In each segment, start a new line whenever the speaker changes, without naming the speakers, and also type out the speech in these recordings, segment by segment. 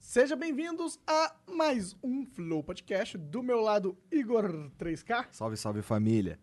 Sejam bem-vindos a mais um Flow Podcast. Do meu lado, Igor 3K.
Salve, salve família.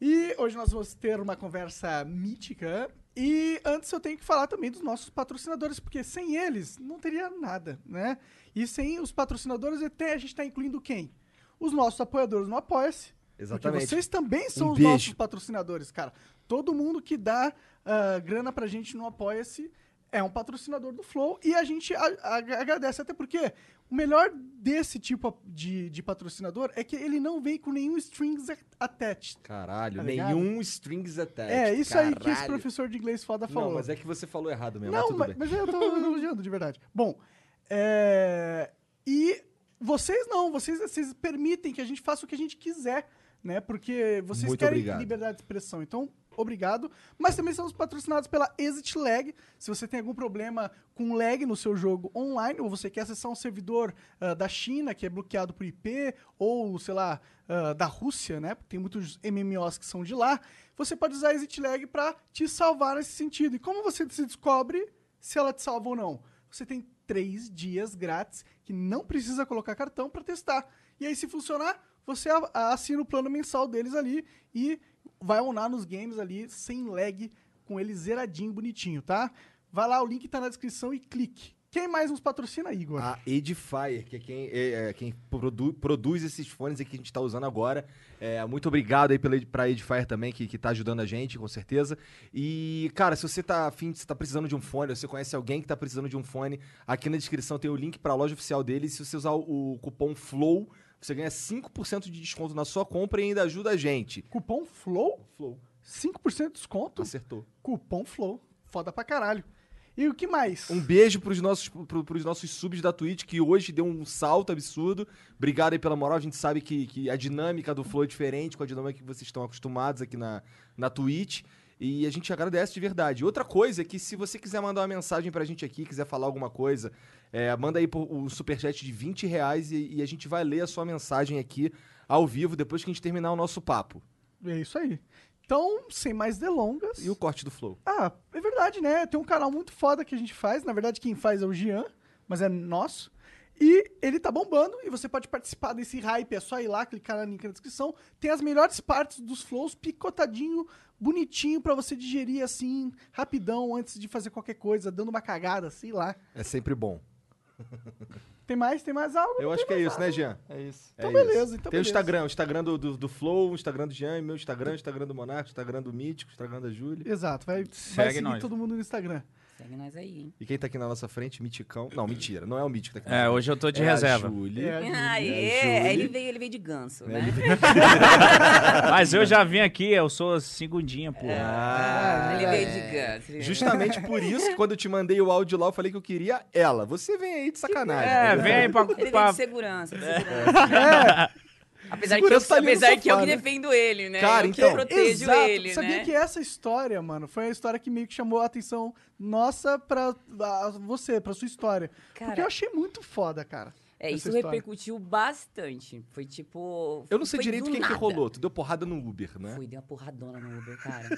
E hoje nós vamos ter uma conversa mítica. E antes eu tenho que falar também dos nossos patrocinadores, porque sem eles não teria nada, né? E sem os patrocinadores, até a gente está incluindo quem? Os nossos apoiadores no Apoia-se. Porque
Exatamente.
vocês também são
Um
os
beijo.
nossos patrocinadores, cara. Todo mundo que dá ah, grana pra gente no Apoia-se é um patrocinador do Flow e a gente a- a- agradece. Até porque o melhor desse tipo de, de patrocinador é que ele não vem com nenhum strings a- attached.
Caralho,
Tá ligado?
nenhum strings attached.
É, isso aí que esse
tipo, caralho.
professor de inglês foda falou.
Não, mas é que você falou errado mesmo, mas
Não,
tudo
mas,
bem.
mas eu tô elogiando de verdade. Bom, é, e vocês não, vocês, vocês permitem que a gente faça o que a gente quiser, né? Porque vocês
Muito
querem
obrigado.
liberdade de expressão. Então, obrigado. Mas também somos patrocinados pela Exit Lag. Se você tem algum problema com lag no seu jogo online, ou você quer acessar um servidor ah, da China que é bloqueado por IP, ou sei lá, ah, da Rússia, né? Porque tem muitos MMOs que são de lá. Você pode usar a Exit Lag para te salvar nesse sentido. E como você se descobre se ela te salva ou não? Você tem três dias grátis que não precisa colocar cartão para testar. E aí, se funcionar, você a- a- assina o plano mensal deles ali e vai onar nos games ali sem lag, com ele zeradinho, bonitinho, tá? Vai lá, o link tá na descrição e clique. Quem mais nos patrocina, Igor?
A Edifier, que é quem, é, é, quem produ- produz esses fones aqui que a gente está usando agora. É, muito obrigado aí pela, Ed- pra Edifier também, que, que tá ajudando a gente, com certeza. E, cara, se você tá afim, você tá precisando de um fone, ou você conhece alguém que tá precisando de um fone, aqui na descrição tem o link pra loja oficial dele. Se você usar o, o cupom FLOW, você ganha 5% de desconto na sua compra e ainda ajuda a gente.
Cupom FLOW,
Flow. Assim.
5% de desconto.
Acertou.
Cupom FLOW, foda pra caralho. E o que mais?
Um beijo pros nossos, pro, pros nossos subs da Twitch, que hoje deu um salto absurdo. Obrigado aí pela moral. A gente sabe que, que a dinâmica do Flow é diferente com a dinâmica que vocês estão acostumados aqui na, na Twitch. E a gente agradece de verdade. Outra coisa é que se você quiser mandar uma mensagem pra gente aqui, quiser falar alguma coisa, é, manda aí por um superchat de 20 reais e, e a gente vai ler a sua mensagem aqui ao vivo depois que a gente terminar o nosso papo.
É isso aí. Então, sem mais delongas.
E o corte do Flow.
Ah, é verdade, né? Tem um canal muito foda que a gente faz. Na verdade, quem faz é o Jean, mas é nosso. E ele tá bombando e você pode participar desse hype. É só ir lá, clicar na link na descrição. Tem as melhores partes dos flows picotadinho, bonitinho pra você digerir assim, rapidão, antes de fazer qualquer coisa, dando uma cagada, sei lá.
É sempre bom.
Tem mais? Tem mais algo?
Eu acho que é isso, né, Jean? É isso.
Então beleza, então
Tem o
beleza.
Instagram, o Instagram do, do, do Flow, o Instagram do Jean, meu Instagram, o Instagram do Monarco, o Instagram do Mítico, o Instagram da Júlia.
Exato, vai, vai
Segue
seguir
nós.
todo mundo no Instagram.
Segue nós aí, hein?
E quem tá aqui na nossa frente, Miticão. Não, mentira, não é o Mítico que tá aqui. na
É,
frente.
hoje eu tô de
É a
reserva.
Júlia.
Aê!
é
Júlia.
é, Ele veio, ele veio de ganso, né?
Mas eu já vim aqui, eu sou segundinha, pô.
É.
Ah,
ele veio de ganso. ele-
Justamente por isso que quando eu te mandei o áudio lá, eu falei que eu queria ela. Você vem aí de sacanagem.
É,
entendeu?
vem aí pra.
Ele veio
pra-
de segurança. de segurança. né? Apesar que eu,
Segurança tá ali no
apesar que eu
sofá,
que
né?
defendo ele, né?
Cara,
eu que
então,
protejo
Exato.
ele,
Sabia
né?
que essa história, mano, foi a história que meio que chamou a atenção nossa pra a- você, pra sua história. Porque eu
Cara,
achei muito foda, cara.
é,
essa
isso
história.
repercutiu bastante. Foi tipo...
Eu não sei
foi
direito
do
quem que
nada.
rolou. Tu deu porrada no Uber, né?
Fui, dei uma porradona no Uber, cara.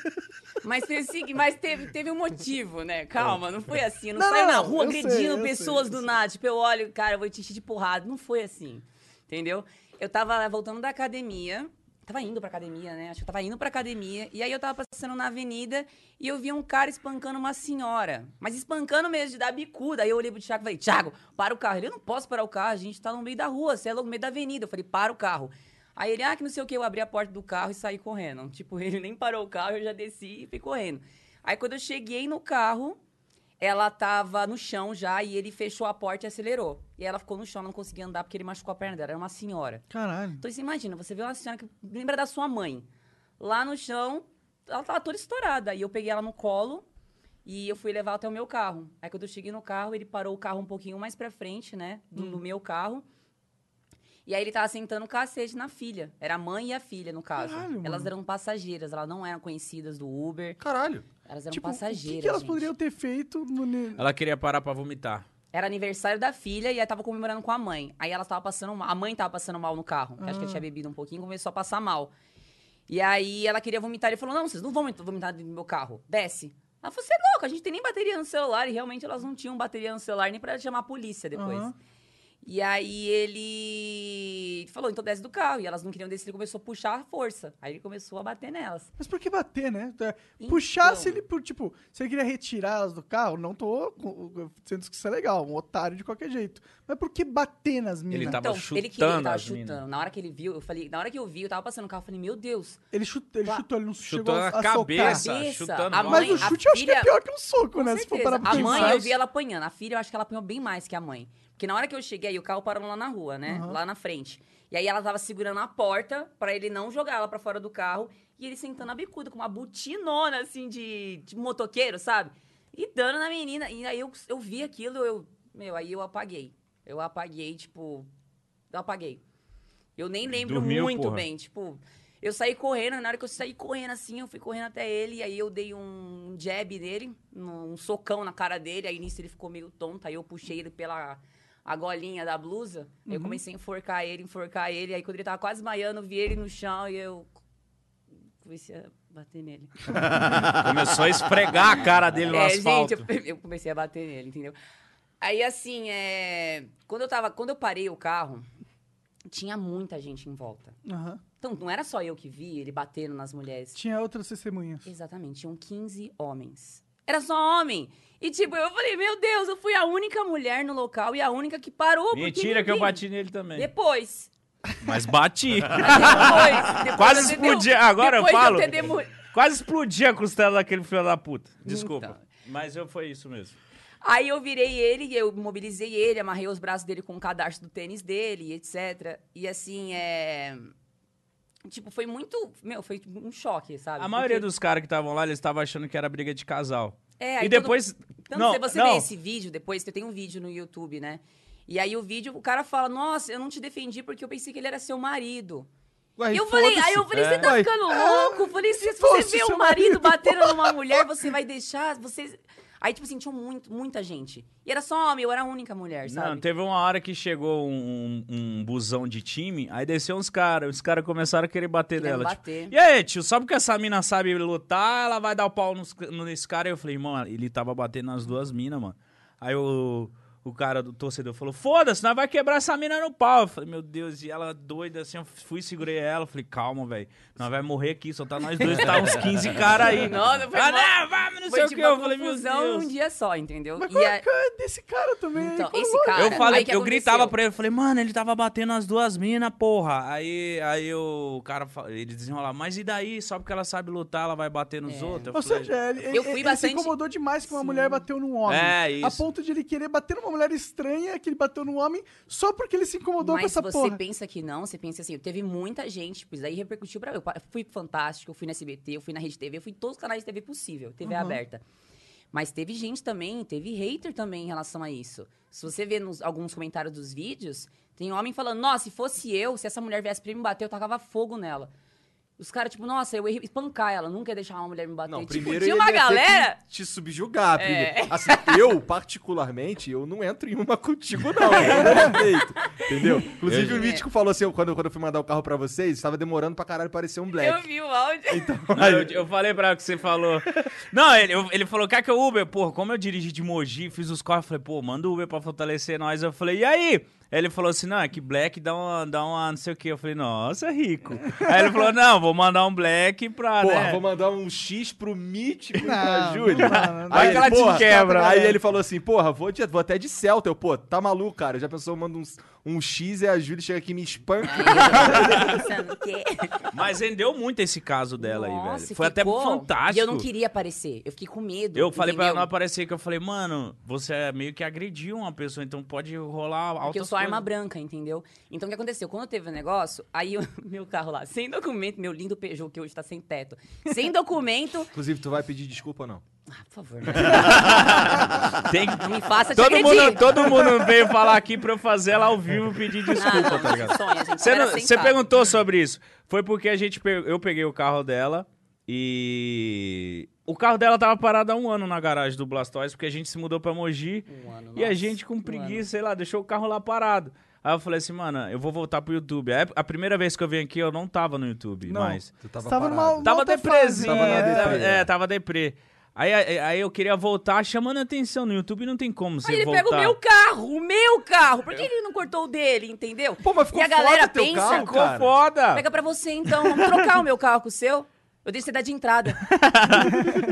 mas teve, sim- mas teve, teve um motivo, né? Calma, não foi assim. Eu não,
Não,
saio
não,
na
não,
rua
eu sei,
agredindo
eu sei,
pessoas
eu
do
sei.
nada. Tipo, eu olho, cara, eu vou te encher de porrada. Não foi assim, entendeu? Eu tava voltando da academia. Tava indo pra academia, né? Acho que eu tava indo pra academia. E aí eu tava passando na avenida e eu vi um cara espancando uma senhora. Mas espancando mesmo, de dar bicuda. Aí eu olhei pro Thiago e falei, Thiago, para o carro. Ele, eu não posso parar o carro, a gente tá no meio da rua, você é louco, no meio da avenida. Eu falei, para o carro. Aí ele, ah, que não sei o que, eu abri a porta do carro e saí correndo. Tipo, ele nem parou o carro, eu já desci e fui correndo. Aí quando eu cheguei no carro, ela tava no chão já e ele fechou a porta e acelerou. E ela ficou no chão, ela não conseguia andar porque ele machucou a perna dela. Era uma senhora.
Caralho.
Então você imagina, você vê uma senhora que lembra da sua mãe. Lá no chão, ela tava toda estourada. E eu peguei ela no colo E eu fui levar até o meu carro. Aí quando eu cheguei no carro, ele parou o carro um pouquinho mais pra frente, né? Do,
Hum.
do meu carro. E aí ele tava sentando o cacete na filha. Era a mãe e a filha, no caso.
Caralho, mano.
elas eram passageiras, elas não eram conhecidas do Uber.
Caralho.
Elas eram
Tipo,
passageiras.
o que, que elas
um gente.
poderiam ter feito no... ne-
Ela queria parar pra vomitar.
Era aniversário da filha e aí tava comemorando com a mãe. Aí ela tava passando mal. A mãe tava passando mal no carro. que Acho que ela tinha bebido um pouquinho e começou a passar mal. E aí ela queria vomitar. Ele falou: Não, vocês não vão vomit- vomitar dentro do meu carro. Desce. Ela falou: Você é louca, a gente tem nem bateria no celular. E realmente elas não tinham bateria no celular nem pra chamar a polícia depois.
Aham.
E aí ele falou: Então desce do carro. E elas não queriam descer. Ele começou a puxar a força. Aí ele começou a bater nelas.
Mas por que bater, né? É,
Então.
Puxar se ele, por, tipo, se ele queria retirar elas do carro, não tô com- sendo que isso é legal, um otário de qualquer jeito. Mas por que bater nas minas?
Ele
Ele,
tá- Tava
então, ele queria,
chutando
ele tava
as mina.
chutando. Na hora que ele viu, eu falei, na hora que eu vi, eu tava passando no carro, eu falei, meu Deus,
chuta- ele
Claro.
chutou, ele não chegou
Chutando
a,
a
a socar.
cabeça,
Cabeça,
chutando.
a
mal.
Mas
mãe-
o chute eu acho que é
filha-
pior que um soco,
Com
né? Se for
certeza.
parar pra
a mãe,
pensar.
eu vi ela apanhando. A filha, eu acho que ela apanhou bem mais que a mãe. Porque na hora que eu cheguei, aí o carro parou lá na rua, né?
Aham.
Lá na frente. E aí ela tava segurando a porta pra ele não jogar ela pra fora do carro. E ele sentando a bicuda com uma butinona, assim, de, de motoqueiro, sabe? E dando na menina. E aí eu, eu vi aquilo, eu... Meu, aí eu apaguei. Eu apaguei, tipo... Eu apaguei. Eu nem lembro
Dormiu,
muito
porra.
bem, tipo... Eu saí correndo, na hora que eu saí correndo assim, eu fui correndo até ele, e aí eu dei um jab nele, um socão na cara dele, aí nisso ele ficou meio tonto, aí eu puxei ele pela a golinha da blusa, aí eu comecei a enforcar ele, enforcar ele, aí quando ele tava quase desmaiando, eu vi ele no chão e eu comecei a bater nele.
Começou a esfregar a cara dele no
É,
asfalto.
Gente, eu, eu comecei a bater nele, entendeu? Aí, assim, é, quando, eu tava, quando eu parei o carro, tinha muita gente em volta.
Aham.
Então, não era só eu que vi ele batendo nas mulheres.
Tinha outras testemunhas.
Exatamente, tinham 15 homens. Era só homem. E, tipo, eu falei, meu Deus, eu fui a única mulher no local e a única que parou. porque
Mentira que eu
ninguém-
bati nele também.
Depois.
Mas bati.
Depois, depois
Quase
eu ter
explodi-
demo-
agora eu
depois de
falo?
ter demo-
Quase explodi a costela daquele filho da puta. Desculpa.
Então.
Mas eu, foi isso mesmo.
Aí eu virei ele, eu mobilizei ele, amarrei os braços dele com o cadarço do tênis dele, etc. E assim, é. Tipo, foi muito. Meu, foi um choque, sabe?
A maioria
Porque-
dos caras que estavam lá, eles estavam achando que era briga de casal.
É, aí
e
todo-
depois.
Tanto
não,
se você
não.
vê esse vídeo depois, que eu tenho um vídeo no YouTube, né? E aí o vídeo, o cara fala, nossa, eu não te defendi porque eu pensei que ele era seu marido.
Ué,
eu falei, aí eu
foda-se.
falei, você tá
Ué,
ficando louco? Eu falei, se
fosse
você vê
seu
o marido
marido,
batendo numa mulher, você vai deixar, você... Aí, tipo assim, tinha muito, muita gente. E era só homem, eu era a única mulher, sabe?
Não, teve uma hora que chegou um, um um busão de time, aí desceu uns caras, os caras começaram a querer bater
Querendo
nela.
bater.
Tipo, e aí, tio, só porque essa mina sabe lutar, ela vai dar o pau nos, nesse cara. Aí eu falei, mano, ele tava batendo nas duas minas, mano. Aí o, o cara do torcedor falou, foda-se, nós vai quebrar essa mina no pau. Eu falei, meu Deus, e ela doida assim, eu fui, segurei ela, falei, calma, velho, nós vai morrer aqui, só tá nós dois, tá uns 15 caras aí.
Nossa, foi
ah,
mó-
não, vamos, não
Foi
sei o
tipo
que,
uma
eu falei, meu
confusão
Deus.
num dia só, entendeu?
Mas
E
qual é
a-
a cara desse cara também?
Então,
Qual
esse
é?
cara...
Eu falei,
aí que
eu gritava
aconteceu?
pra ele, falei, mano, ele tava batendo as duas minas, porra. Aí, aí o cara, fa- ele desenrolava, mas e daí? Só porque ela sabe lutar, ela vai bater nos
É.
outros? Eu
Ou
falei,
é.
seja, ele, ele-
Eu fui
ele
bastante-
se incomodou demais que uma mulher bateu num homem.
É, isso.
A ponto de ele querer bater numa mulher estranha que ele bateu num homem só porque ele se incomodou com
Mas
essa
você
porra.
pensa que não, você pensa assim, teve muita gente, pois aí repercutiu pra eu. Eu fui fantástico, eu fui na SBT, eu fui na Rede TV, eu fui em todos os canais de TV possível, TV
Uhum.
aberta. Mas teve gente também, teve hater também em relação a isso. Se você vê nos alguns comentários dos vídeos, tem homem falando: "Nossa, se fosse eu, se essa mulher viesse pra me bater, eu tacava fogo nela". Os caras, tipo, nossa, eu ia espancar ela, nunca ia deixar uma mulher me bater.
Não,
tipo,
primeiro
tinha
ele
uma
ia ter que
galera.
te subjugar,
É.
primeiro. Assim, eu, particularmente, eu não entro em uma contigo, não. Eu não jeito, entendeu? Inclusive, o Mítico falou assim, eu- quando, quando eu fui mandar o carro pra vocês, estava demorando pra caralho parecer um
Eu
black.
vi o áudio.
Não, eu, eu falei pra ela que você falou. Não, ele, eu- ele falou, quer que eu Uber? Porra, como eu dirigi de Mogi, fiz os corres, falei, pô, manda o Uber pra fortalecer nós. Eu falei, e aí? Aí Ele falou assim, não, é que Black dá uma, dá uma não sei o quê. Eu falei, nossa, é rico. Aí ele falou, não, vou mandar um Black pra,
Porra,
né?
vou mandar um X pro Mítico e pra
Não, não,
Júlia.
não, não.
Aí,
Vai que ela te
porra,
quebra.
Aí ele falou assim, porra, vou, de- vou até de Celta. Eu, pô, tá maluco, cara. Já pensou, eu mando um, um X e a Júlia chega aqui e me espanca.
Pensando que-
Mas rendeu muito esse caso dela aí, velho.
Nossa,
Foi até
ficou.
fantástico.
E eu não queria aparecer, eu fiquei com medo.
Eu falei pra ela
entendeu?
não aparecer, que eu falei, mano, você é meio que agrediu uma pessoa, então pode rolar altas
Porque eu sou arma
coisas.
branca, entendeu? Então o que aconteceu? Quando teve o negócio, aí o meu carro lá, sem documento, meu lindo Peugeot, que hoje tá sem teto, sem documento,
Inclusive, tu vai pedir desculpa ou não?
Ah, por favor.
Tem que-
Não me faça te
Todo mundo,
agredir.
todo mundo veio falar aqui pra eu fazer ela ao vivo pedir desculpa, tá ligado? Você, não- você perguntou sobre isso. Foi porque a gente pe- eu peguei o carro dela e o carro dela tava parado há um ano na garagem do Blastoise porque a gente se mudou pra Mogi e a gente
um
com preguiça, sei lá, deixou o carro lá parado. Aí eu falei assim, mano, eu vou voltar pro YouTube. A, ép- a primeira vez que eu vim aqui eu não tava no YouTube,
Não.
mais.
Tu tava,
Você tava
parado.
numa-
Tava
outra
depresinho,
fase, né?
tava-
Tava deprê.
é, tava deprê. Aí, aí, aí eu queria voltar chamando a atenção. No YouTube não tem como você
Aí ele
voltar.
pega o meu carro, o meu carro. Por que ele não cortou o dele, entendeu?
Pô, mas ficou
e a galera
foda teu
pensa,
carro,
Ficou
cara.
foda.
pega pra você então, vamos trocar o meu carro com o seu. Eu deixo você dar de entrada.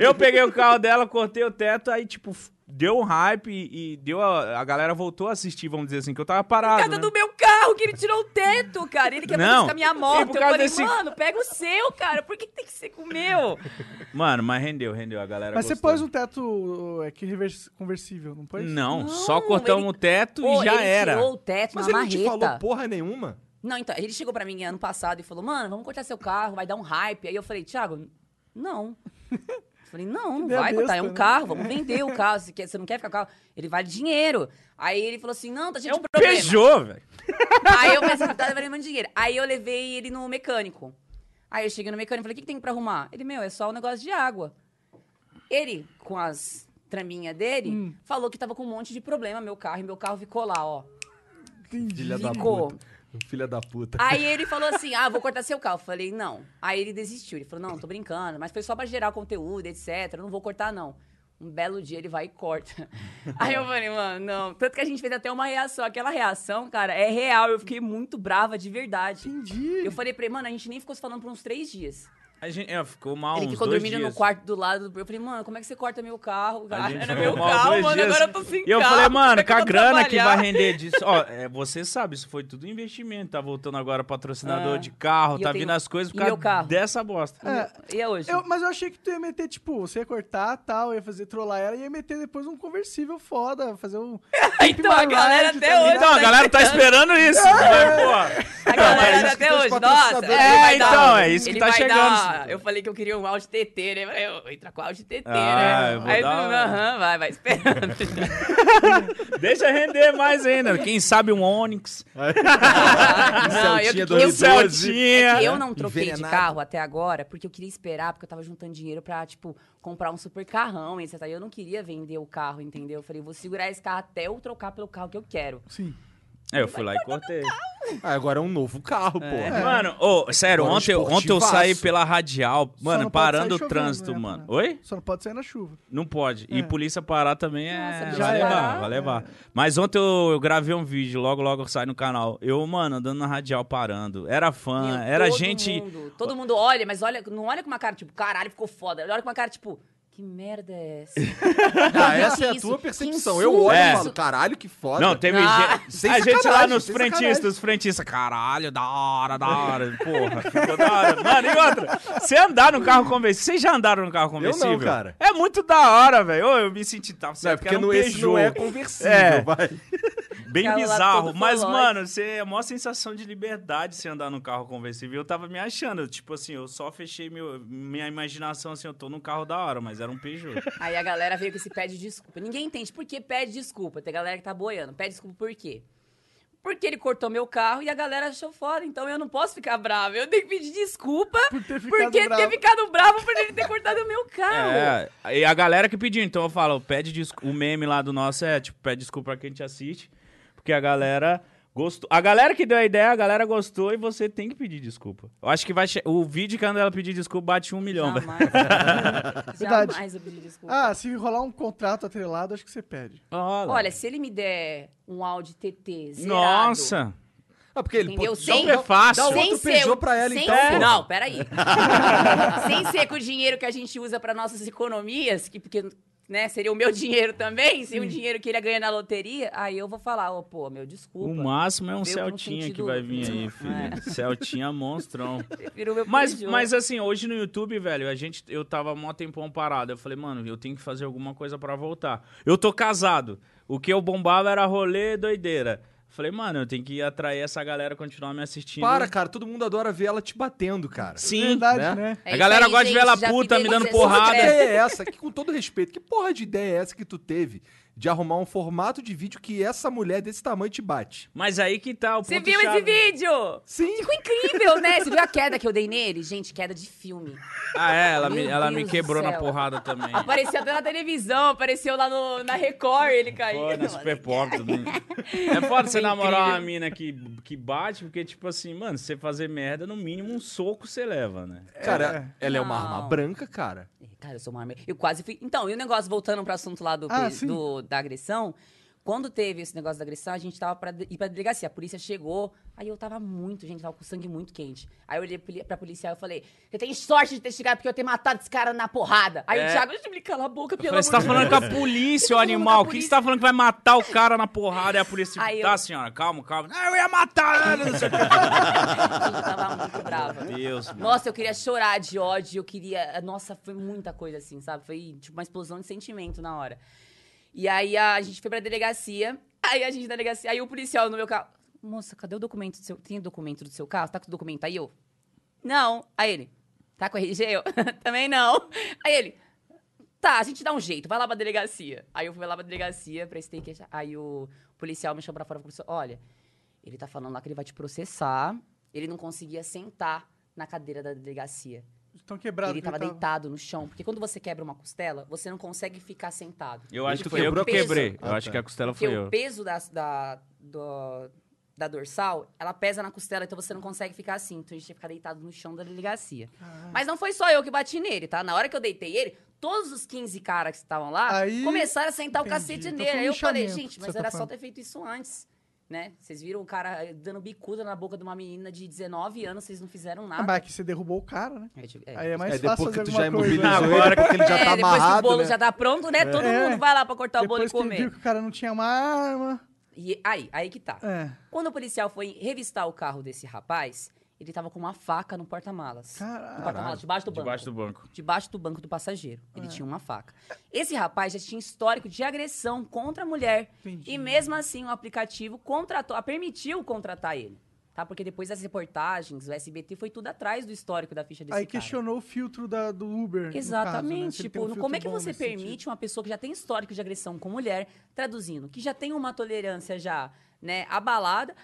Eu peguei o carro dela, cortei o teto, aí, tipo, f- deu um hype e, e deu a, a galera voltou a assistir, vamos dizer assim, que eu tava parado.
Cada
né?
do meu carro, que ele tirou o teto, cara. Ele quer
Não.
fazer isso com a minha
E
moto.
por
Eu
causa
falei,
desse-
mano, pega o seu, cara. Por que, que tem que ser com o meu?
Mano, mas rendeu, rendeu a galera.
Mas você
gostou.
pôs um teto é, que revers- conversível, não pôs?
Não,
Não,
só cortamos
ele-
o teto
Pô,
e já
ele
era.
tirou o teto
Mas
na
ele não
marreta.
te falou porra nenhuma?
Não, então, ele chegou pra mim ano passado e falou, mano, vamos cortar seu carro, vai dar um hype. Aí eu falei, Thiago, não. Eu falei, não, não
Ideia
vai cortar, é
besta,
um
né?
carro, vamos vender o carro. Você, quer- você não quer ficar com o carro? Ele vale dinheiro. Aí ele falou assim, não, tá gente
É um
com problema.
Peugeot, velho.
Aí eu pensei, tá levando muito dinheiro. Aí eu levei ele no mecânico. Aí eu cheguei no mecânico e falei, o que, que tem pra arrumar? Ele, meu, é só um negócio de água. Ele, com as traminhas dele, falou que tava com um monte de problema, meu carro, e meu carro ficou lá, ó.
Filha da
Ficou.
puta. Filha da puta.
Aí ele falou assim: ah, vou cortar seu carro. Eu falei, não. Aí ele desistiu. Ele falou: não, tô brincando, mas foi só pra gerar conteúdo, etc. Não vou cortar, não. Um belo dia ele vai e corta. Aí eu falei, mano, não. Tanto que a gente fez até uma reação. Aquela reação, cara, é real. Eu fiquei muito brava, de verdade.
Entendi.
Eu falei pra ele, mano, a gente nem ficou se falando por uns três dias.
A gente é, ficou mal
ele
uns
ficou
dois
dormindo
dias.
no quarto do lado. do- Eu falei, mano, como é que você corta meu carro,
A
cara?
gente
Tá, Era
ficou
meu
mal
carro,
dois
mano,
dias.
agora eu tô sem
E eu
carro.
falei,
como
mano,
é
com a
eu vou
grana que vai
trabalhar?
render disso. Ó, é, você sabe, isso foi tudo investimento. Tá voltando agora patrocinador
Ah.
de carro,
E eu
tá
tenho-
vindo as coisas por
e meu
causa
carro?
dessa bosta.
E é hoje?
Eu- mas eu achei que tu ia meter, tipo, você ia cortar tal, ia fazer trollar ela, ia meter depois um conversível foda, fazer um.
Então, a galera até hoje-
Então, a galera tá esperando isso. né, Falei, pô.
A
Não, mas
galera
isso que
até
tem os
hoje, nossa.
patrocinadores,
ele
é,
vai
então,
dar- um
é isso que
ele
tá
vai
chegando.
dar- eu falei que eu queria um Audi TT, né? Eu falei, eu, entra com o Audi TT,
Ah,
né?
eu vou
Aí
dar-
falei, aham, vai, vai esperando.
Deixa render mais ainda. Quem sabe um Onix.
não,
Celtinha
eu que,
Um
eu,
2012.
é
Celtinha.
que eu não troquei de
Envenenado.
carro até agora, porque eu queria esperar, porque eu tava juntando dinheiro pra, tipo, comprar um super carrão, etc. E eu não queria vender o carro, entendeu? Eu falei, eu vou segurar esse carro até eu trocar pelo carro que eu quero.
Sim.
É, eu fui lá e cortei.
Ah, agora é um novo carro, porra.
Mano, ô, sério,
Agora
ontem, eu- ontem eu
esportivaço.
saí pela radial,
Só
mano,
não pode
parando
sair
o
chovendo,
trânsito,
né,
mano.
cara?
Oi?
Só não pode sair na chuva.
Não pode. E
É.
polícia parar também é.
Nossa,
vai
já
levar,
é.
vai levar. Mas ontem eu, eu gravei um vídeo, logo, logo sai no canal. Eu, mano, andando na radial parando. Era fã,
Meu,
Ah, era
todo
gente.
mundo- todo mundo olha, mas olha, não olha com uma cara tipo, caralho, ficou foda. Olha com uma cara tipo, que merda é essa?
Ah, essa
Que
é a
isso,
tua
que
percepção.
insulto.
Eu olho
É.
e falo, caralho, que foda.
Não, teve
Não.
gente.
Sem
A gente lá
sacanagem,
nos
sem
frentistas,
sacanagem.
os frentistas. Caralho, da hora, da hora. Porra, ficou da hora. Mano, e outra? Você andar no carro conversível. Vocês já andaram no carro conversível?
cara.
É muito da hora, velho. Ô, Eu me senti. Tá
Não, é
certo, que
porque
era um
não, esse não
Peugeot.
é conversível,
É.
vai.
Bem
Carro lá
bizarro.
todo
Mas,
forró.
mano, você é a maior sensação de liberdade você andar num carro conversível. Eu tava me achando. Tipo assim, eu só fechei meu, minha imaginação assim, eu tô num carro da hora, mas era um Peugeot.
Aí a galera veio com esse pede desculpa. Ninguém entende por que pede desculpa. Tem galera que tá boiando. Pede desculpa por quê? Porque ele cortou meu carro e a galera achou foda, então eu não posso ficar brava. Eu tenho que pedir desculpa por
ter ficado
porque
bravo.
ter ficado bravo por ele ter cortado meu carro.
É, e a galera que pediu, então eu falo, pede desculpa. O meme lá do nosso é, tipo, pede desculpa pra quem te assiste, porque a galera gostou. A galera que deu a ideia, a galera gostou e você tem que pedir desculpa. Eu acho que vai che- o vídeo quando ela pedir desculpa bate um milhão. velho.
Jamais.
Verdade.
Jamais eu pedi desculpa.
Ah, se rolar um contrato atrelado, acho que você pede.
Olha.
Olha, se ele me der um áudio TT zerado,
Nossa!
Ah, porque ele,
Entendeu?
dá
Sem-
um- dá-
prefácio.
Dá
Sem
outro Peugeot
o-
pra ela,
sem
então,
o-
pô.
Não, peraí. sem ser com o dinheiro que a gente usa para nossas economias, que porque, né, seria o meu dinheiro também, sem o dinheiro que ele ganha na loteria, aí eu vou falar, ô, pô, meu, desculpa.
O máximo é um
Veio com
Celtinha que
sentido-
vai vir aí,
É.
filho. Celtinha monstrão.
Prefiro o meu
Mas,
Peugeot.
mas assim, hoje no YouTube, velho, a gente, eu tava mó tempão parado. Eu falei, mano, eu tenho que fazer alguma coisa pra voltar. Eu tô casado. O que eu bombava era rolê e doideira. Falei, mano, eu tenho que atrair essa galera a continuar me assistindo.
Para, cara, todo mundo adora ver ela te batendo, cara.
Sim.
Verdade,
né?
né?
É
A
isso
galera
aí,
gosta de ver ela
gente, já
puta, me
fiquei
dando
com
porrada.
Que
16
ideia é essa? Que, com todo respeito, que porra de ideia é essa que tu teve de arrumar um formato de vídeo que essa mulher desse tamanho te bate?
Mas aí que tá o
Você
ponto
viu
chave.
esse vídeo?
Sim.
Ficou incrível, né? Você viu a queda que eu dei nele? Gente, queda de filme.
Ah, é, ela me,
Meu
ela
Deus
me
do
quebrou na
céu.
porrada também.
Apareceu até na televisão, apareceu lá no, na Record, ele caiu.
Pô, na Super Pop, tudo bem. É foda você
Foi
namorar uma
incrível.
mina que, que bate, porque, tipo assim, mano, se você fazer merda, no mínimo um soco você leva, né?
Cara, ela é uma
Não.
arma branca, cara.
É, Cara, eu sou uma arma. Eu quase fui. Então, e o negócio, voltando pro assunto lá do,
Ah,
pe-
sim.
do- da agressão. Quando teve esse negócio da agressão, a gente tava pra de- ir pra delegacia. A polícia chegou. Aí eu tava muito, gente, tava com sangue muito quente. Aí eu olhei poli- pra policial e falei: Você tem sorte de ter chegado porque eu ter matado esse cara na porrada. Aí
É.
o Thiago, deixa eu me cala a boca,
Eu
pelo
falei,
amor
você tá
de
falando com
Deus."
a polícia,
Eu
ô
tô falando
animal.
com
O
a
que que você
polícia.
tá falando que vai matar o cara na porrada? E a polícia,
Aí eu-
tá, senhora, calma, calma. Ah, eu ia matar, né, não sei o que.
Gente, eu tava muito brava.
Meu Deus, mano.
Nossa, eu queria chorar de ódio, eu queria. Nossa, foi muita coisa assim, sabe? Foi tipo uma explosão de sentimento na hora. E aí a gente foi pra delegacia, aí a gente na delegacia, aí o policial no meu carro. Moça, cadê o documento do seu. Tem o documento do seu carro? Tá com o documento aí, eu? Não. Aí ele. Tá com RG? Eu? Também não. Aí ele. Tá, a gente dá um jeito, vai lá pra delegacia. Aí eu fui lá pra delegacia, prestei queixa. Aí o policial me chamou pra fora e falou: olha, ele tá falando lá que ele vai te processar. Ele não conseguia sentar na cadeira da delegacia.
Estão quebrados.
ele
porque
tava deitado no chão. Porque quando você quebra uma costela, você não consegue ficar sentado.
Eu acho
Tu
que foi eu que
quebrou
eu
o peso.
quebrei.
Ah,
Eu acho
tá.
que a costela
Porque
foi
o
eu.
peso da, da, do- da dorsal, ela pesa na costela, então você não consegue ficar assim. Então a gente tinha que ficar deitado no chão da delegacia.
Ah.
Mas não foi só eu que bati nele, tá? Na hora que eu deitei ele, todos os 15 caras que estavam lá
Aí-
começaram a sentar
Entendi.
o cacete
Então
nele.
foi um
Aí eu falei,
lixamento
gente,
que
mas
você tá
era só
falando.
ter feito isso antes. Né? Vocês viram o cara eh, dando bicuda na boca de uma menina de 19 anos, vocês não fizeram
Ah,
nada.
mas é que você derrubou o cara, né?
Eu tive- é.
Aí é mais
é,
fácil
depois
fazer
que tu
alguma
já
coisa. né?
imobilizou
Agora-
ele, porque ele já
É,
tá
depois que o
amarrado,
bolo
né?
já tá pronto, né? Todo
É.
mundo vai lá pra cortar o um bolo e
Depois que ele
comer.
viu que o cara não tinha uma arma.
E aí, aí que tá.
É.
Quando o policial foi revistar o carro desse rapaz, ele tava com uma faca no porta-malas. No
Caralho.
porta-malas, debaixo do banco.
Debaixo do banco.
Debaixo do banco do passageiro.
É.
Ele tinha uma faca. Esse rapaz já tinha histórico de agressão contra a mulher.
Entendi.
E mesmo assim, o aplicativo contratou, a- permitiu contratar ele. Tá? Porque depois das reportagens, o SBT foi tudo atrás do histórico da ficha desse
Aí
cara.
questionou o filtro da- do Uber. no caso, né? Se ele
Exatamente.
tem
Tipo,
um
como é que
filtro bom
você
nesse
permite
sentido.
uma pessoa que já tem histórico de agressão com mulher, traduzindo, que já tem uma tolerância já, né, abalada,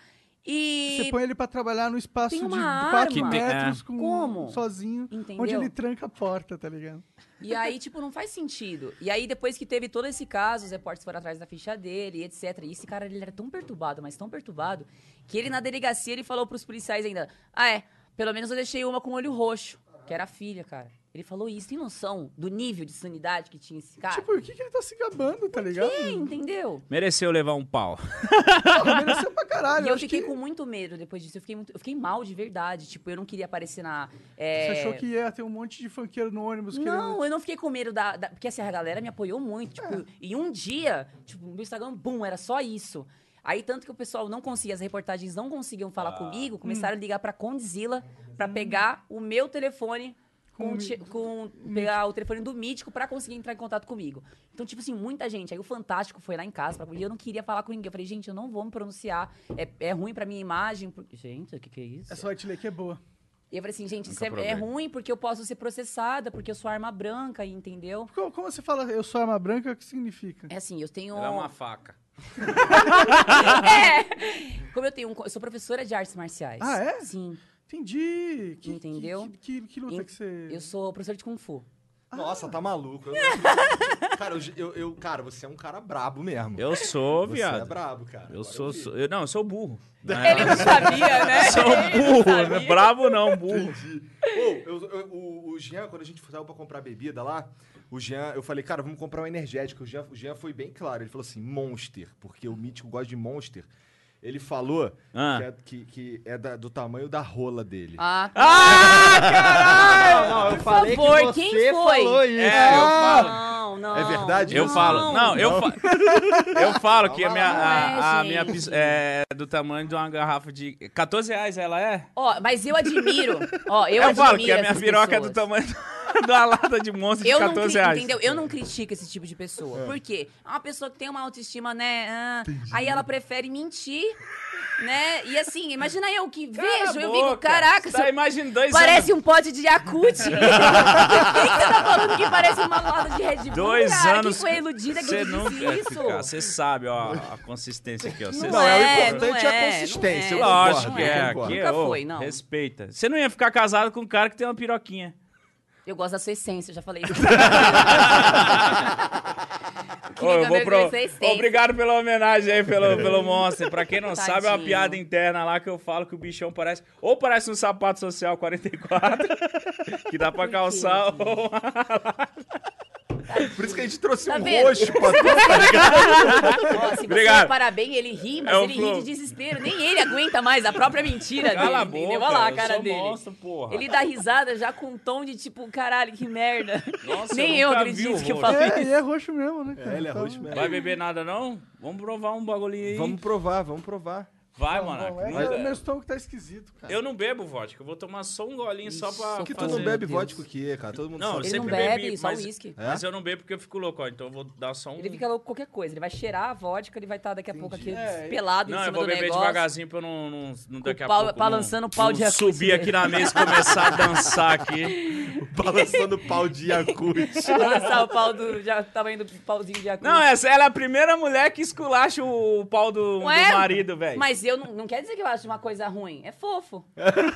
e.
Você põe ele pra trabalhar num espaço
Tem
de
uma
4
arma. Que tem- é.
metros com,
Como?
sozinho,
Entendeu?
onde ele tranca a porta, tá ligado?
E aí, tipo, não faz sentido. E aí, depois que teve todo esse caso, os repórteres foram atrás da ficha dele, etc. E esse cara, ele era tão perturbado, mas tão perturbado, que ele na delegacia, ele falou pros policiais ainda, ah, é, pelo menos eu deixei uma com olho roxo, que era a filha, cara. Ele falou isso, tem noção do nível de sanidade que tinha esse cara?
Tipo, o que, que ele tá se gabando, tá ligado?
é, entendeu?
Mereceu levar um pau.
Porra, mereceu é pra caralho.
E eu
acho
fiquei
que
com muito medo depois disso. Eu fiquei, muito- eu fiquei mal de verdade. Tipo, eu não queria aparecer na.
Você
é,
achou que ia ter um monte de funkeiro no ônibus querendo...
Não, eu não fiquei com medo da. da- porque assim, a galera me apoiou muito. Tipo,
É.
em um dia, tipo, meu Instagram, bum, era só isso. Aí, tanto que o pessoal não conseguia, as reportagens não conseguiam falar
Ah. Hum.
comigo, começaram a ligar pra Condzilla pra pegar o meu telefone. Com,
Com o
ti- com- pegar o telefone do mítico pra conseguir entrar em contato comigo. Então, tipo assim, muita gente. Aí o Fantástico foi lá em casa pra e eu não queria falar com ninguém. Eu falei, gente, eu não vou me pronunciar. É, é ruim pra minha imagem. por- Gente, o que, que é isso?
É só te ler que é boa.
E eu falei assim, gente, isso
Nunca
é,
provei.
é ruim porque eu posso ser processada, porque eu sou arma branca, entendeu?
Como, como você fala, eu sou arma branca, o que significa?
É assim, eu tenho.
Era uma faca.
É! Como eu tenho um. co- Eu sou professora de artes marciais.
Ah, é?
Sim.
Entendi. Que-
Entendeu?
Que, que, que luta
Em-
que você...
Eu sou professora de Kung Fu.
Nossa, tá maluco. Eu- cara, eu, eu- eu- cara, você é um cara brabo mesmo.
Eu sou,
você é
viado.
brabo, cara. Agora
Eu sou,
vi.
sou- eu, não, eu sou burro.
Ele não sabia, né?
É. Sou burro, né? brabo não, burro.
Pô, eu- eu- o, o Jean, quando a gente saiu pra comprar bebida lá, o Jean, eu falei, cara, vamos comprar um energético. O Jean, o Jean foi bem claro. Ele falou assim, Monster, porque o Mítico gosta de Monster. Ele falou
Ah.
que é, que- que é da- do tamanho da rola dele.
Ah,
Não, não, eu
Por
falei
favor,
que você
quem foi?
falou isso.
É, eu
Ah!
falo.
não, não.
É verdade?
Eu
Não,
falo. Não, eu falo. Eu falo que a minha.
Não é,
A, a minha
gente.
pis- é do tamanho de uma garrafa de. 14 reais ela é?
Ó, mas eu admiro. Ó, eu, admiro.
falo que a minha
essas
piroca é do
pessoas.
tamanho da lata de monstro de
Eu não,
14
cri-
reais. É.
entendeu? eu não critico esse tipo de É pessoa. Por quê? É uma pessoa que tem uma autoestima, né? ah, aí ela prefere mentir né? E assim, imagina eu que
Cala a
vejo, eu
boca.
fico, caraca,
Você
isso
Tá imaginando dois anos.
parece um pote de Yakut. Por que que você tá falando que parece uma loja de Red Bull,
Dois
um cara? Quem
anos.
foi a iludida que
Você
disse
nunca vai
isso?
ficar. Você sabe, ó, a consistência aqui, ó. Você
Não
Não, é,
é,
o importante
não
é,
é,
a consistência.
não
eu
é.
concordo,
Lógico que
eu
é.
concordo.
Aqui,
Nunca
ô,
foi, não.
Respeita. Você não ia ficar casado com um cara que tem uma piroquinha.
Eu gosto da sua essência, eu já falei isso.
Ô, eu
Querida,
vou
eu
pro-
sei, sei.
Obrigado pela homenagem aí, pelo, pelo Monster. Pra quem não sabe, é uma
Tadinho.
piada interna lá que eu falo que o bichão parece. Ou parece um sapato social 44, que dá pra calçar. Ou... é.
Por isso que a gente trouxe
Tá
um
vendo?
roxo pra tu.
Ó, se
Obrigado.
você reparar bem, ele ri, mas
É o
ele ri
Flow.
de desespero. Nem ele aguenta mais a própria mentira dele.
Cala a boca.
entendeu? Olha lá a
eu
cara
sou
dele.
monstro, porra.
Ele dá risada já com um tom de tipo, caralho, que merda.
Nossa,
Nem
eu
eu
nunca vi
acredito
o
que eu
rosto.
falei
É, e é roxo mesmo, né? cara?
É, ele é
Então,
roxo mesmo.
Vai beber nada, não? Vamos provar um bagulhinho aí.
Vamos provar, vamos provar.
Vai,
Não,
mano.
é,
Não-
meu estômago tá esquisito, cara.
Eu não bebo vodka, eu vou tomar só um golinho só
Isso,
pra.
Porque tu
fazer.
não bebe
Deus.
vodka o quê, cara? Todo mundo
Não, eu
sabe.
Ele não
sempre
bebe,
bebi,
só
mas,
uísque.
mas eu não bebo porque eu fico louco, ó, então eu vou dar só um.
Ele fica louco com qualquer coisa. Ele vai cheirar a vodka, ele vai estar daqui a pouco aqui
É,
pelado em
Não,
cima
eu vou
do
beber
negócio.
devagarzinho pra eu não, não, não daqui a
pau-
pouco.
balançando
não-
o pau de
não
Yakult
Subir aqui
dele.
na mesa e começar a dançar aqui.
Balançando pau de Yakut.
Balançar o pau do, já, tamanho do pauzinho de acústico.
Não, essa, ela é a primeira mulher que esculacha o pau do, do
Ué,
marido, velho.
é? Mas eu não, não quer dizer que eu acho uma coisa ruim. É fofo.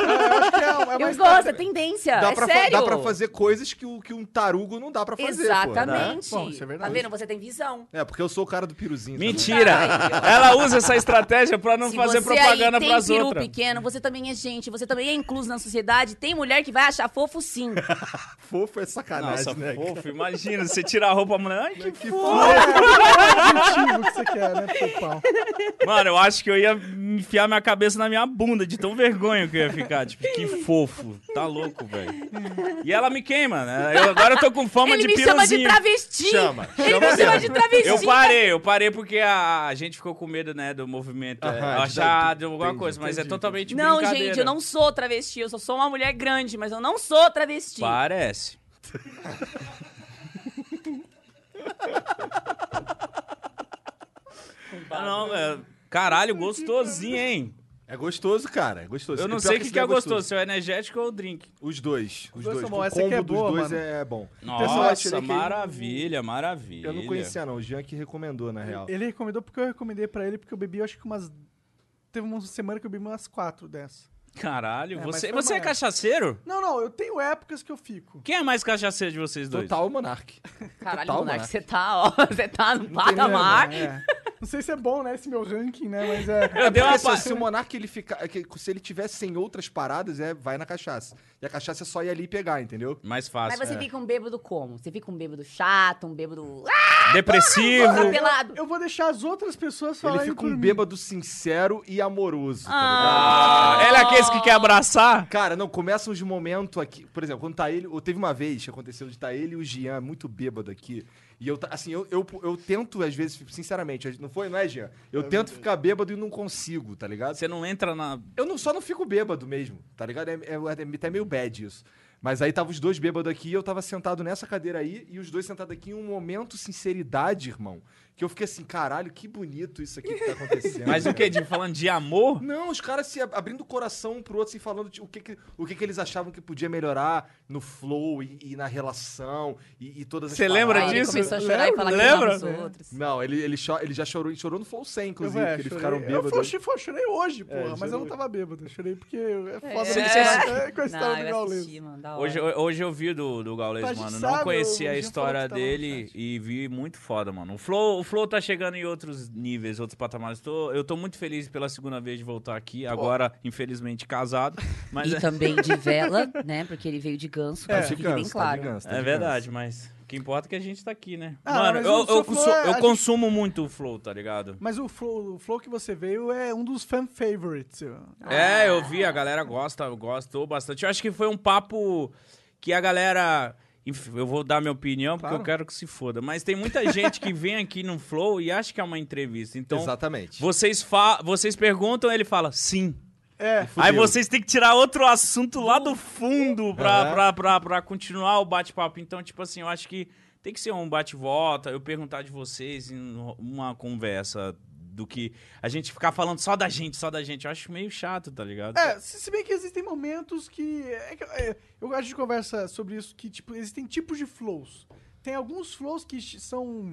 É, é
eu
mais
gosto, é tendência.
Dá,
é
pra fa-
sério.
dá pra fazer coisas que, o- que um tarugo não dá pra fazer. pô.
Exatamente.
Bom, isso é
tá
verdade.
vendo? Você tem visão.
É, porque eu sou o cara do piruzinho. tá
Mentira!
Tá, aí, ó.
ela usa essa estratégia pra não
Se
fazer
você
propaganda
aí tem
pras
peru
outras.
pequeno, você também é gente, você também é incluso na sociedade. Tem mulher que vai achar fofo sim.
ligado? Fofo é sacanagem,
Nossa,
né?
fofo, imagina, você tira a roupa, a mulher. Ai, que
Que
É,
fofo.
é o objetivo que você quer, né, pro pau.
Mano, eu acho que eu ia enfiar minha cabeça na minha bunda de tão vergonha que eu ia ficar. Tipo, que fofo. Tá louco, velho. E ela me queima, né? Eu- agora eu tô com fama
Ele
de
me chama de
piruzinho.
travesti.
Chama,
Ele
chama
me chama
mesmo.
de travesti.
eu parei, eu parei porque a, a gente ficou com medo, né, do movimento é,
Aham,
achar
entendi,
de alguma
entendi,
coisa, mas é
entendi.
totalmente
não,
brincadeira.
gente, eu não sou travesti. Eu só sou uma mulher grande, mas eu não sou travesti.
Parece. Ah, não, é- caralho, gostosinho, hein?
É gostoso, cara. É gostoso.
Eu não
E pior
sei o que,
esse
que é
daí
gostoso, se é o energético ou o drink.
Os dois. Os,
dois
dois.
são
o
bons. Essa
combo
aqui é boa,
dos dois
mano.
é bom. Pessoal, eu
Nossa,
tirei né, que-
maravilha, maravilha.
Eu não conhecia, não. O Jean que recomendou, na real.
Ele é recomendou porque eu recomendei pra ele, porque eu bebi, eu acho que umas... Teve uma semana que eu bebi umas quatro dessa.
Caralho,
É,
você,
mas foi
você é
maneiro.
cachaceiro?
Não, não, eu tenho épocas que eu fico.
Quem é mais cachaceiro de vocês dois?
Total Monark.
Caralho,
Total,
Monark,
mano.
você tá, ó. Você tá no patamar.
É. Não sei se é bom, né, esse meu ranking, né, mas é...
Eu dei uma
Porque
pa-
se, se o Monark ele ficar. que- Se ele tiver sem outras paradas, é, vai na cachaça. E a cachaça é só ir ali e pegar, entendeu?
Mais
Mas
fácil.
você
é.
fica um bêbado como? Você fica um bêbado chato, um bêbado.
Depressivo.
pelado.
Eu vou deixar as outras pessoas
Ele
falarem
fica
por
um
mim.
bêbado sincero e amoroso. tá
Ah.
Ele é aquele que quer abraçar?
Cara, não, começa uns momentos aqui. Por exemplo, quando tá ele. ou Teve uma vez que aconteceu de tá ele e o Jean muito bêbado aqui. E eu, tá- assim, eu, eu, eu tento, às vezes, sinceramente, não foi, não é, Jean? Eu tento ficar bêbado e não consigo, tá ligado?
Você não entra na.
Eu não, só não fico bêbado mesmo, tá ligado? É, é- é até meio bad isso. Mas aí tava os dois bêbados aqui e eu tava sentado nessa cadeira aí e os dois sentados aqui em um momento sinceridade, irmão. Que eu fiquei assim, caralho, que bonito isso aqui que tá acontecendo.
Mas o que? é De falando de amor?
Não, os caras se ab- abrindo o coração um pro outro, assim, falando de- o, que, que- o que, que eles achavam que podia melhorar no flow e, e na relação e, e todas as
Você lembra
Aí
paradas.
ele
disso?
começou a chorar e falar
Lembra?
que amava os outros.
Não, ele, ele, cho- ele já chorou, ele chorou no flow 100, inclusive,
Eu, é,
que eles
chorei.
ficaram
Eu,
bêbados. É,
fui- eu chorei hoje, porra, mas eu
chorei.
não tava bêbado. Eu chorei porque é foda
Você-
é. com a história do
não, eu
Gaules.
assisti, mano, da hora.
é.
Hoje, hoje eu vi do, do Gaules,
Tá
mano.
atiçado,
Não conhecia
o
a
Jean
história
falou que tava no
dele e vi muito foda, mano. O Flow, o Flow tá chegando em outros níveis, outros patamares. Tô- eu tô muito feliz pela segunda vez de voltar aqui. Agora, infelizmente, casado. Mas
E
é,
também de vela, né? Porque ele veio de ganso,
Tá
é,
de
fique
ganso,
bem
tá
claro.
de ganso, tá
é
de
verdade, mas o que importa é que a gente tá aqui, né?
Ah,
mano,
mas
eu,
o
eu,
seu
consu-
Flow é-
eu
a gente-
consumo muito o Flow, tá ligado?
Mas o flow, o flow que você veio é um dos fan favorites.
É, eu vi, a galera gosta, gostou bastante. Eu acho que foi um papo que a galera. Enfim, eu vou dar minha opinião porque eu quero que se foda. Mas tem muita gente que vem aqui no Flow e acha que é uma entrevista. Então,
Exatamente.
vocês, fa vocês perguntam, ele fala sim.
É.
Aí
Fudeu.
vocês têm que tirar outro assunto lá do fundo pra,
É.
Aham.
pra, pra, pra continuar o bate-papo. Então, tipo assim, eu acho que tem que ser um bate-volta, eu perguntar de vocês em uma um, conversa do que a gente ficar falando só da gente, só da gente. Eu acho meio chato, tá ligado?
É, se, se bem que existem momentos que. é que, é, eu acho que conversa sobre isso, que tipo, existem tipos de flows. Tem alguns flows que ch- são.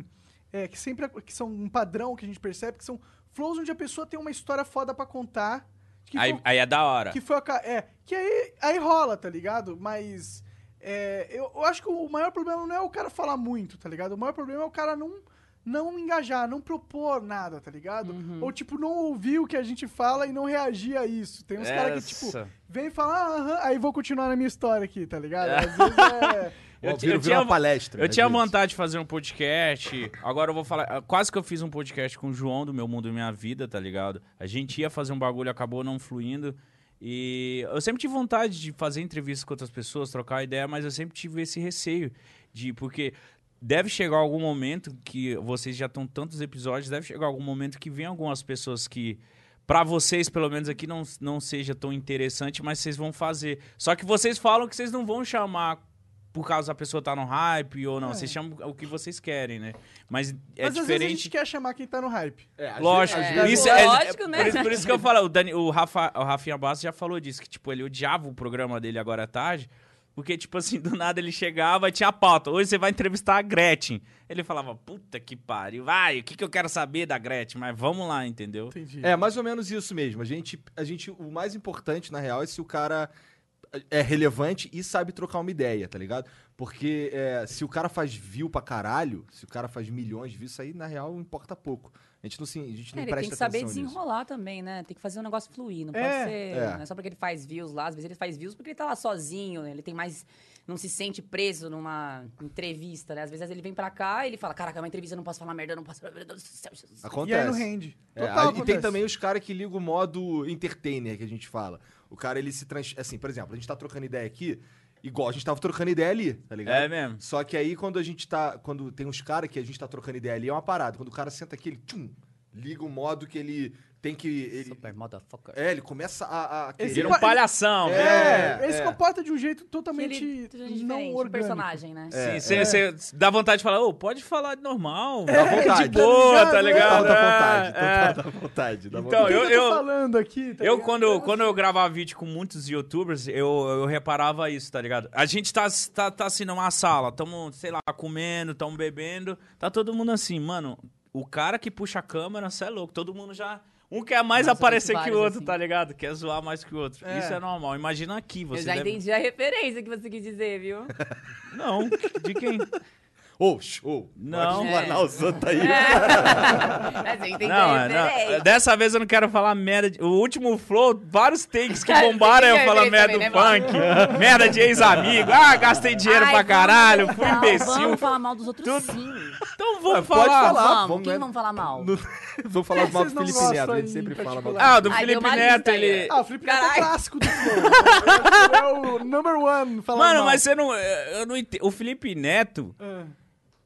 é, que sempre ac- que são um padrão que a gente percebe, que são flows onde a pessoa tem uma história foda pra contar. Que
aí,
foi-
aí é da hora.
que foi a ca- É, que aí, aí rola, tá ligado? Mas. é, eu, eu acho que o maior problema não é o cara falar muito, tá ligado? O maior problema é o cara não, não engajar, não propor nada, tá ligado?
Uhum.
Ou, tipo, não ouvir o que a gente fala e não reagir a isso. Tem uns caras que, tipo,
Essa.
vem e fala, ah, aham, aí vou continuar na minha história aqui, tá
É.
ligado? Às vezes é
Eu
Eu,
ti- eu
eu,
tinha-
uma palestra.
Eu
né,
tinha
disso.
vontade de fazer um podcast. Agora eu vou falar. Quase que eu fiz um podcast com o João do Meu Mundo e Minha Vida, tá ligado? A gente ia fazer um bagulho, acabou não fluindo. E eu sempre tive vontade de fazer entrevistas com outras pessoas, trocar ideia, mas eu sempre tive esse receio de. Porque deve chegar algum momento que vocês já estão tantos episódios, deve chegar algum momento que vem algumas pessoas que. Pra vocês, pelo menos aqui, não, não seja tão interessante, mas vocês vão fazer. Só que vocês falam que vocês não vão chamar por causa da pessoa tá no hype ou não.
É.
Vocês chamam o que vocês querem, né? Mas
é,
é
mas às vezes a gente
diferente.
quer chamar quem tá no hype.
É, às
Lógico,
vezes-
É,
isso
pô,
é,
lógico, né?
Por isso, por isso que eu falo, o, Dani, o, Rafa, o Rafinha Bastos já falou disso, que tipo, ele odiava o programa dele agora à tarde, porque tipo assim, do nada ele chegava e tinha a pauta, hoje você vai entrevistar a Gretchen. Ele falava, puta que pariu, vai, o que, que eu quero saber da Gretchen? Mas vamos lá, entendeu?
Entendi.
É, mais ou menos isso mesmo. A gente, a gente, o mais importante, na real, é se o cara é relevante e sabe trocar uma ideia, tá ligado? Porque é, se o cara faz view pra caralho, se o cara faz milhões de views, isso aí, na real, importa pouco. A gente não, se, a gente não
É, ele
presta
tem que saber
atenção nisso.
desenrolar também, né? Tem que fazer um negócio fluir, não
É,
pode ser.
é.
Não é só porque ele faz views lá, às vezes ele faz views porque ele tá lá sozinho, né? ele tem mais. Não se sente preso numa entrevista, né? Às vezes ele vem pra cá e ele fala: Caraca, é uma entrevista, eu não posso falar merda, eu não posso. Meu Deus do céu, Jesus.
E aí
Acontece.
não rende.
É,
Total,
a- e tem
acontece.
também os caras que ligam o modo entertainer que a gente fala. O cara, ele se trans... Assim, por exemplo, a gente tá trocando ideia aqui, igual a gente tava trocando ideia ali, tá ligado?
É mesmo.
Só que aí quando a gente tá. Quando tem uns caras que a gente tá trocando ideia ali, é uma parada. Quando o cara senta aqui, ele tchum, liga o modo que ele tem que. Ele,
Super motherfucker.
é, ele começa a. a querer-
Vira
pa-
um palhação, né?
É,
É,
ele se
é.
comporta de um jeito
Que
totalmente
ele- um diferente
não
do
orgânico.
personagem, né?
Sim, cê- cê dá vontade de falar, ô, pode falar de normal,
Dá vontade.
É, de boa, tá ligado?
Então, Dá, vontade, então
É,
dá,
é.
dá vontade, dá
Então,
vontade.
eu,
Eu-
que eu tô
eu-
falando aqui? tá
Eu,
ligado?
quando, quando eu gravava vídeo com muitos youtubers, eu, eu reparava isso, tá ligado? A gente tá, tá, tá assim numa sala, tamo, sei lá, comendo, tamo bebendo, tá todo mundo assim, mano, o cara que puxa a câmera, cê é louco, todo mundo já... Um quer mais
Nossa,
aparecer
tem
que o
vários
outro,
assim.
tá ligado? Quer zoar mais que o outro.
É.
Isso é normal. Imagina aqui, você
eu já
deve-
entendi a referência que você quis dizer, viu?
Não, de quem?
Ô, shh, ô,
Não.
Pode explanar
É.
os outros aí.
Mas eu entendi
Não,
a
é,
referência.
não, dessa vez eu não quero falar merda. De, o último flow, vários takes que bombaram
Sim,
eu
eu
falar
vi
merda do
também, né,
funk, merda de ex-amigo. Ah, gastei dinheiro
Ai,
pra
vamos
caralho,
falar
fui
mal,
imbecil.
Vamos falar mal dos outros sim.
Então vamos
Pode
falar.
falar,
vamos,
vamos,
quem
né?
vamos falar mal?
No- Vou falar do mal do
Vocês não
Felipe
gostam
Neto, a gente
em
sempre fala mal.
particular.
Ah, do
Ai, deu
Felipe
uma
Neto,
lista aí, né?
ele.
ó.
Ah, o Felipe Neto é
Caralho.
clássico do flow. Ele é o number one. Falar
Mano,
mal.
mas você não. eh, Eu não entendo. O Felipe Neto,
Ah.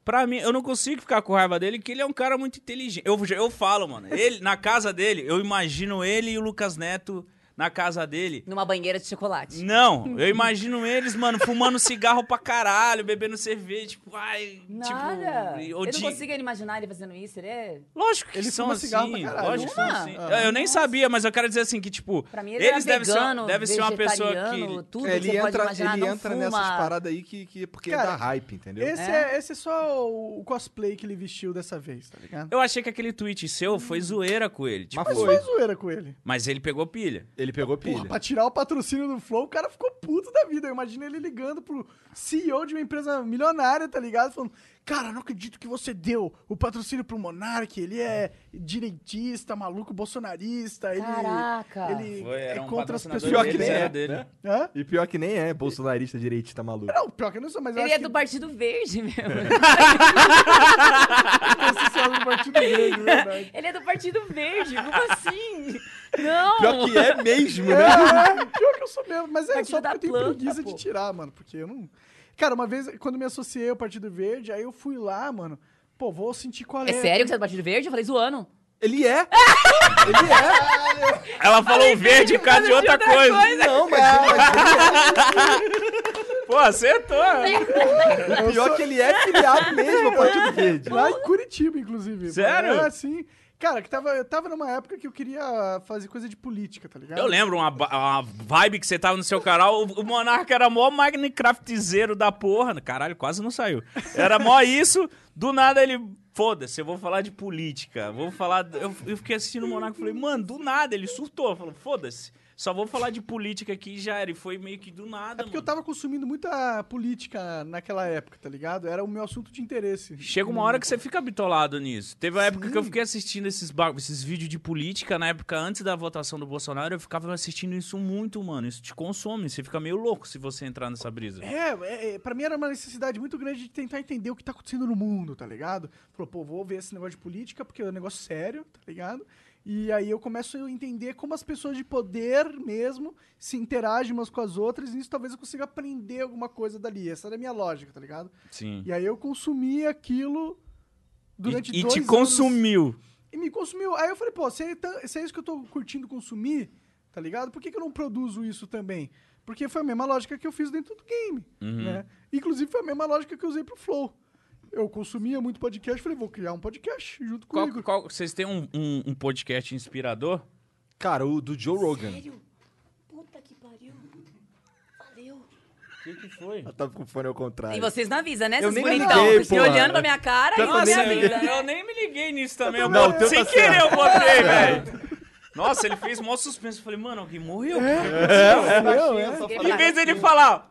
pra mim, eu não consigo ficar com raiva dele, que ele é um cara muito inteligente. Eu, eu falo, mano. Ele, na casa dele, eu imagino ele e o Lucas Neto na casa dele.
Numa banheira de chocolate.
Não, eu imagino eles, mano, fumando cigarro pra caralho, bebendo cerveja, tipo, ai,
Nada.
tipo,
eu não
odi-
consigo imaginar ele fazendo isso, ele é...
Lógico que
Ele
são
fuma
assim,
cigarro pra caralho.
lógico que são
Fuma?
assim.
Ah.
eu nem sabia, mas eu quero dizer assim que tipo,
Pra mim ele
eles
era
devem ser,
vegano,
deve ser uma pessoa
vegetariano,
que
Tudo
É,
que
ele
você pode
entra,
imaginar,
ele
não
entra
fuma.
nessas paradas aí que, que é porque
Cara,
dá hype, entendeu?
Esse é. esse é só o cosplay que ele vestiu dessa vez, tá ligado?
eu achei que aquele tweet seu
Hum.
foi zoeira com ele, tipo,
Mas
Mas
mas,
foi zoeira com ele.
ele pegou pilha.
Ele pegou pilha.
Porra, pra tirar o patrocínio do Flow, o cara ficou puto da vida. Eu imagino ele ligando pro CEO de uma empresa milionária, tá ligado? Falando, cara, não acredito que você deu o patrocínio pro Monark. Ele é direitista, maluco, bolsonarista. Ele,
Caraca.
Ele
Foi,
é
era um
contra as pessoas.
patrocinador
deles,
que
nem
era
é,
dele.
né?
Hã?
E pior que nem é bolsonarista direitista maluco.
Não, pior que eu não sou, mas eu
Ele
acho
é
que
do Partido Verde, meu.
pessoal do Partido Verde, verdade.
ele é do Partido Verde, como assim? Não!
Pior que é mesmo, né?
É, pior que eu sou mesmo, mas é
Partido
só
da
porque eu tenho
planta,
preguiça
pô.
de tirar, mano, porque eu não... Cara, uma vez, quando me associei ao Partido Verde, aí eu fui lá, mano, pô, vou sentir qual é.
É sério que você é do Partido Verde? Eu falei zoando.
Ele é. Ele é.
Ela falou verde por causa de outra coisa.
Não, mas, mas
Pô, acertou.
o pior é que ele é filiado mesmo ao Partido Verde.
Lá em Curitiba, inclusive.
Sério?
É, sim. Cara, que tava, eu tava numa época que eu queria fazer coisa de política, tá ligado?
Eu lembro uma, ba- uma vibe que você tava no seu canal, o, o Monarca era mó Minecraftzeiro da porra. Caralho, quase não saiu. Era mó isso, do nada ele. Foda-se, eu vou falar de política. Vou falar. Eu, eu fiquei assistindo o Monarca e falei, mano, do nada, ele surtou. Falou, foda-se, só vou falar de política aqui e já era. E foi meio que do nada.
É porque eu
mano.
tava consumindo muita política naquela época, tá ligado? Era o meu assunto de interesse.
Chega uma hora que você fica bitolado nisso. Teve uma época que eu fiquei assistindo esses, ba- esses vídeos de política, na época antes da votação do Bolsonaro, eu ficava assistindo isso muito, mano. Isso te consome, você fica meio louco se você entrar nessa brisa.
É, é, é, pra mim era uma necessidade muito grande de tentar entender o que tá acontecendo no mundo, tá ligado? Falou, pô, vou ver esse negócio de política, porque é um negócio sério, tá ligado? E aí eu começo a entender como as pessoas de poder mesmo se interagem umas com as outras, e isso talvez eu consiga aprender alguma coisa dali. Essa era a minha lógica, tá ligado?
Sim.
E aí eu consumi aquilo durante
e, e
dois
te
anos.
consumiu.
E me consumiu. Aí eu falei, pô, se é, tã- se é isso que eu tô curtindo consumir, tá ligado? Por que, que eu não produzo isso também? Porque foi a mesma lógica que eu fiz dentro do game,
Uhum.
né? Inclusive foi a mesma lógica que eu usei pro Flow. Eu consumia muito podcast, falei, vou criar um podcast junto
Qual-
comigo.
qual- vocês têm um, um- um podcast inspirador?
Cara, o do Joe Rogan.
Sério? Puta que pariu. Valeu.
O que, que foi?
Eu tava com o fone ao contrário.
E vocês não avisam, né?
Eu
Vocês
nem
bonitão.
liguei,
Vocês ficam
porra.
olhando pra minha cara e
Eu
não me
Nossa,
também
avisa,
eu,
né?
eu nem me liguei nisso também. Eu,
Não, o teu
sem
tá
querer
certo.
eu botei, velho. Nossa, ele fez mó suspense. Eu falei, mano, alguém morreu? É, Em vez dele falar,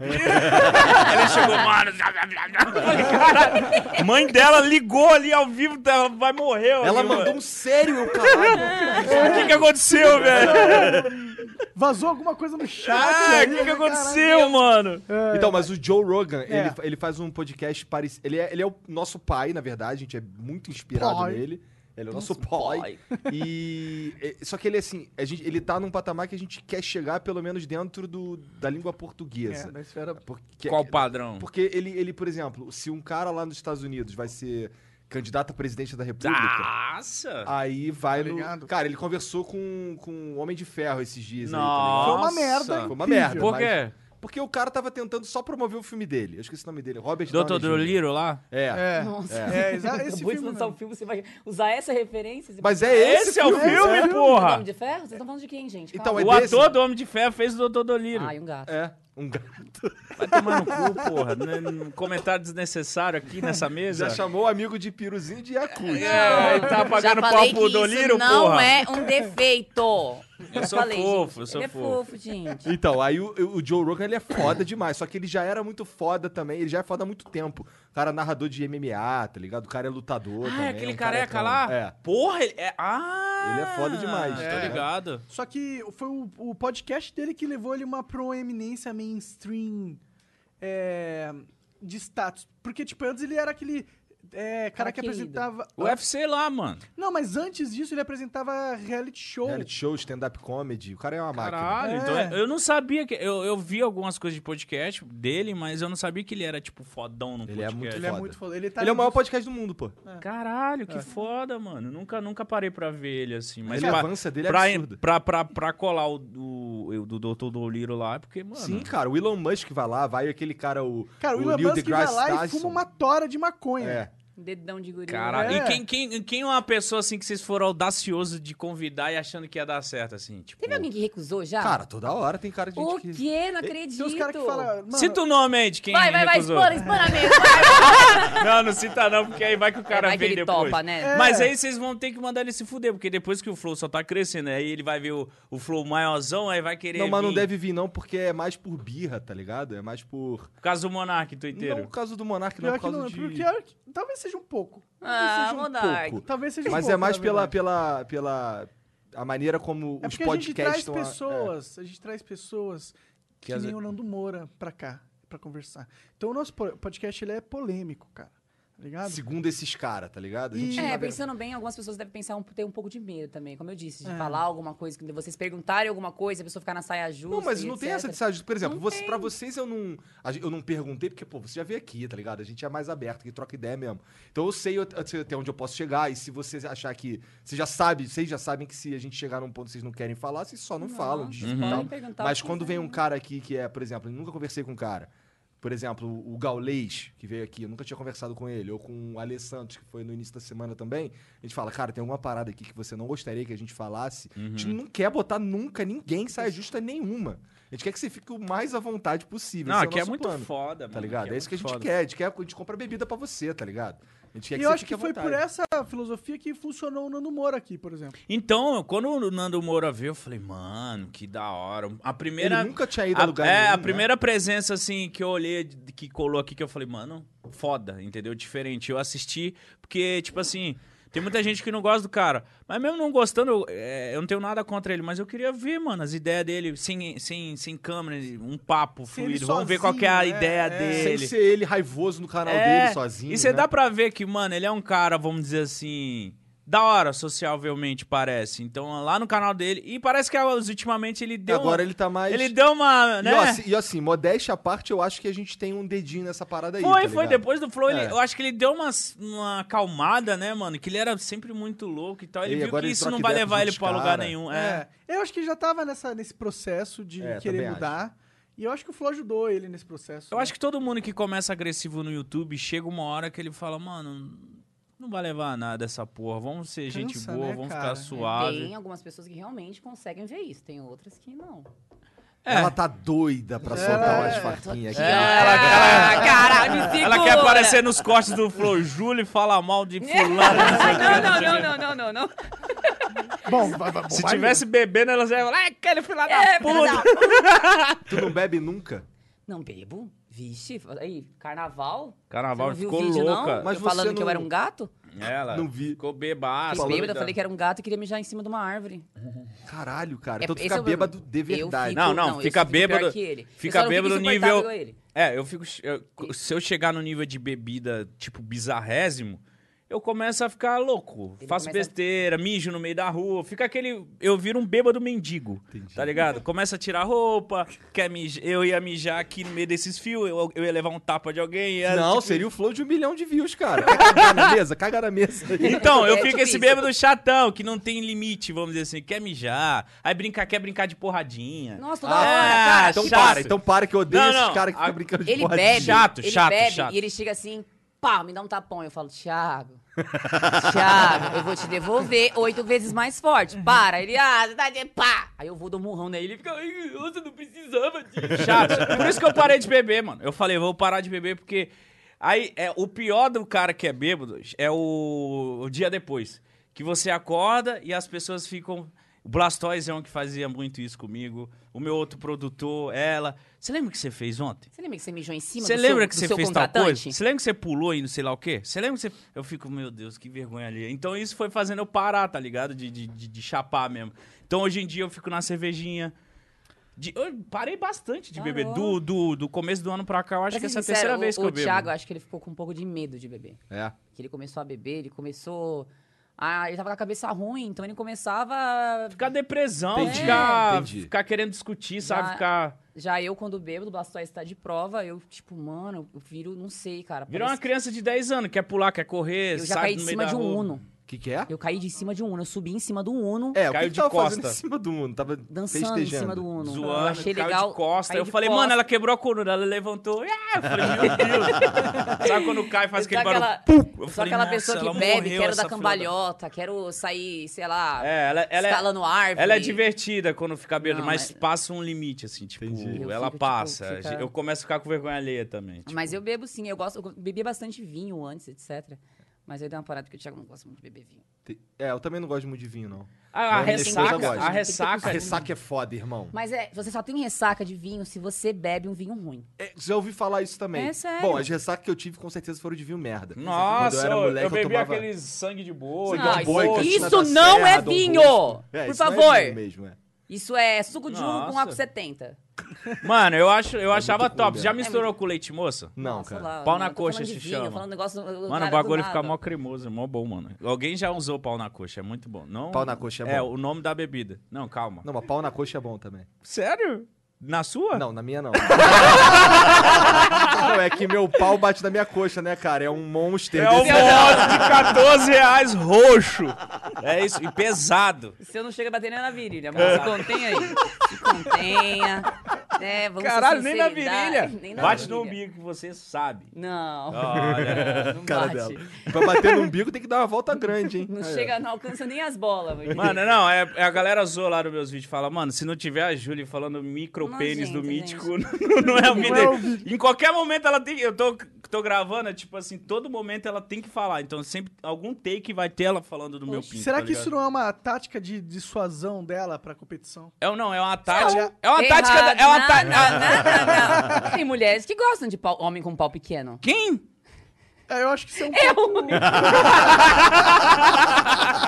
Ele chegou, mano. Cara, mãe dela ligou ali ao vivo, tá, ela vai morrer.
Ela
ali,
mandou
mano.
um sério, eu calado.
O que, que aconteceu, velho?
Vazou alguma coisa no chat.
Ah,
aí,
o que,
eu
que
falei,
aconteceu,
"Caralho".
mano?
Então, mas o Joe Rogan,
É.
ele, ele faz um podcast parecido. Ele é, ele é o nosso pai, na verdade, a gente é muito inspirado
Pai.
nele. Ele é o nosso pai. E. é, Só que ele, assim, a gente, ele tá num patamar que a gente quer chegar, pelo menos, dentro do, da língua portuguesa.
É, da esfera-
Porque-
Qual o padrão?
Porque ele, ele, por exemplo, se um cara lá nos Estados Unidos vai ser candidato a presidente da
Ah!
República,
Nossa!
aí vai
Tá
no.
ligado?
Cara, ele conversou com, com o Homem de Ferro esses dias. aí, tá ligado?
Nossa.
Foi uma merda, hein?
Foi uma merda.
Por
mas-
quê?
Porque o cara tava tentando só promover o filme dele. Eu esqueci o nome dele. Robert
Dr.
Downey Jr.
Doliro lá?
É.
É,
Nossa.
é, exa- esse
Depois
filme
de lançar o
mesmo.
filme, você vai usar essa referência? Você-
Mas é esse,
Esse é o filme,
é.
Homem
porra!
de Ferro? Vocês estão falando de quem, gente?
Então,
Calma.
é
O
desse.
ator do Homem de Ferro fez o Dr. Doliro.
Ai, um gato.
É. Um gato.
Vai tomar no cu, porra. Né, um Comentário desnecessário aqui nessa mesa.
Já chamou o amigo de piruzinho de Yakuza.
É, ele tá
Já
pagando
falei
pau pro
que isso
Doliro,
não
porra.
é um defeito.
Eu
Já
sou
falei,
fofo,
gente.
eu sou
Ele
fofo.
é fofo, gente.
Então, aí o, o Joe Rogan ele é foda demais, só que ele já era muito foda também, ele já é foda há muito tempo. O cara é narrador de MMA, tá ligado? O cara é lutador.
Ah,
também,
é
um
aquele
cara
careca
tão-
lá?
É.
Porra, ele é. Ah!
Ele é foda demais,
Tô
é.
ligado.
Só que foi o, o podcast dele que levou ele uma proeminência mainstream é, de status. Porque, tipo, antes ele era aquele é, cara que
querido.
apresentava.
Ah.
O UFC lá, mano.
Não, mas antes disso ele apresentava reality show.
Reality show, stand-up comedy. O cara é uma máquina.
Caralho,
É.
então eu- eu não sabia que. Eu, eu vi algumas coisas de podcast dele, mas eu não sabia que ele era, tipo, fodão no
Ele é
podcast.
muito
Ele é
foda.
muito foda. Ele, tá
Ele é o
ali-
maior podcast do mundo, pô.
Caralho,
É.
que foda, mano. Nunca, nunca parei pra ver ele assim. Mas
A
pra,
relevância dele é
pra,
absurda.
Pra, pra, pra colar o do, eu- do Dr. Doliro lá, é porque, mano.
Sim, cara. O Elon Musk vai lá, vai aquele cara, o,
Cara, o
o
Elon
Neil
Musk vai
deGrasse
lá e
Tyson.
fuma uma tora de maconha.
É.
Dedão de gorila.
Caralho.
É.
E quem, quem, quem é uma pessoa assim que vocês foram audacioso de convidar e achando que ia dar certo, assim? Tipo,
Teve alguém que recusou já?
Cara, toda hora tem cara de gente
o
que...
quê? Não
Tem
acredito.
uns caras que falam. mano,
Cita o nome aí de quem
Vai, vai, vai,
recusou.
expor, expor a mesa. vai.
Não, não cita não, porque aí vai que o cara
Vai que
vem
ele
depois. É,
topa, né?
Mas
É.
aí vocês vão ter que mandar ele se fuder, porque depois que o Flow só tá crescendo, aí ele vai ver o, o Flow maiorzão, aí vai querer
Não, mas não
vir.
deve vir não, porque é mais por birra, tá ligado? É mais por...
Por causa do Monark,
Não
tuiteiro.
o caso do Monark, não
pior
por
que
causa
não,
de...
porque é que- talvez seja um pouco.
Ah,
seja um
Monark.
pouco.
Talvez seja um
Mas
pouco,
é mais
na
pela,
verdade.
pela, pela... A maneira como
É
os
porque a gente
podcasts
traz
estão... a- é.
pessoas, a gente traz pessoas que,
às
nem
ve-
o Nando Moura pra cá, pra conversar. Então o nosso po- podcast ele é polêmico, cara. Tá ligado?
é, Segundo esses caras, tá ligado? A gente-
É, pensando bem, algumas pessoas devem pensar um, ter um pouco de medo também, como eu disse, de
É.
falar alguma coisa, que vocês perguntarem alguma coisa, a pessoa ficar na saia justa.
Não, mas
e
não tem
etc.
essa de sair. Por exemplo,
Não
você,
tem.
pra vocês eu não. a gen- Eu não perguntei, porque, pô, você já veio aqui, tá ligado? A gente é mais aberto, que troca ideia mesmo. Então eu sei, eu- eu sei até onde eu posso chegar. E se você achar que. Você já sabe, vocês já sabem que se a gente chegar num ponto que vocês não querem falar, vocês só não, falam disso e
podem
uhum.
tal.
perguntar o
Mas
que
quando vem
quiserem.
um cara aqui que é, por exemplo, eu nunca conversei com um cara. Por exemplo, o Gaulês, que veio aqui, eu nunca tinha conversado com ele, ou com o Ale Santos, que foi no início da semana também. A gente fala, cara, tem alguma parada aqui que você não gostaria que a gente falasse. A gente
Uhum.
não quer botar nunca ninguém em saia justa nenhuma. A gente quer que você fique o mais à vontade possível.
Não,
Esse é o
aqui é
nosso
muito
plano,
foda, mano.
Tá ligado?
Aqui
É, isso que a gente
muito
quer. A gente quer. A gente compra bebida pra você, tá ligado? A gente quer
E
que
eu
você
acho
fique
que
à
foi
vontade.
por essa filosofia que funcionou o Nando Moura aqui, por exemplo.
Então, quando o Nando Moura veio, eu falei, mano, que da hora. A primeira.
Ele nunca tinha ido a
a,
lugar
É,
nenhum,
a
né?
primeira presença, assim, que eu olhei, de- que colou aqui, que eu falei, mano, foda, entendeu? Diferente. Eu assisti, porque, tipo assim. Tem muita gente que não gosta do cara. Mas mesmo não gostando, eu, é, eu não tenho nada contra ele. Mas eu queria ver, mano, as ideias dele sem, sem, sem câmera, um papo
Sem ele
fluido. Vamos ver qual
sozinho,
que é a
né?
ideia
É.
dele.
Sem ser ele raivoso no canal dele sozinho.
É, E você
né?
dá pra ver que, mano, ele é um cara, vamos dizer assim, da hora socialmente, parece. Então, lá no canal dele. E parece que ah, ultimamente ele deu.
Agora
uma,
ele tá mais.
um- ele deu uma.
E,
Né?
ó, assim- e assim, modéstia à parte, eu acho que a gente tem um dedinho nessa parada aí.
foi,
tá
foi.
ligado?
Depois do Flow, ele-
É.
eu acho que ele deu uma, uma acalmada, né, mano? Que ele era sempre muito louco e tal. Ele
E
viu
agora
que
ele
isso
troca
não vai
ideia com os
levar ele pra
outros
lugar
cara.
nenhum. É.
É. Eu acho que ele já tava nessa, nesse processo de
É, também
querer
acho.
mudar. E eu acho que o Flo ajudou ele nesse processo. né?
Eu acho que todo mundo que começa agressivo no YouTube chega uma hora que ele fala, mano. Não vai levar a nada essa porra. Vamos ser gente
Cansa,
boa,
né,
vamos
cara?
É
ficar suave.
É, Tem algumas pessoas que realmente conseguem ver isso, tem outras que não.
É.
Ela tá doida pra soltar umas faquinhas aqui.
Ah, caralho, me segura.
Ela quer aparecer nos cortes do Flor Júlio e falar mal de fulano.
não, não, não, não, não, não, não.
Bom, vai, vai,
Se
vai-
tivesse bebendo, elas iam falar, "Ah, aquele filho da
É,
puta.
filho da-
Tu não bebe nunca?
Não bebo? Vixe, aí, carnaval?
Carnaval,
Você não viu
ficou
o vídeo,
louca.
Não?
Mas
eu
você
falando que
não-
eu era um gato?
Ela
Não vi.
ficou bebaça.
Fiquei bêbada,
doida.
eu falei que era um gato e queria mijar em cima de uma árvore.
Caralho, cara.
É,
então tu
esse
fica
é o problema.
bêbado de
Eu
verdade.
fico-
Não, não,
não, eu
fica
fico pior
bêbado.
que ele. Eu
Fica
só não fico
bêbado
insuportável
nível.
igual ele.
É, eu fico. eu- se eu chegar no nível de bebida, tipo, bizarrésimo, eu começo a ficar louco.
Ele
Faço
começa a-
besteira, mijo no meio da rua. Fica aquele. Eu viro um bêbado mendigo. Tá ligado? Começa a tirar roupa, quer mijar. Eu ia mijar aqui no meio desses fios, eu, eu ia levar um tapa de alguém. ia- tipo,
Não, seria o flow de um milhão de views, cara. Quer cagar na mesa? Caga na mesa.
Então, eu
É
fico esse
difícil.
bêbado chatão, que não tem limite, vamos dizer assim. Quer mijar, aí brincar, quer brincar de porradinha.
Nossa, toda hora,
Ah,
cara.
Então
chato.
para, então para que eu odeio
Não,
esses
não,
caras que
a-
ficam brincando de
Ele
porra de
bebe,
gente.
Chato,
ele
chato,
bebe,
chato.
E ele chega assim, pá, me dá um tapão. Eu falo, Thiago, Thiago, eu vou te devolver oito vezes mais forte. Para. Ele, ah, você tá de pá. Aí eu vou dar um murrão nele. Ele fica, "Ai, você não precisava disso.
Chato. Por isso que eu parei de beber, mano. Eu falei, vou parar de beber, porque. Aí, é, o pior do cara que é bêbado é o, o dia depois. Que você acorda e as pessoas ficam. O Blastoise é um que fazia muito isso comigo. O meu outro produtor, ela. Você lembra o que você fez ontem?
Você lembra que você mijou em cima
Você
do
lembra
seu,
que
do
você
seu
fez tal coisa?
contratante?
Você lembra que você pulou e não sei lá o quê? Você lembra que você. Eu fico, meu Deus, que vergonha ali. Então isso foi fazendo eu parar, tá ligado? De, de, de, de chapar mesmo. Então hoje em dia eu fico na cervejinha. De- eu parei bastante de
Parou.
beber. Do, do, do começo do ano pra cá, eu acho
Pra
que essa é
ser
a
sincero,
terceira
o-
vez que
o
eu bebo.
Thiago, acho que ele ficou com um pouco de medo de beber.
É.
Que ele começou a beber, ele começou. Ah, ele tava com a cabeça ruim, então ele começava. a
Ficar depressão,
Entendi,
ficar,
entendi.
ficar querendo discutir,
Já-
sabe? Ficar.
Já eu, quando bebo, o Blastoise tá de prova, eu, tipo, mano, eu viro, não sei, cara.
Virou uma
parece-
criança de 10 anos, quer pular, quer correr,
Eu já
sai
caí
do
de
meio
cima
da
de um
rua.
Uno.
que, que é?
Eu caí de cima de um Uno, eu subi em cima do Uno,
É, o
Caiu
que, que
de
tava fazendo em
costa.
cima do mundo? Tava
dançando em cima do Uno. eu
Zoando,
achei
caiu
legal.
de costa.
caí
Eu
de
falei,
costa.
mano, ela quebrou a coluna. Ela levantou. Ah, eu falei, meu Deus. Sabe quando cai e faz
Só
aquele barulho?
aquela-
Pum! Eu
só
falei,
aquela
"Nossa,
pessoa
ela
que bebe,
morreu,
quero
essa
dar
filha
cambalhota, quero sair, sei lá,
É, ela, ela é,
escalando árvore.
ela é divertida quando fica bêbado,
Não,
mas,
mas-
passa um limite, assim, tipo,
Entendi.
Eu
ela
fico, tipo,
passa.
fica-
Eu começo a ficar com vergonha alheia também. tipo,
Mas eu bebo sim, eu gosto, eu bebia bastante vinho antes, etc. Mas aí deu uma parada porque o Thiago não gosta muito de beber vinho.
É, eu também não gosto muito de vinho, não.
A, a
Não, minha esposa
ressaca,
gosta.
a
A
ressaca.
ressaca é foda, irmão.
Mas é, você só tem ressaca de vinho se você bebe um vinho ruim.
É, já ouvi falar isso também.
É sério.
Bom, as ressacas que eu tive com certeza foram de vinho merda.
Nossa,
Quando eu era
eu,
moleque,
eu bebi
tomava-
aquele sangue de boi.
Ah,
Dom
isso-
Bosco.
Boy, Cantina
isso
da
não
Serra,
é
Dom
vinho!
Bosco. É,
Por
isso não é
favor.
vinho mesmo, é.
Isso é suco de uva com
Nossa.
álcool 70.
Mano, eu, acho, eu achava
muito
top.
ruim,
É
Já
né?
misturou com leite moça?
Não,
Nossa,
cara.
lá,
Pau
não,
na
eu tô
coxa
falando de
se
vinho,
chama.
eu falando um negócio,
Mano, o bagulho fica mó cremoso, mó bom, mano. Alguém já usou pau na coxa, é muito bom. Não,
Pau na coxa é
É,
bom.
o nome da bebida. Não, calma.
Não, mas pau na coxa é bom também.
Sério? Na sua?
Não, na minha não. Não, é que meu pau bate na minha coxa, né, cara? É um monster.
É o
desse-
modo de 14 reais roxo. É isso, e pesado.
Se eu não chego a bater nem na virilha, mas se contém aí. Se contenha. É, vamos
Caralho,
ser
nem na
sinceridade,
virilha.
nem na
Bate no
virilha.
umbigo Ah, que você sabe.
Não.
Olha.
não
cara
bate.
dela. Pra bater no umbigo tem que dar uma volta grande, hein? É.
Não
Aí, ó.
chega, não alcança nem as bolas. vou dizer.
Mano, não, é, é a galera zoa lá nos meus vídeos. Fala, mano, se não tiver a Júlia falando micro pênis do
Nojento,
mítico, não, não é o vídeo. Em qualquer momento ela tem. Eu tô, tô gravando, é tipo assim, todo momento ela tem que falar. Então sempre algum take vai ter ela falando do meu
Poxa.
pinto.
Será
tá
que isso
ligado?
não é uma tática de dissuasão dela pra competição?
É, um- não, é uma tática.
Não.
É uma
Errado,
tática. da- É uma
nada,
tática.
nada, não. Tem mulheres que gostam de pau- homem com pau pequeno.
Quem?
É, eu acho que isso é um
Eu!
pouco...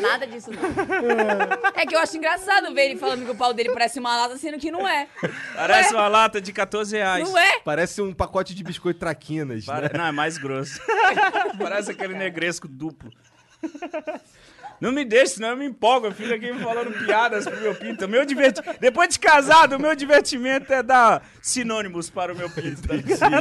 Nada disso não. É que eu acho engraçado ver ele falando que o pau dele parece uma lata, sendo que não é.
Parece uma lata de 14 reais.
Não é?
Parece um pacote de biscoito traquinas,
Pare-
né?
Não, é mais grosso. Parece aquele negresco duplo. Não me deixe, senão eu me empolgo. Eu fico aqui falando piadas pro meu pinto. Meu diverti... Depois de casado, o meu divertimento é dar sinônimos para o meu pinto. tá ligado?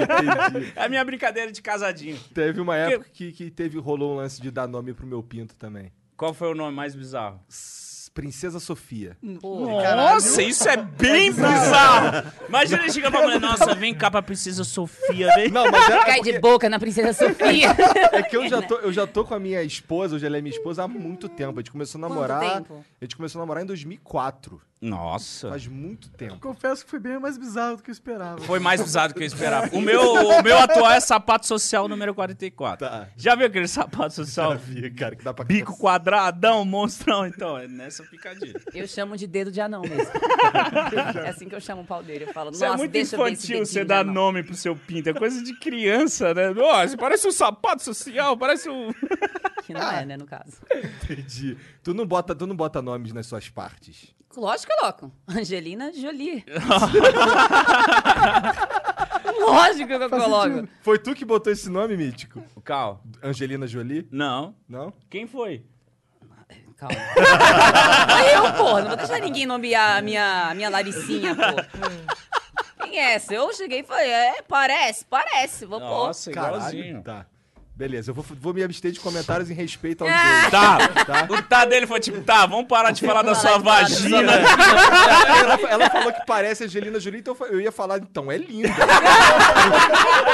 É a minha brincadeira de casadinho.
Teve uma época que, que teve, rolou um lance de dar nome pro meu pinto também.
Qual foi o nome mais bizarro?
S- Princesa Sofia.
Nossa, isso é bem bizarro. Imagina ele chegando pra mulher, nossa, vem cá pra Princesa Sofia, vem.
Não, mas é, é
Cai de boca na princesa Sofia.
porque- é que eu já, tô, eu já tô com a minha esposa, hoje ela é minha esposa, há muito tempo. A gente começou a
Quanto
namorar.
tempo?
A gente começou a namorar em 2004.
Nossa.
Faz muito tempo.
Confesso que foi bem mais bizarro do que eu esperava.
Foi mais usado do que eu esperava. O meu, o meu atual é sapato social número 44.
Tá.
Já viu aquele sapato social?
cara, que dá pra
Bico quadradão, monstrão. Então, é nessa picadinha.
Eu chamo de dedo de anão mesmo. É assim que eu chamo o pau dele. Eu falo,
Isso
nossa,
é muito
deixa eu ver esse
infantil você
dedinho de
dar
anão."
nome pro seu pinto. É coisa de criança, né? Nossa, parece um sapato social, parece um.
Que não é, né, no caso.
Entendi. Tu não bota, tu não bota nomes nas suas partes.
Lógico que eu coloco. Angelina Jolie. Lógico que eu coloco.
Foi tu que botou esse nome, Mítico?
O Cal?
Angelina Jolie?
Não.
Não?
Quem foi?
Calma. eu, porra, não vou deixar ninguém nomear a minha, a minha Laricinha, porra. Quem é essa? Eu cheguei e falei, é, parece, parece. Vou pôr.
Nossa,
Caralho.
igualzinho.
Tá. Beleza, eu vou, vou me abster de comentários em respeito aos
Ah!
dois.
Tá. O tá dele foi tipo, tá, vamos parar de falar da sua
Parar de falar
vagina.
ela, ela falou que parece Angelina Jolie, então eu fa- eu ia falar, então é linda.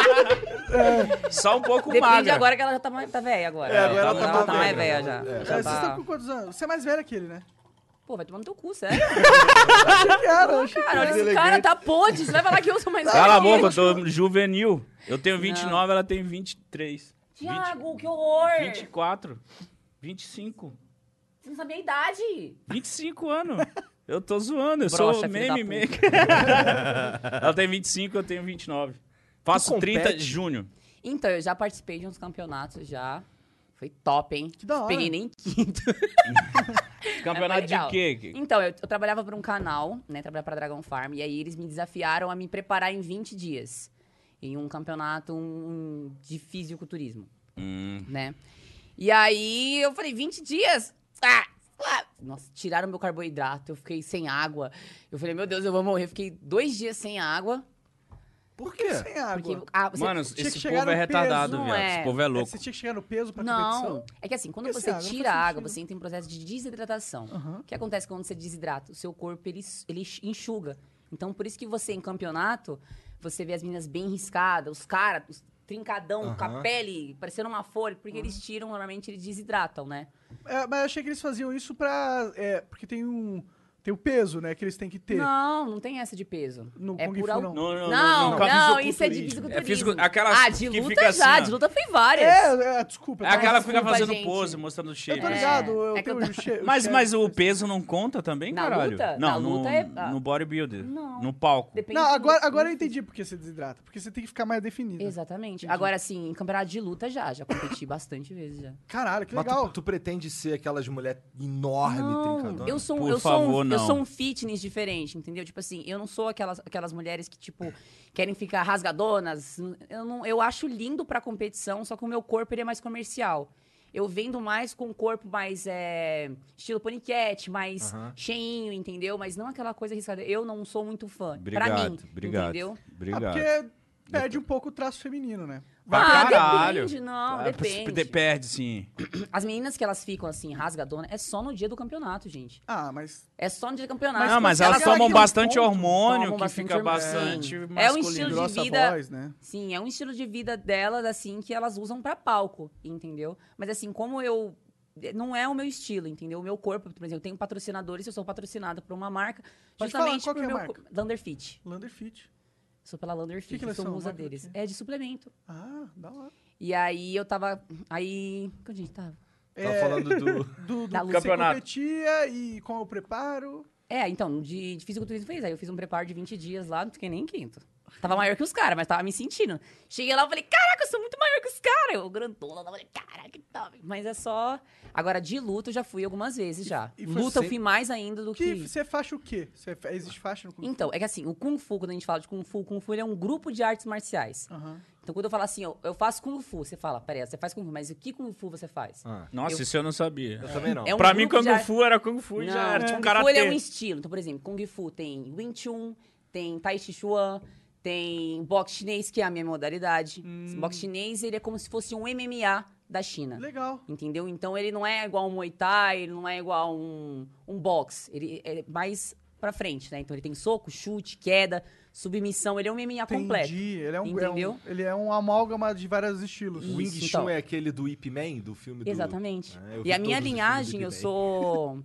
Só um pouco
Depende
magra.
agora que ela já tá, mais, tá velha agora.
É, agora ela tá mais
mais
velha.
velha já.
É,
já
vocês
tá-
estão com quantos anos? Você é mais velho que ele, né?
Pô, vai tomar no teu cu, sério.
Cara, eu achei que
Cara, olha esse
Elegante.
cara tá podre. Você leva lá que eu sou mais velha.
Cala a
que ele.
boca, eu tô juvenil. Eu tenho 29, ela tem 23. 20,
Tiago, que horror.
24. 25.
Você não sabia a idade.
25 anos. Eu tô zoando, eu
Broxa,
sou
filho da
meme maker. ela tem 25, eu tenho 29. Faço
compete?
30 de junho.
Então, eu já participei de uns campeonatos já. Foi top, hein? Que
da hora.
Peguei nem quinto.
Campeonato
Mas foi legal.
de quê?
Então, eu, eu trabalhava pra um canal, né? Trabalhava pra Dragon Farm. E aí eles me desafiaram a me preparar em 20 dias. Em um campeonato um, de um, fisiculturismo. né? E aí eu falei, 20 dias? Ah, ah. Nossa, tiraram meu carboidrato, eu fiquei sem água. Eu falei, meu Deus, eu vou morrer. Fiquei dois dias sem água.
Por quê? Sem água.
Porque, ah, você-
Mano,
Tinha que
esse
chegar
povo é
no
retardado,
peso,
viado.
não
Esse
é?
povo é louco.
Você tinha que chegar no peso pra
Não,
competição?
é que assim, quando
Porque
você
sem água não
tira a
faz
água,
sentido.
você entra em processo de desidratação.
Aham.
O que acontece quando você desidrata? O seu corpo, ele, ele enxuga. Então, por isso que você, em campeonato, você vê as meninas bem riscadas, os caras, os trincadão, com a
Aham.
pele, parecendo uma folha, porque eles tiram, normalmente eles desidratam, né?
É, mas eu achei que eles faziam isso pra... é, porque tem um... Tem o peso, né? Que eles têm que ter.
Não, não tem essa de peso.
No
é
Kung Fu,
por al-
não.
Não, não, não.
Não,
não.
não, isso é de
fisiculturismo.
fisiculturismo.
É fisicu- aquelas
ah, de
que
luta
fica assim,
já,
ó.
de luta tem
É,
várias.
é, desculpa.
É aquela que
desculpa,
fica fazendo
gente.
pose, mostrando o shape. né?
Eu tô
É.
ligado, eu
É que eu
tenho...
tô-
o che- o
Mas,
chefe-
mas o peso não conta também,
Na
caralho?
luta?
Não,
Na
no,
luta é- ah.
no bodybuilder.
Não.
No palco.
Depende
Não,
do-
agora, agora eu entendi porque você desidrata. Porque você tem que ficar mais definido.
Exatamente. Agora, assim, em campeonato de luta já, já competi bastante vezes já.
Caralho, que
Mas
legal.
tu, tu pretende ser aquelas mulher enorme,
Não,
trincadona?
eu sou,
Por
eu, sou
favor,
um,
não.
eu sou um fitness diferente, entendeu? Tipo assim, eu não sou aquelas, aquelas mulheres que, tipo, querem ficar rasgadonas. Eu, não, eu acho lindo pra competição, só que o meu corpo ele é mais comercial. Eu vendo mais com um corpo mais é, estilo paniquete, mais
Aham.
cheinho, entendeu? Mas não aquela coisa arriscada. Eu não sou muito fã. pra
Obrigado,
mim,
obrigado.
entendeu?
Ah,
Obrigado.
porque perde um pouco o traço feminino, né?
Pra
Ah,
caralho.
depende, não,
Ah,
depende.
de- Perde, sim.
As meninas que elas ficam assim, rasgadona, é só no dia do campeonato, gente.
Ah, mas...
É só no dia do campeonato.
Mas, não, mas
Porque
elas
elas chegam
tomam
naquele
bastante
ponto,
hormônio,
é um tomam
que
bastante
fica
hormônio.
bastante
É um
masculino.
estilo de
Grossa
vida-
voz, né?
Sim, é um estilo de vida delas, assim, que elas usam pra palco, entendeu? Mas assim, como eu. Não é o meu estilo, entendeu? O meu corpo, por exemplo, eu tenho patrocinadores, eu sou patrocinada por uma marca,
Pode
justamente
falar, qual que é
por
a
meu
marca?
co- Landerfit.
Landerfit.
Sou pela Landerfit,
Que que elas
sou
são?
musa
Marca do
deles.
quê?
É de suplemento.
Ah, da hora.
E aí eu tava. Aí. Onde a gente tava?
Tava Tá falando do...
Do, do
Da
que
luta.
você
Campeonato.
competia e com o preparo.
É, então, de, de fisiculturismo foi isso. Aí eu fiz um preparo de 20 dias lá, não fiquei nem em quinto. Tava maior que os caras, mas tava me sentindo. Cheguei lá e falei, caraca, eu sou muito maior que os caras. Eu, grandona, eu falei, caraca, que top. Mas é só... Agora, de luta, eu já fui algumas vezes já.
E foi
luta, eu
sem-
fui mais ainda do
Que
que...
você faixa o quê? Você fa- existe faixa no Kung Fu?
Então, é que assim, o Kung Fu, quando a gente fala de Kung Fu, Kung Fu ele é um grupo de artes marciais.
Aham.
Então, quando eu falo assim, eu, eu faço Kung Fu, você fala, peraí, você faz Kung Fu, mas o que Kung Fu você faz?
Ah,
Nossa, isso eu não sabia.
eu também não.
um É um
pra mim,
grupo
Kung
de ar-
Fu era Kung Fu e já era tipo um
Kung Fu ele
karatê.
é um estilo. Então, por exemplo, Kung Fu tem Wing Chun, tem Tai Chi Chuan, tem boxe chinês, que é a minha modalidade.
Hum.
Esse Boxe chinês, ele é como se fosse um MMA da China.
É. Legal.
Entendeu? Então, ele não é igual um Muay Thai, ele não é igual um, um boxe. Ele é mais pra frente, né? Então, ele tem soco, chute, queda, submissão. Ele é um MMA completo.
Entendi. Ele é um, É
Entendeu?
um, ele é um amálgama de vários estilos.
O Wing
Isso,
Chun
então.
é aquele do Ip Man, do filme do...
Exatamente.
É, eu vi
e a
todos os
minha
filmes do
linhagem,
Ip
eu
Man.
sou.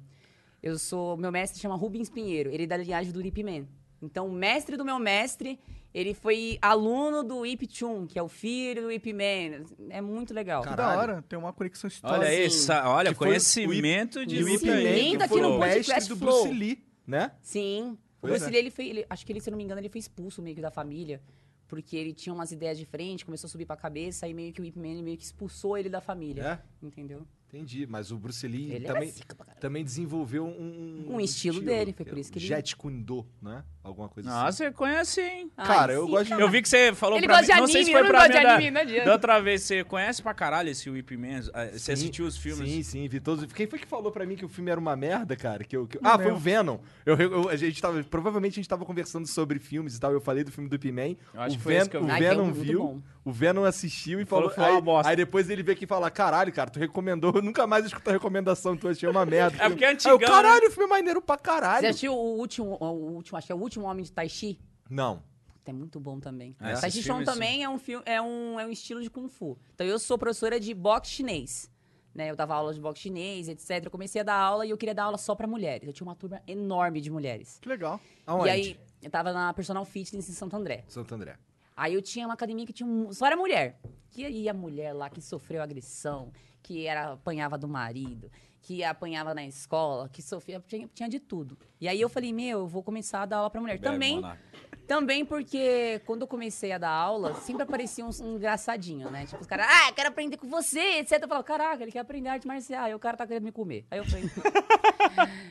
Eu sou. Meu mestre chama Rubens Pinheiro. Ele é da linhagem do Ip Man. Então, o mestre do meu mestre, ele foi aluno do Ip Chun, que é o filho do Ip Man. É muito legal.
Que
Caralho.
Da hora. Tem uma conexão histórica.
Olha
Assim,
essa, olha,
Que foi o-
conhecimento de
E o Ip
Sim,
luta aí.
lindo
Man, é que
aqui
foi
no
o
podcast
mestre do
Flow.
Bruce Lee, né?
Sim. O
Pois
Bruce
é.
Lee, ele foi. ele- acho que ele, se eu não me engano, ele foi expulso meio que da família. Porque ele tinha umas ideias diferentes, começou a subir pra cabeça, aí meio que o Ip Man meio que expulsou ele da família. Entendeu?
É, Entendi, mas o Bruce Lee
Ele era
também,
zica pra caralho.
também desenvolveu um,
Um estilo dele, foi por
é
isso que ele-
Jet Kundo, né? Alguma coisa
Ah,
assim.
você conhece, hein?
Cara,
Ai,
eu
sim,
gosto de-
cara.
Eu vi que você falou
Ele
pra mim,
gosta de
não sei se
anime,
foi
eu não
pra
gosto
mim
de
da,
anime, não adianta.
da outra vez. Você conhece pra caralho esse Whip Man? Ah, Você
Sim,
assistiu os filmes?
Sim, sim, vi todos. Quem foi que falou pra mim que o filme era uma merda, cara? Que eu, que eu- Ah, foi o Venom. Eu, eu- a gente tava, provavelmente a gente tava conversando sobre filmes e tal. Eu falei do filme do Ip-Man.
Eu acho
o
que foi esse que eu
o
vi.
Ai, que é
Venom
muito
viu,
bom.
o Venom assistiu e falou.
Falou que foi uma
aí,
bosta.
aí depois ele veio aqui e fala: Caralho, cara, tu recomendou. Eu nunca mais escuto a recomendação, tu achei uma merda.
É porque é
Aí eu,
antigão, né?
Caralho, o filme é maneiro pra
Você
caralho.
assistiu o último, o último, acho que é o último homem de Tai Chi?
Não.
Puta, é muito bom também.
É,
Tai
esses
Chi Chuan
filmes-
também é um, filme, é, um, é um estilo de Kung Fu. Então, eu sou professora de boxe chinês. Né? Eu dava aula de boxe chinês, etc. Eu comecei a dar aula e eu queria dar aula só pra mulheres. Eu tinha uma turma enorme de mulheres.
Que legal.
Tá
Aonde?
E aí, eu tava na personal fitness em Santo André.
Santo André.
Aí eu tinha uma academia que tinha um- só era mulher. Que aí a mulher lá que sofreu agressão, que era apanhava do marido, que apanhava na escola, que sofria, tinha, tinha de tudo. E aí eu falei, meu, eu vou começar a dar aula pra mulher.
Bebe,
também,
Monark.
também porque quando eu comecei a dar aula, sempre aparecia uns um engraçadinho, né? Tipo, os caras, ah, eu quero aprender com você, etc. Eu falava, caraca, ele quer aprender arte marcial, e o cara tá querendo me comer. Aí eu falei,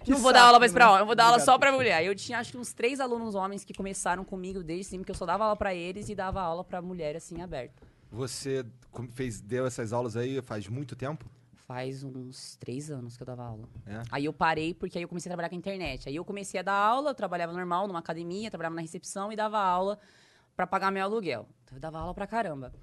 não vou dar
saco,
aula mais pra
né?
homem, eu vou dar aula só pra mulher. Eu tinha acho que uns três alunos homens que começaram comigo desde sempre, que eu só dava aula pra eles e dava aula pra mulher assim aberta.
Você com- fez, deu essas aulas aí faz muito tempo?
Faz uns três anos que eu dava aula.
É.
Aí eu parei porque aí eu comecei a trabalhar com a internet. Aí eu comecei a dar aula, eu trabalhava normal numa academia, trabalhava na recepção e dava aula pra pagar meu aluguel. Então eu dava aula pra caramba.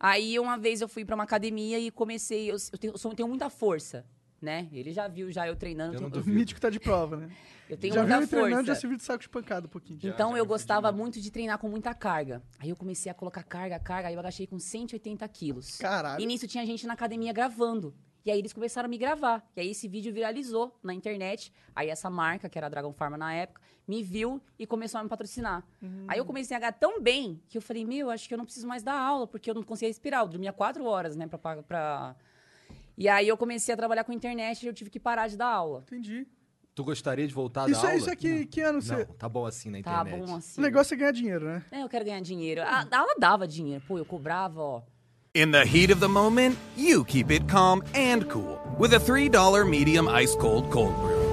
Aí uma vez eu fui pra uma academia e comecei, eu, eu tenho, eu sou- eu tenho muita força, né? Ele já viu já eu treinando,
Eu
tenho-
não
O
duvido.
mítico tá de prova, né?
eu tenho
já
muita
viu ele treinando, já
força.
se viu de saco de pancada um pouquinho.
Então eu gostava muito de treinar com muita carga. Aí eu comecei a colocar carga, carga, aí eu agachei com 180 quilos.
Caralho.
E nisso tinha gente na academia gravando. E aí eles começaram a me gravar. E aí esse vídeo viralizou na internet. Aí essa marca, que era a Dragon Pharma na época, me viu e começou a me patrocinar.
Hum.
Aí eu comecei a ganhar tão bem que eu falei, meu, acho que eu não preciso mais dar aula, porque eu não conseguia respirar. Eu dormia quatro horas, né, pra... pa- pra... E aí eu comecei a trabalhar com internet e eu tive que parar de dar aula.
Entendi.
Tu gostaria de voltar
Isso
da
é
aula?
isso aqui, que ano você.
Não, tá bom assim na
Tá
internet.
bom assim.
O negócio é ganhar dinheiro, né?
É, eu quero ganhar dinheiro. A, a aula dava dinheiro. Pô, eu cobrava, ó.
In the heat of the moment, you keep it calm and cool with a $3 medium ice cold cold brew.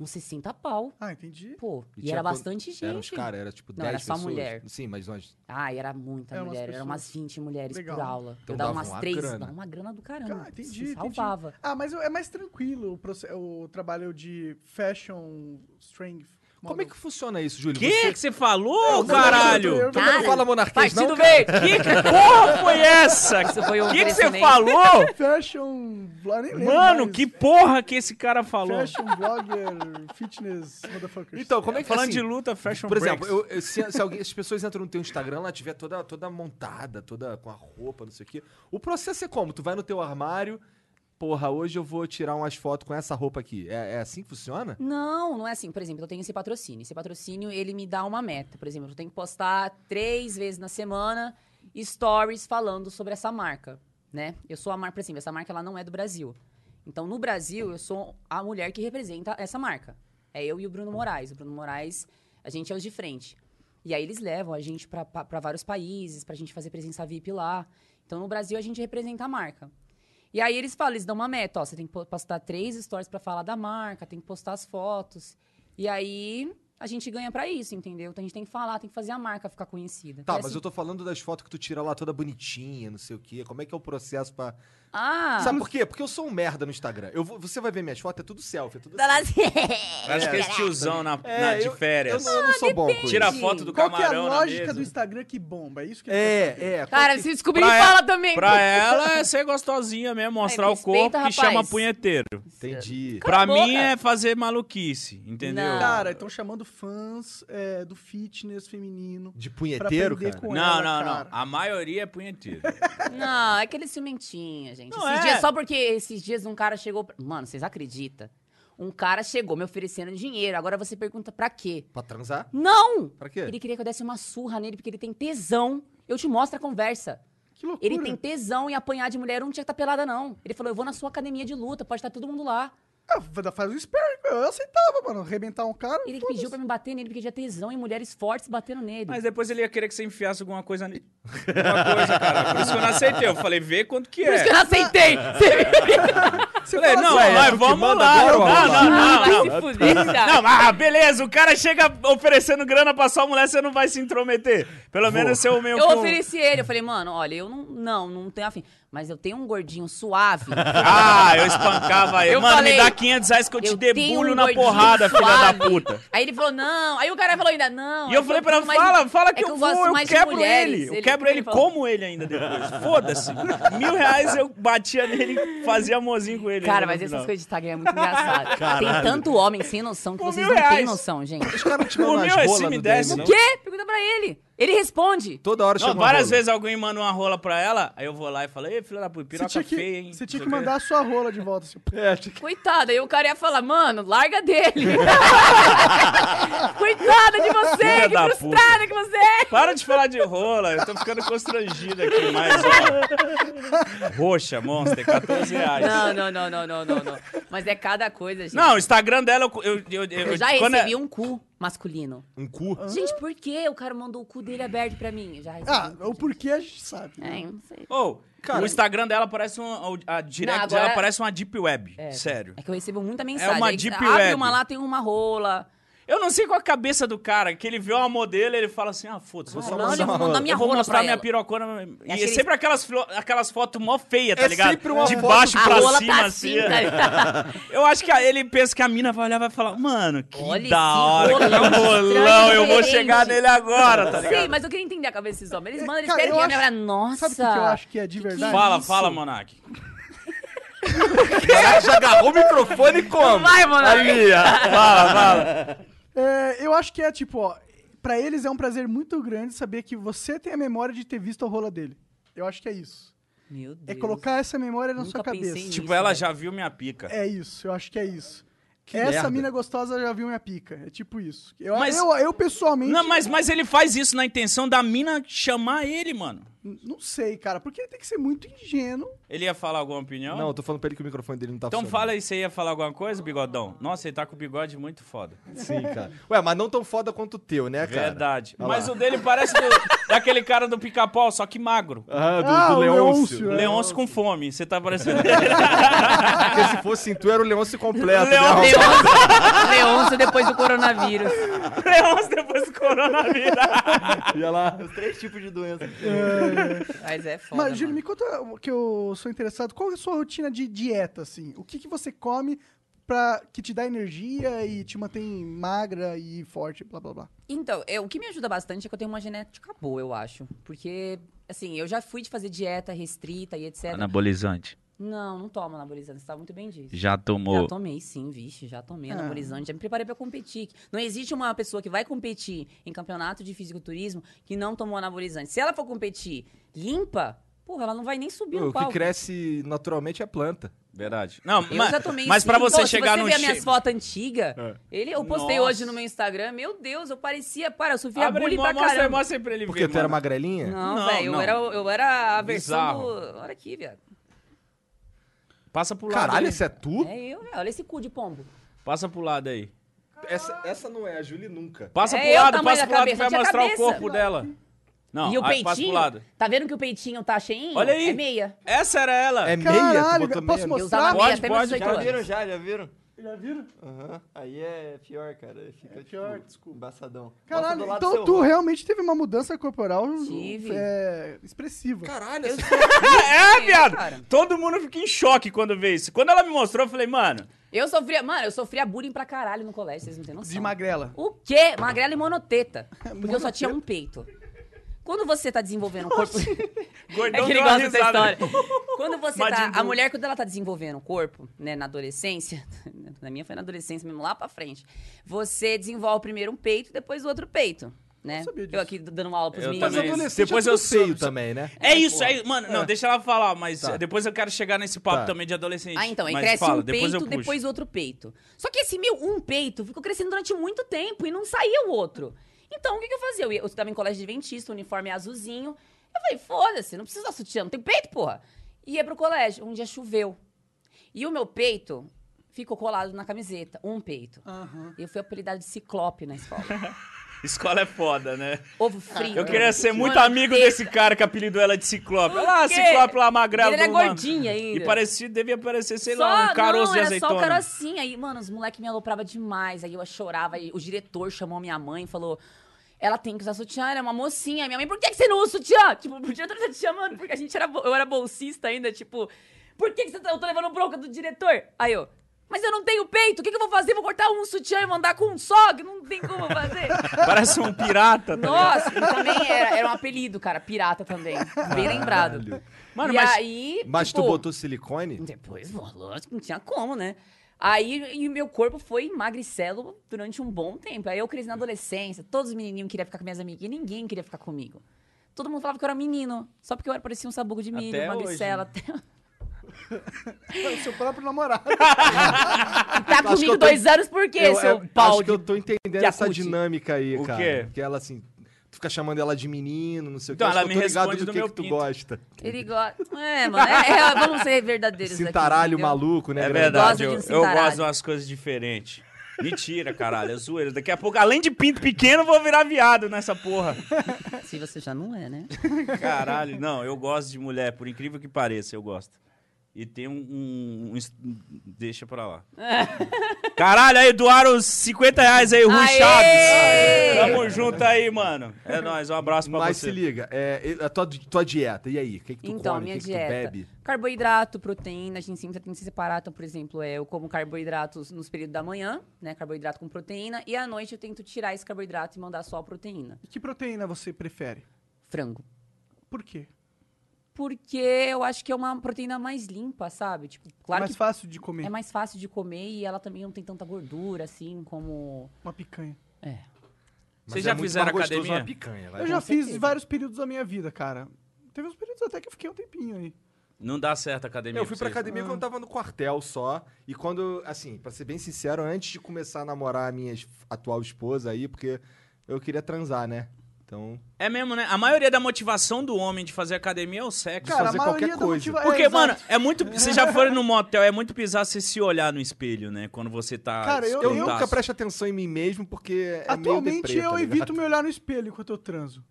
uns 60 pau.
Ah, entendi.
Pô, e,
tinha
era
quan-
bastante gente.
Eram uns caras, era tipo 10
Não, era só
pessoas.
mulher.
Sim, mas nós.
Ah, era muita
É, umas
mulher. Eram umas 20 mulheres
Legal.
por aula.
Então
eu dava
dava
umas
uma
três.
grana.
Dava uma grana do caramba.
Cara, entendi,
Se
entendi.
salvava.
Ah, mas é mais tranquilo o, proce- o trabalho de fashion strength.
Como é que funciona isso, Júlio?
Que que
Você...
você falou,
não,
caralho?
eu- eu-
Tu não
Cara,
fala monarquês, não?
Partido
cara?
verde!
Que que porra foi essa?
Isso foi um
que que você
crescimento.
falou?
Fashion blogger. nem lembro
Mano,
mais.
que porra que esse cara falou?
Fashion blogger, fitness, motherfuckers.
Então, como é que
Falando
assim,
de luta, um fashion
Por exemplo,
breaks.
eu- eu- se, se alguém- as pessoas entram no teu Instagram, lá tiver toda, toda montada, toda com a roupa, não sei o quê. O processo é como? Tu vai no teu armário, porra, hoje eu vou tirar umas fotos com essa roupa aqui. É, é assim que funciona?
Não, não é assim. Por exemplo, eu tenho esse patrocínio. Esse patrocínio, ele me dá uma meta. Por exemplo, eu tenho que postar três vezes na semana stories falando sobre essa marca, né? Eu sou a marca, por exemplo, essa marca ela não é do Brasil. Então, no Brasil, eu sou a mulher que representa essa marca. É eu e o Bruno Moraes. O Bruno Moraes, a gente é os de frente. E aí eles levam a gente para vários países, pra gente fazer presença VIP lá. Então, no Brasil, a gente representa a marca. E aí eles falam, eles dão uma meta, ó, você tem que po- postar três stories pra falar da marca, tem que postar as fotos. E aí a gente ganha pra isso, entendeu? Então a gente tem que falar, tem que fazer a marca ficar conhecida. assim,
Tá,
Parece-
mas eu tô falando das fotos que tu tira lá toda bonitinha, não sei o quê. Como é que é o processo pra.
Ah!
Sabe por quê? Porque eu sou um merda no Instagram. Eu vou- você vai ver minhas fotos, é tudo selfie, é tudo
Tá lá assim.
Acho que esse tiozão na,
É,
na- de
eu-
férias.
Eu, não, eu não sou bom com
Tira a
isso.
foto do
Qual que é a
camarão na
lógica
mesa.
do Instagram que bomba? É isso que
É, é. qual
Cara,
que-
se descobrir,
Pra ela-
fala também.
Pra ela é ser gostosinha mesmo, mostrar o
respeita,
corpo que
rapaz.
chama punheteiro.
Entendi.
Pra
a boca.
mim é fazer maluquice, entendeu?
Não.
Cara, estão chamando fãs é, do fitness feminino.
De punheteiro,
aprender
cara?
com
Não,
ela,
não, não.
cara.
A maioria é punheteiro.
Não, é aquele ciumentinho, gente.
Não
esses
é.
dias, só porque esses dias um cara chegou. pra- Mano, vocês acreditam? Um cara chegou me oferecendo dinheiro. Agora você pergunta pra quê?
Pra transar?
Não!
Pra quê?
Ele queria que eu desse uma surra nele porque ele tem tesão. Eu te mostro a conversa.
Que loucura.
Ele tem tesão em apanhar de mulher, eu não tinha que estar pelada, não. Ele falou: eu vou na sua academia de luta, pode estar todo mundo lá.
Ah, vai- faz um sparring, eu aceitava, mano. Arrebentar um cara.
Ele
foda-se.
pediu pra me bater nele porque tinha tesão em mulheres fortes batendo nele.
Mas depois ele ia querer que você enfiasse alguma coisa nele. Alguma coisa, cara. Por isso que eu não aceitei. Eu falei, vê quanto que
Por isso que eu
é.
não aceitei!
Você
Falei,
fala
não,
assim,
ué, é
mas
tu que
vamos
manda
lá.
agora,
Não,
Romulo?
não, não, Ah, não, não.
Vai se fuder,
Não,
Thiago.
mas ah, beleza, o cara chega oferecendo grana pra sua mulher, você não vai se intrometer. Pelo menos seu meio
Eu
que um-
ofereci ele, eu falei, mano, olha, eu não, não, não tenho afim. Mas eu tenho um gordinho suave.
Ah, eu espancava ele.
Eu
Mano, me
falei,
dá 500 reais que eu te
eu tenho
debulho
um
na
gordinho
porrada, filha
suave.
da puta.
Aí ele falou, não. Aí o cara falou ainda, não.
E eu
é que
falei pra ela,
gosto mais de-
fala, fala
é
que, eu vou,
gosto
eu
mais de
quebro
mulheres.
ele. Eu quebro ele,
falou-
como ele ainda depois. Foda-se. Mil reais eu batia nele e fazia amorzinho com ele.
Cara,
ainda no
mas essas
final.
coisas de Instagram é muito engraçado. Tem tanto homem sem noção que
Com
vocês
mil
não têm
reais.
noção, gente.
Os caras não te
O
mandam
meu
umas
é
rolas
se me
no
desse,
DM, não?
não?
Quê? Pergunta pra ele. Ele responde.
Toda hora um
Não,
chega uma
várias
rola.
vezes alguém manda uma rola pra ela, aí eu vou lá e falo, ei, filha da puta,
Você
piroca
tinha que,
feia, hein?
você tinha
Não
que
sei o quê.
mandar a sua rola de volta. Assim.
É, tinha que-
Coitado, aí o cara ia falar, mano, larga dele. Coitada de você,
Filha
que
da
frustrada que você é.
Para de falar de rola, eu tô ficando constrangido aqui, mas ó. Roxa, monster, 14 reais.
Não, não, não, não, não, não, não. Mas é cada coisa, gente.
Não, o Instagram dela, eu. eu, eu, eu-
eu já
quando
recebi
é-
um cu masculino.
Um cu.
Ah,
Gente, por que o cara mandou o cu dele aberto pra mim? Eu já recebi.
Ah, o porquê a gente sabe.
É, eu não sei.
Ô,
Cara,
o Instagram dela parece um. A direct
Não, agora-
dela parece uma Deep Web. Sério.
É que eu recebo muita mensagem.
uma
Aí
deep
abre
web.
uma lá, tem uma rola.
Eu não sei qual a cabeça do cara, que ele vê uma modelo e ele fala assim: ah, foda-se, vou só
Caralho,
mostrar
eu vou
uma-
mandar minha
eu vou
rola
mostrar
pra
minha
ela. assim
pirocona. E é
aquele-
sempre aquelas, flo- aquelas fotos mó feia, tá
É
ligado?
sempre uma
de
foto-
baixo
A
pra
rola
cima,
tá
assim.
assim, tá ligado?
Eu acho que a- ele pensa que a mina vai olhar e vai falar: mano, que da
Olha esse
hora, que
rolão
rolão,
estranho,
eu vou
diferente.
chegar nele agora, tá ligado?
Sei, mas eu queria entender a cabeça desses homens. Eles mandam, eles
Cara,
querem
eu
que a
acho-
minha mulher, nossa.
Sabe o que que eu acho que é de verdade?
Fala, fala, Monark.
Caraca, já agarrou o microfone
é?
como?
Vai, Monark.
Aí, ó.
Fala, fala.
É, eu acho que é tipo, ó, pra eles é um prazer muito grande saber que você tem a memória de ter visto a rola dele. Eu acho que é isso.
Meu Deus.
É colocar essa memória na
Nunca
sua
pensei
cabeça.
nisso.
Tipo, ela
velho.
já viu minha pica.
É isso, eu acho que é isso.
Que
essa
merda.
mina gostosa já viu minha pica. É tipo isso. Eu,
Mas-
eu, eu pessoalmente.
Não, mas, mas ele faz isso na intenção da mina chamar ele, mano.
n- não sei, cara. Porque ele tem que ser muito ingênuo.
Ele ia falar alguma opinião?
Não, eu tô falando pra ele que o microfone dele não tá
Então
funcionando.
fala aí, você ia falar alguma coisa, bigodão? Nossa, ele tá com o bigode muito foda.
Sim, cara. Ué, mas não tão foda quanto o teu, né, cara?
Verdade.
Olha
Mas
lá.
o dele parece do- daquele cara do pica-pau, só que magro.
Ah, do,
Ah,
do
o
Leôncio.
Leôncio, é.
Leôncio com fome, você tá parecendo.
Porque se fosse em tu, era o Leôncio completo. né,
Leôncio.
Raul?
Leôncio, Leôncio depois do coronavírus.
Leôncio depois do coronavírus.
Ia lá.
Os três tipos de doença.
Mas é foda.
mas, Júlio,
mano.
me conta o que eu sou interessado. Qual é a sua rotina de dieta, assim? O que, que você come pra que te dá energia e te mantém magra e forte, blá blá blá?
Então, é, o que me ajuda bastante é que eu tenho uma genética boa, eu acho. Porque, assim, eu já fui de fazer dieta restrita e etc.
Ah, Anabolizante.
Não, não tomo anabolizante, você tá muito bem disso.
Já
Já
tomou.
tomei, sim, vixe, já tomei
Ah.
anabolizante, já me preparei pra competir. Não existe uma pessoa que vai competir em campeonato de fisiculturismo que não tomou anabolizante. Se ela for competir limpa, porra, ela não vai nem subir
O
no
que
palco.
cresce naturalmente é a planta.
Verdade. Não,
Eu
mas,
já tomei
mas
sim.
pra você
Pô,
chegar
se
no
você ver
shape-
minhas fotos antigas, ele, eu postei
Nossa.
hoje no meu Instagram, meu Deus, eu parecia, para, eu sofria
Abre
bullying
mão,
pra
mostra, aí,
caramba.
mostra aí pra ele
Porque
ver.
tu era
mano.
magrelinha?
Não,
Não,
velho, eu
não.
era, eu era a versão
Bizarro.
do... Olha aqui, viado.
Passa pro lado.
Caralho, é-
aí.
essa é tu?
É eu, velho, olha esse cu de pombo.
Passa pro lado aí.
Essa, essa não é a Julie nunca.
Passa
É
pro
eu,
lado,
tamanho
passa
da
pro lado que
cabeça,
vai
tinha
mostrar
cabeça.
o corpo dela. Não,
e o
aí passa pro
peitinho,
lado.
tá vendo que o peitinho tá cheinho?
Olha aí.
É meia.
Essa era ela.
É meia? tu
Caralho,
botou
posso
meia?
Eu
mostrar?
usava
Pode,
meia até meus
pode,
18
já
Já
anos.
viram, já, já viram?
Já viram?
Aham. Aí é pior, cara. Fica,
pior,
tipo,
desculpa.
Embaçadão. Bota
Caralho,
do lado do
então
seu
tu
rosto.
realmente teve uma mudança corporal
Tive.
é, expressiva.
Caralho, essa...
É, viado.
cara.
Todo mundo fica em choque quando vê isso. Quando ela me mostrou, eu falei, mano,
Eu sofria, mano, eu sofria bullying pra caralho no colégio, vocês não têm noção.
de magrela.
O quê? Magrela e monoteta. Porque eu só tinha um peito. Quando você tá desenvolvendo um corpo.
gordão
É que ele
deu uma
gosta dessa
risada.
história. Quando você
Majin
tá.
Buu.
A mulher, quando ela tá desenvolvendo o corpo, né, na adolescência, na minha foi na adolescência mesmo, lá pra frente, você desenvolve primeiro um peito depois o outro peito. Né?
Eu sabia disso.
Eu aqui dando uma aula pros
Eu
meninos.
Mas
também.
adolescente
Depois
é tudo
eu sou-
feio também, né?
É isso, é isso. Mano, não, deixa ela falar, mas
Tá.
depois eu quero chegar nesse papo
Tá.
também de adolescente.
Ah, então, aí
mas
cresce
fala,
um
depois eu
peito,
puxo.
depois outro peito. Só que esse meu um peito ficou crescendo durante muito tempo e não saía o outro. Então, o que, que eu fazia? Eu, ia, eu estudava em colégio adventista, o uniforme é azulzinho. Eu falei, foda-se, não precisa usar sutiã, não tem peito, porra. Ia pro colégio, um dia choveu. E o meu peito ficou colado na camiseta, um peito. E eu fui apelidada de ciclope na escola.
Escola é foda, né?
Ovo frito.
Eu queria ser muito
Mano,
amigo
teta.
desse cara que apelidou ela é de Ciclope. Olha lá,
Por quê?
Ciclope lá, magrelo.
Ele era
do mano.
gordinha ainda.
E parecia, devia parecer, sei
Só-
lá, um caroço
não,
de
era
azeitona.
só o carocinho. Aí, mano, os moleques me alopravam demais. Aí eu chorava. Aí o diretor chamou minha mãe e falou... Ela tem que usar sutiã, ela é uma mocinha. Aí Minha mãe, por que, que você não usa sutiã? Tipo, o diretor tá te chamando, porque a gente era... bo- Eu era bolsista ainda, tipo... Por que, que você tá... Eu tô levando bronca do diretor. Aí eu... Mas eu não tenho peito, o que, que eu vou fazer? Vou cortar um sutiã e mandar com um só? Que Não tem como eu fazer.
Parece um pirata, tá ligado?
Nossa, e também era, era um apelido, cara. Pirata também. Bem lembrado.
Mano,
e
mas-
aí...
É
Mas tu
tipo,
botou silicone?
depois, pô, lógico, não tinha como, né? Aí e meu corpo foi magricelo durante um bom tempo. Aí eu cresci na adolescência, todos os menininhos queriam ficar com minhas amigas e ninguém queria ficar comigo. Todo mundo falava que eu era menino, só porque eu era parecia um sabugo de milho,
Até
magricela. Tá
É o seu próprio namorado.
Até... tá
Acho que
comigo
eu tô-
dois anos por quê,
eu,
seu
eu-
pau
Acho que
de
eu tô entendendo
de
essa
Yakut.
dinâmica aí,
O
cara.
quê?
Que ela assim. Tu fica chamando ela de menino, não sei o que.
Então,
acho
ela
que
me
eu tô ligado
responde
do,
do
que,
meu
que tu
pinto.
gosta.
Ele gosta. É, mano. É, é, vamos ser verdadeiros aqui.
Cintaralho
entendeu?
maluco, né?
É
grande?
verdade,
gosto
eu,
de um
eu
cintaralho.
gosto de umas coisas diferentes. Mentira, caralho, é zoeira. Daqui a pouco, além de pinto pequeno, eu vou virar viado nessa porra.
Se você já não é, né?
Caralho, não, eu gosto de mulher, por incrível que pareça, eu gosto. E tem um. um- um est- deixa pra lá. Caralho, aí doaram os 50 reais aí, Rui
Aê!
Chaves. Tamo junto aí, mano. É nóis, um abraço pra
Mas
você.
se liga, é, a tua, tua dieta, e aí? O que, que tu
Então,
come?
minha
o que,
dieta.
que tu bebe?
Carboidrato, proteína, a gente sempre tem que se separar. Então, por exemplo, é, eu como carboidratos nos períodos da manhã, né? Carboidrato com proteína. E à noite eu tento tirar esse carboidrato e mandar só a proteína.
E que proteína você prefere?
Frango.
Por quê?
Porque eu acho que é uma proteína mais limpa, sabe? Tipo, claro
mais
que
fácil de comer
é mais fácil de comer e ela também não tem tanta gordura, assim, como...
uma picanha.
É.
Mas
Vocês
é
já
muito
fizeram
mais gostoso
academia?
Uma picanha, vai.
Eu já
com
fiz
certeza.
vários períodos da minha vida, cara. Teve uns períodos até que eu fiquei um tempinho aí.
Não dá certo a academia.
Eu fui pra
vocês.
academia quando eu tava no quartel só. E quando, assim, pra ser bem sincero, antes de começar a namorar a minha es- atual esposa aí, porque eu queria transar, né? Então.
É mesmo, né? A maioria da motivação do homem de fazer academia é o sexo.
Cara, a
fazer
maioria
qualquer
da
coisa.
motiva- é,
Porque,
exato.
mano, é muito. Vocês já foram no motel, é muito bizarro você se olhar no espelho, né? Quando você tá.
Cara, eu-
Eu
escrotaço.
nunca presto atenção em mim mesmo, porque. É meio
Atualmente
deprê, tá
eu
ligado?
evito me olhar no espelho enquanto eu transo.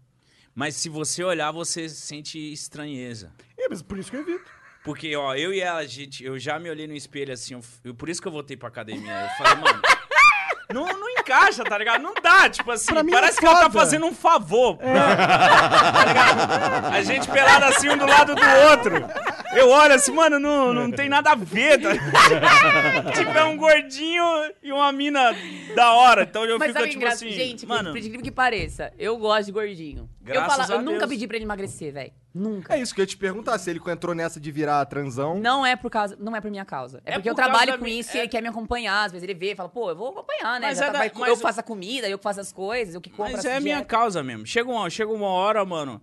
Mas se você olhar, você sente estranheza.
É, mas por isso que eu evito.
Porque, ó, eu e ela, a gente, eu já me olhei no espelho assim, eu f- eu- por isso que eu voltei pra academia. Eu falei, mano. Não, não encaixa, tá ligado? Não dá, tipo assim,
Pra mim é
parece que ela tá
foda. É.
fazendo um favor. Tá ligado? A gente pelado assim um do lado do outro. Eu olho assim, mano, não, não tem nada a ver. Tá? ligado? tipo, é um gordinho e uma mina da hora. Então eu
Mas
fico,
sabe
tipo
engraçado?
assim,
Gente, por-
mano...
por incrível que pareça, eu gosto de gordinho. eu
Graças
falo,
a
eu nunca
Deus.
pedi pra ele emagrecer, velho. Nunca.
É isso que eu ia te perguntar, se ele entrou nessa de virar transão.
Não é por causa, não é por minha causa. É,
É
porque eu
por causa
trabalho
da
com
minha-
isso e
é-
ele quer me acompanhar. Às vezes ele vê e fala, pô, eu vou acompanhar, né?
Mas
Já
é
tá-
da-
vai co-
mas
eu
o-
faço a comida, eu que faço as coisas, eu que compro
Mas
a
é minha
dieta.
causa mesmo. Chega uma, chega uma hora, mano,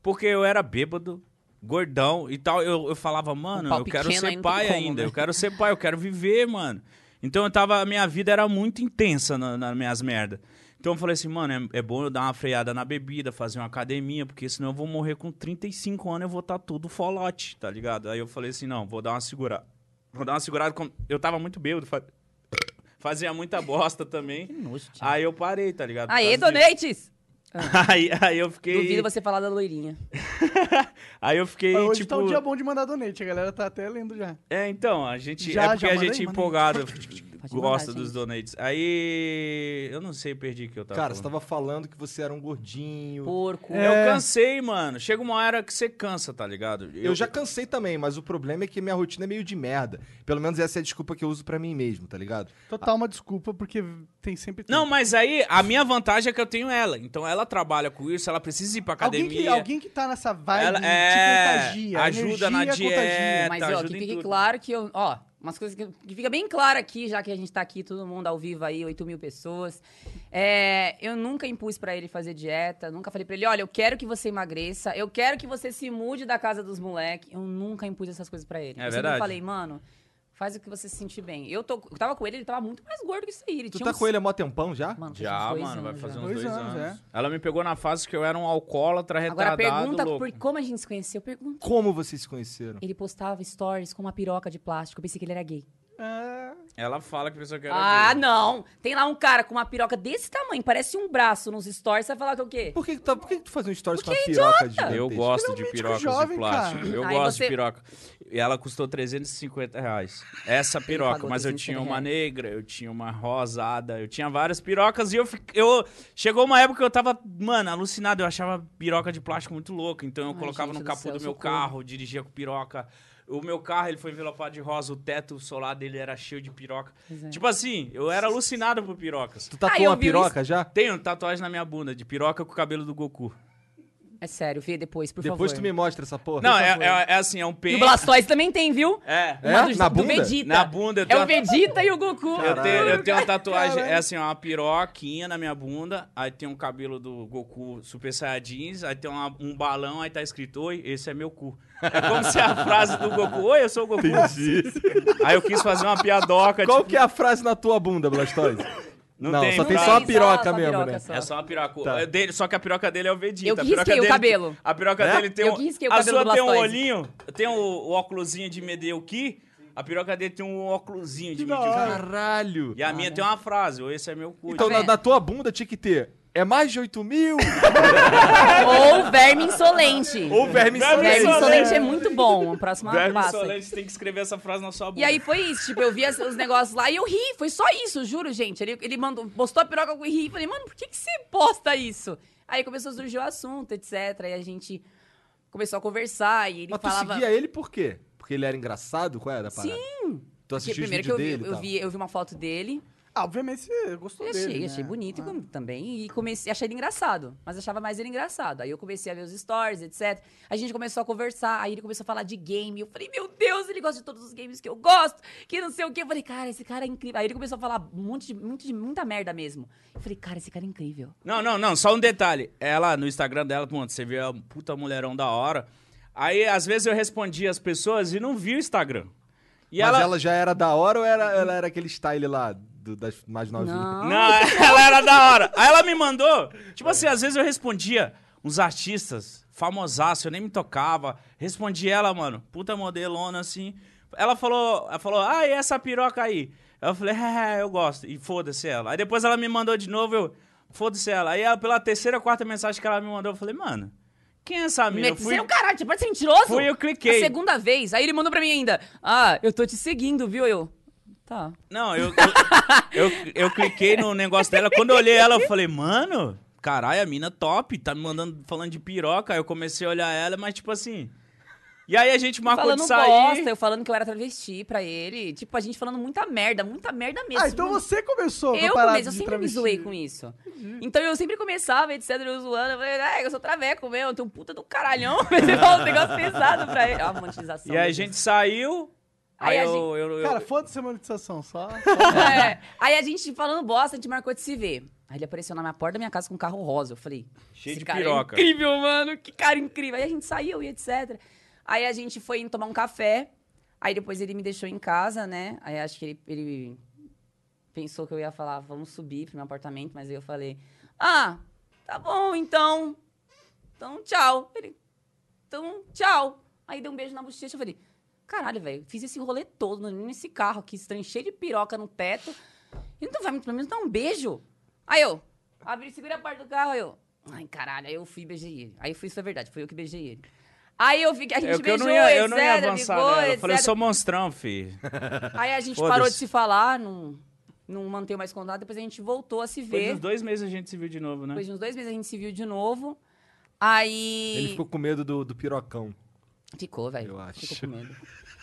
porque eu era bêbado, gordão e tal. Eu, eu falava, mano,
Um pau
eu quero
pequeno
ser
ainda não tem
pai
como,
ainda.
né?
Eu quero ser pai, eu quero viver, mano. Então eu tava, a minha vida era muito intensa na- nas minhas merdas. Então eu falei assim, mano, é, é bom eu dar uma freada na bebida, fazer uma academia, porque senão eu vou morrer com 35 anos, eu vou estar todo folote, tá ligado? Aí eu falei assim, não, vou dar uma segurada. Vou dar uma segurada, como- eu tava muito bêbado, fa- fazia muita bosta também.
nojo, tio. Ah, né?
Aí eu parei, tá ligado? Por
Aê,
causa disso.
Donates!
Aí, aí eu fiquei.
Duvido você falar da loirinha.
Aí eu fiquei,
Mas hoje
tipo.
tá um dia bom de mandar donate, a galera tá até lendo já.
É, então, a gente.
Já,
é porque
já
a
mandei,
gente é
mandei.
empolgado tipo, gosta
mandar,
dos
gente.
donates. Aí. Eu não sei, perdi o que eu tava.
Cara, você
falando.
tava falando que você era um gordinho.
Porco.
É.
Eu cansei, mano. Chega uma hora que você cansa, tá ligado?
Eu já cansei também, mas o problema é que minha rotina é meio de merda. Pelo menos essa é a desculpa que eu uso pra mim mesmo, tá ligado?
Total uma desculpa, porque tem sempre...
Não, mas aí a minha vantagem é que eu tenho ela. Então ela trabalha com isso, ela precisa ir pra academia.
alguém, que, alguém que tá nessa vibe
Ela-
te
é,
contagia. a
ajuda na
energia
dieta.
Mas,
tá,
ó,
ajuda
que
em
fique
tudo.
claro que eu. Ó, umas coisas que, que fica bem claro aqui, já que a gente tá aqui, todo mundo ao vivo aí, 8 mil pessoas. É, eu nunca impus pra ele fazer dieta, nunca falei pra ele, olha, eu quero que você emagreça, eu quero que você se mude da casa dos moleques. Eu nunca impus essas coisas pra ele.
É
eu
verdade.
sempre falei, mano, faz o que você se sentir bem. Eu, tô, eu tava com ele, ele tava muito mais gordo que isso aí. Ele
Tu
tinha
tá
um
uns-
com ele há mó tempão já?
Mano, faz uns
Já,
dois
mano, vai
anos
fazer um
já.
uns
Dois
dois,
anos,
anos.
é.
Ela me pegou na fase que eu era um alcoólatra
Agora
retardado.
pergunta
louco.
por como a gente se conheceu, pergunta.
Como vocês se conheceram?
Ele postava stories com uma piroca de plástico, eu pensei que ele era gay.
Ah,
Ela fala que pensou que era.
Ah,
gay.
não! Tem lá um cara com uma piroca desse tamanho, parece um braço nos stories, você vai falar que é o quê?
Por que, que, tá, por que, que tu faz um stories com uma piroca de
Eu gosto de
Ele é um
pirocas
médico jovem,
de plástico.
cara.
Eu
Aí
gosto de
você-
piroca. E ela custou 350 reais. Essa piroca.
pagou
Mas eu
350
tinha uma
reais.
negra, eu tinha uma rosada, eu tinha várias pirocas e eu, fi- eu. Chegou uma época que eu tava, mano, alucinado. Eu achava piroca de plástico muito louca. Então eu
Ai,
colocava
gente
no
do
capô
céu,
do meu
socorro.
carro, dirigia com piroca. O meu carro, ele foi envelopado de rosa, o teto solar dele era cheio de piroca.
é.
Tipo assim, eu era alucinado por pirocas.
Tu
Ah, eu
tatuou uma
vi o
piroca já?
Tenho tatuagem na minha bunda, de piroca com o cabelo do Goku.
É sério, vê depois, por
Depois
favor.
tu me mostra essa porra.
Não,
Por
é,
favor.
é- é assim, é um
E
penta.
o Blastoise também tem, viu?
É.
É?
Uma dos-
Na
do
bunda?
Vegeta.
Na bunda, eu
É
tenho
o
uma-
Vegeta e o Goku.
Eu tenho, eu tenho uma tatuagem, é assim, ó, uma piroquinha na minha bunda, aí tem um cabelo do Goku Super Saiyajins, aí tem uma- um balão, aí tá escrito, oi, esse é meu cu. É como se a frase do Goku, oi, eu sou o Goku. Aí eu quis fazer uma piadoca,
Qual
tipo,
que é a frase na tua bunda, Blastoise?
é?
Não tem
só tem
frase.
só a piroca
Só a
mesmo,
piroca
né?
só.
É só uma piroca.
Tá.
É dele, só que a piroca dele é o Vegeta.
Eu
a
que
piroca
risquei o
dele-
cabelo.
A piroca
É?
dele tem
Eu
um.
que risquei o
a
cabelo
sua
do
tem um
Blastoise.
olhinho, tem o, o óculosinho de Medeuki. A piroca dele tem um óculosinho de
Que da
Medeuki.
hora.
Caralho.
E a minha tem uma frase, ou esse é meu cu.
Então,
Tá
na,
vendo?
na tua bunda tinha que ter. É mais de 8 mil?
Ou verme insolente.
Ou verme
Verme
verme
insolente?
insolente é muito bom. A próxima
Verme
passa.
insolente, tem que escrever essa frase na sua bunda.
E aí foi isso, tipo, eu vi as- os negócios lá e eu ri, foi só isso, juro, gente. Ele, ele mandou, postou a piroca e ri, falei, mano, por que, que você posta isso? Aí começou a surgir o assunto, etc. E a gente começou a conversar e ele
Mas tu
falava...
seguia ele por quê? Porque ele era engraçado? Qual era a parada?
Sim!
Tu
Porque
assistiu os vídeos
primeiro que eu vi,
dele e
eu,
tal?
vi, eu vi uma foto dele,
Ah, obviamente você gostou
eu
dele.
achei,
né?
achei bonito e com- também, e comecei, achei ele engraçado, mas achava mais ele engraçado. Aí eu comecei a ver os stories, etc. A gente começou a conversar, aí ele começou a falar de game, eu falei, meu Deus, ele gosta de todos os games que eu gosto, que não sei o quê. Eu falei, cara, esse cara é incrível. Aí ele começou a falar um monte de, muito de muita merda mesmo. Eu falei, cara, esse cara é incrível.
Não, não, não, só um detalhe. Ela, no Instagram dela, mano, você vê a puta mulherão da hora. Aí, às vezes, eu respondi as pessoas e não vi o Instagram. E
Mas ela...
ela.
já era da hora ou era, ela era aquele style lá do- das mais novinhas?
Não.
Não, ela era da hora. Aí ela me mandou. Tipo assim, às vezes eu respondia uns artistas famosaço, eu nem me tocava. Respondi ela, mano, puta modelona assim. Ela falou, ela falou, ah, e essa piroca aí? Eu falei, é, eu gosto. E foda-se ela. Aí depois ela me mandou de novo, eu, foda-se ela. Aí ela, pela terceira ou quarta mensagem que ela me mandou, eu falei, mano, quem é essa mina? Eu
Você
fui-
é um caralho, você pode ser mentiroso?
Fui, eu cliquei.
A segunda vez, aí ele mandou pra mim ainda, ah, eu tô te seguindo, viu? Eu, tá.
Não, eu, eu, eu, eu cliquei no negócio dela. Quando eu olhei ela, eu falei, mano, caralho, a mina top. Tá me mandando, falando de piroca. Aí eu comecei a olhar ela, mas tipo assim. E aí a gente marcou
falando
de
bosta,
sair.
eu falando que eu era travesti pra ele. Tipo, a gente falando muita merda, muita merda mesmo.
Ah, então
Mano,
você começou com a
Eu
parada
começo, eu
de
sempre
travesti. Uhum.
me zoei com isso. Então eu sempre começava, etc, eu zoando. Eu falei, ah, eu sou traveco mesmo, eu tenho um puta do caralhão. Mas eu falo um negócio pesado pra ele. Ó, a monetização.
E aí a
meu
gente saiu. Aí,
Aí a
eu,
gente-
eu, eu-
Cara, foda-se a monetização, só.
Deus. É. Aí a gente falando bosta, a gente marcou de se ver. Aí ele apareceu na minha porta da minha casa com um carro rosa. Eu falei,
Cheio
esse
de
cara
piroca.
É incrível, mano, que cara incrível. Aí a gente saiu e etc. Aí a gente foi indo tomar um café. Aí depois ele me deixou em casa, né? Aí acho que ele, ele pensou que eu ia falar, vamos subir pro meu apartamento, mas aí eu falei, ah, tá bom, então. Então, tchau. Ele, então, tchau. Aí deu um beijo na bochecha, eu falei, caralho, velho, fiz esse rolê todo nesse carro aqui, estranho, cheio de piroca no teto. E não vai muito, pelo menos dar um beijo. Aí eu, abri, segurei a porta do carro, aí eu, ai, caralho, aí eu fui e beijei ele. Aí foi isso, é verdade, foi eu que beijei ele. Aí eu vi que a gente
eu, que É, eu
beijou,
não
é
ia, eu não ia
etc,
avançar
ligou,
nela. Eu falei, eu
etc.
sou monstrão, fi.
é Aí a gente
Foda-se.
parou de se falar, não, não manteve mais contato, depois a gente voltou a se
Depois de
ver.
uns dois meses a gente se viu de novo, né?
Depois de uns dois meses a gente se viu de novo. Aí.
Ele ficou com medo do, do pirocão.
Ficou, velho.
Eu acho.
Ficou com medo.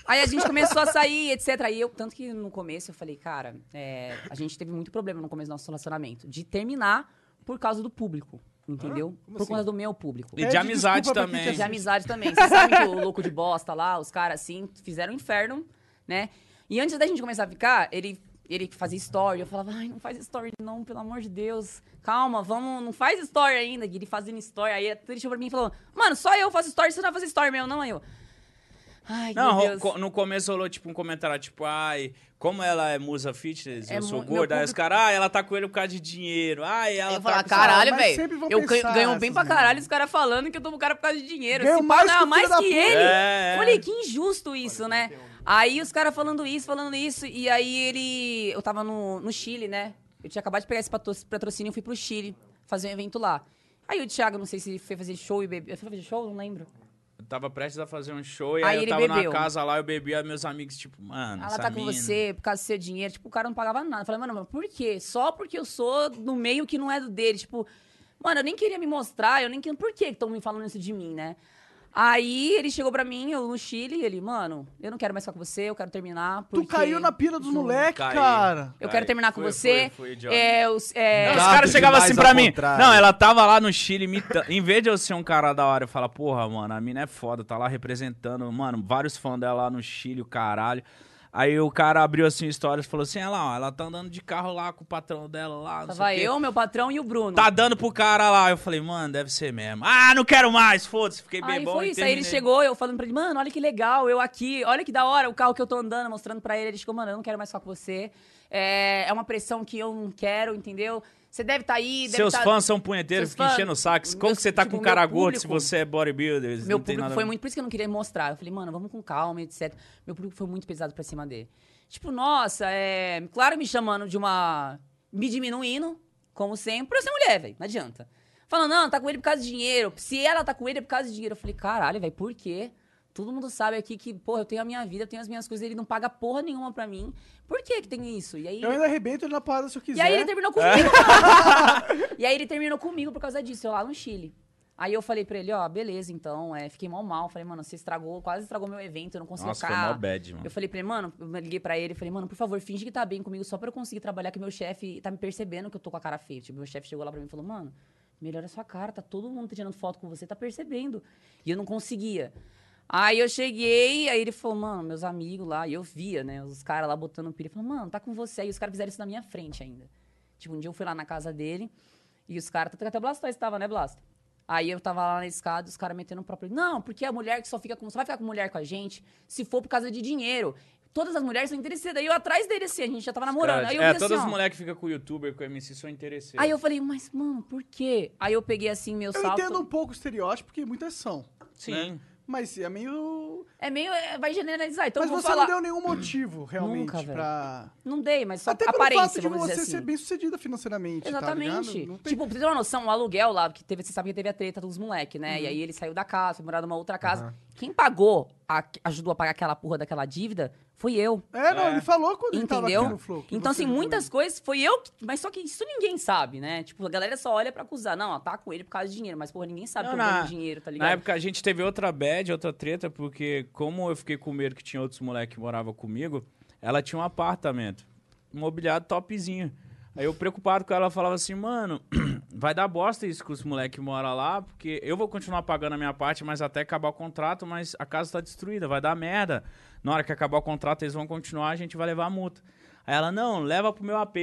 Aí a gente começou a sair, etc. Aí eu, tanto que no começo eu falei, cara, é, a gente teve muito problema no começo do nosso relacionamento. De terminar por causa do público. Entendeu?
Como
por
assim?
conta do meu público.
E
Pede
de amizade
desculpa pra quem
também.
te
De amizade também. Vocês sabem que o louco de bosta lá, os caras assim, fizeram um inferno, né? E antes da gente começar a ficar, ele, ele fazia story. Eu falava, ai, não faz story não, pelo amor de Deus. Calma, vamos, não faz story ainda. E ele fazendo story. Aí ele chegou pra mim e falou, mano, só eu faço story, você não vai fazer story meu, não, aí eu. Ai,
Não,
meu Deus.
co- no começo rolou tipo um comentário, tipo, ai, como ela é musa fitness,
É
eu sou
mu- meu
gorda, aí os
público-
caras, ai, ela tá com ele por causa de dinheiro, ai, ela
Aí eu
tá
falar,
com-
caralho,
mas sempre
velho.
vão
Eu ganho,
pensar
assim,
ganho bem pra
né?"
essas
caralho os caras falando que eu tomo o cara por causa de dinheiro.
Ganho
Se
mais
mais
que o
não, mais
filho da
que
puta. um-
ele.
É, é.
Falei, que injusto isso, né? Aí os caras falando isso, falando isso. E aí ele. Eu tava no, no Chile, né? Eu tinha acabado de pegar esse patro- patrocínio e fui pro Chile fazer um evento lá. Aí o Thiago, não sei se foi fazer show e bebeu. Foi fazer show? Não lembro.
Eu tava prestes a fazer um show e
Aí
aí, eu
ele
tava
bebeu.
numa casa lá, eu bebi, aí meus amigos, tipo, mano,
Ela
essa
tá com
mina.
você por causa do seu dinheiro. Tipo, o cara não pagava nada. Eu falei, mano, mas por quê? Só porque eu sou no meio que não é do dele. Tipo, mano, eu nem queria me mostrar, eu nem queria. Por que estão me falando isso de mim, né? Aí ele chegou pra mim, eu no Chile, e ele, mano, eu não quero mais ficar com você, eu quero terminar.
Tu
porque
caiu na pira dos moleques,
Caí.
cara.
Eu
Cara,
quero terminar com
foi-
você.
foi- foi idiota.
É, os, é,
Não, os
Exato
caras chegavam
demais
assim
ao
pra mim.
contrário.
Não, ela tava lá no Chile imitando. em vez de eu ser um cara da hora e falar, porra, mano, a mina é foda, tá lá representando, mano, vários fãs dela lá no Chile, o caralho. Aí o cara abriu assim histórias e falou assim: olha lá, ó, ela tá andando de carro lá com o patrão dela lá. Não
Tava
sei o quê.
eu, meu patrão e o Bruno.
Tá dando pro cara lá. Eu falei, mano, deve ser mesmo. Ah, não quero mais, foda-se. Fiquei né? bem
Aí
bom.
foi
e
isso, aí ele
terminei.
chegou, eu falando pra ele, mano, olha que legal, eu aqui, olha que da hora o carro que eu tô andando, mostrando pra ele. Ele chegou, mano, eu não quero mais falar com você. É, é uma pressão que eu não quero, entendeu? Você deve tá aí, deve
Seus
tá...
fãs são punheteiros,
Seus
ficam
fãs-
enchendo o saco. Como
meus-
que você tá
tipo,
com cara
meu
gordo se
público-
você é bodybuilder? não tem
Meu público
nada...
foi muito. Por isso que eu não queria mostrar. Eu falei, mano, vamos com calma, etc. Meu público foi muito pesado pra cima dele. Tipo, nossa, é. Claro, me chamando de uma. Me diminuindo, como sempre, por eu ser mulher, velho. Não adianta. Falando, não, tá com ele por causa de dinheiro. Se ela tá com ele é por causa de dinheiro. Eu falei, caralho, velho, por quê? Todo mundo sabe aqui que, porra, eu tenho a minha vida, eu tenho as minhas coisas, ele não paga porra nenhuma pra mim. Por que que tem isso? E aí.
Eu ainda arrebento ele na porrada se eu quiser.
E aí ele terminou
É.
comigo. cara. e aí ele terminou comigo por causa disso, eu lá no Chile. Aí eu falei pra ele, ó, beleza, então, é, fiquei mal mal. Falei, mano, você estragou, quase estragou meu evento, eu não consegui
Nossa, foi
ficar.
mó bad, mano.
Eu falei pra ele, mano, eu liguei pra ele, falei, mano, por favor, finge que tá bem comigo só pra eu conseguir trabalhar, que meu chefe tá me percebendo que eu tô com a cara feia. Tipo, meu chefe chegou lá pra mim e falou, mano, melhora a sua cara, tá todo mundo tirando foto com você, tá percebendo. E eu não conseguia. Aí eu cheguei, aí ele falou, mano, meus amigos lá, e eu via, né, os caras lá botando pilha, falou, mano, tá com você. Aí os caras fizeram isso na minha frente ainda. Tipo, um dia eu fui lá na casa dele e os caras. Até o Blastoise tava, né, Blasto? Aí eu tava lá na escada, os caras metendo o próprio. Não, porque a mulher que só fica com. Só vai ficar com mulher com a gente se for por causa de dinheiro. Todas as mulheres são interessadas. Aí eu atrás dele assim, a gente já tava namorando. Aí eu
é,
vi
todas
assim,
as
ó.
mulheres que ficam com o youtuber, com o MC, são interesseiras.
Aí eu falei, mas, mano, por quê? Aí eu peguei assim meu
Eu
salto.
entendo um pouco o estereótipo, porque muitas são.
Sim.
Mas é meio.
É meio. é, vai generalizar. Então
mas
eu vou
você
falar.
não deu nenhum motivo, realmente,
Nunca, velho.
pra.
Não dei, mas só
Até pelo fato
aparência,
de
vamos
você
dizer assim.
ser bem sucedida financeiramente. Tá
Exatamente.
ligado? Não tem-
tipo, pra você ter uma noção, o aluguel lá, porque teve, você sabe que teve a treta dos moleques, né?
Uhum.
E aí ele saiu da casa, foi morar numa outra casa. Quem pagou, a- ajudou a pagar aquela porra daquela dívida, foi eu.
É, não, ele falou quando ele tava
Entendeu?
aqui no Flow. que
então,
você
assim,
viu né?
muitas
ele.
coisas foi eu, que, mas só que isso ninguém sabe, né? Tipo, a galera só olha pra acusar. Não, ó, tá com ele por causa de dinheiro, mas, porra, ninguém sabe
Não,
que eu
na-
ganho dinheiro, tá ligado?
Na época a gente teve outra bad, outra treta, porque como eu fiquei com medo que tinha outros moleques que moravam comigo, ela tinha um apartamento, mobiliado topzinho. Aí eu preocupado com ela, falava assim, mano, vai dar bosta isso com os moleques que moram lá, porque eu vou continuar pagando a minha parte, mas até acabar o contrato, mas a casa tá destruída, vai dar merda. Na hora que acabar o contrato, eles vão continuar, a gente vai levar a multa. Aí ela, não, leva pro meu AP.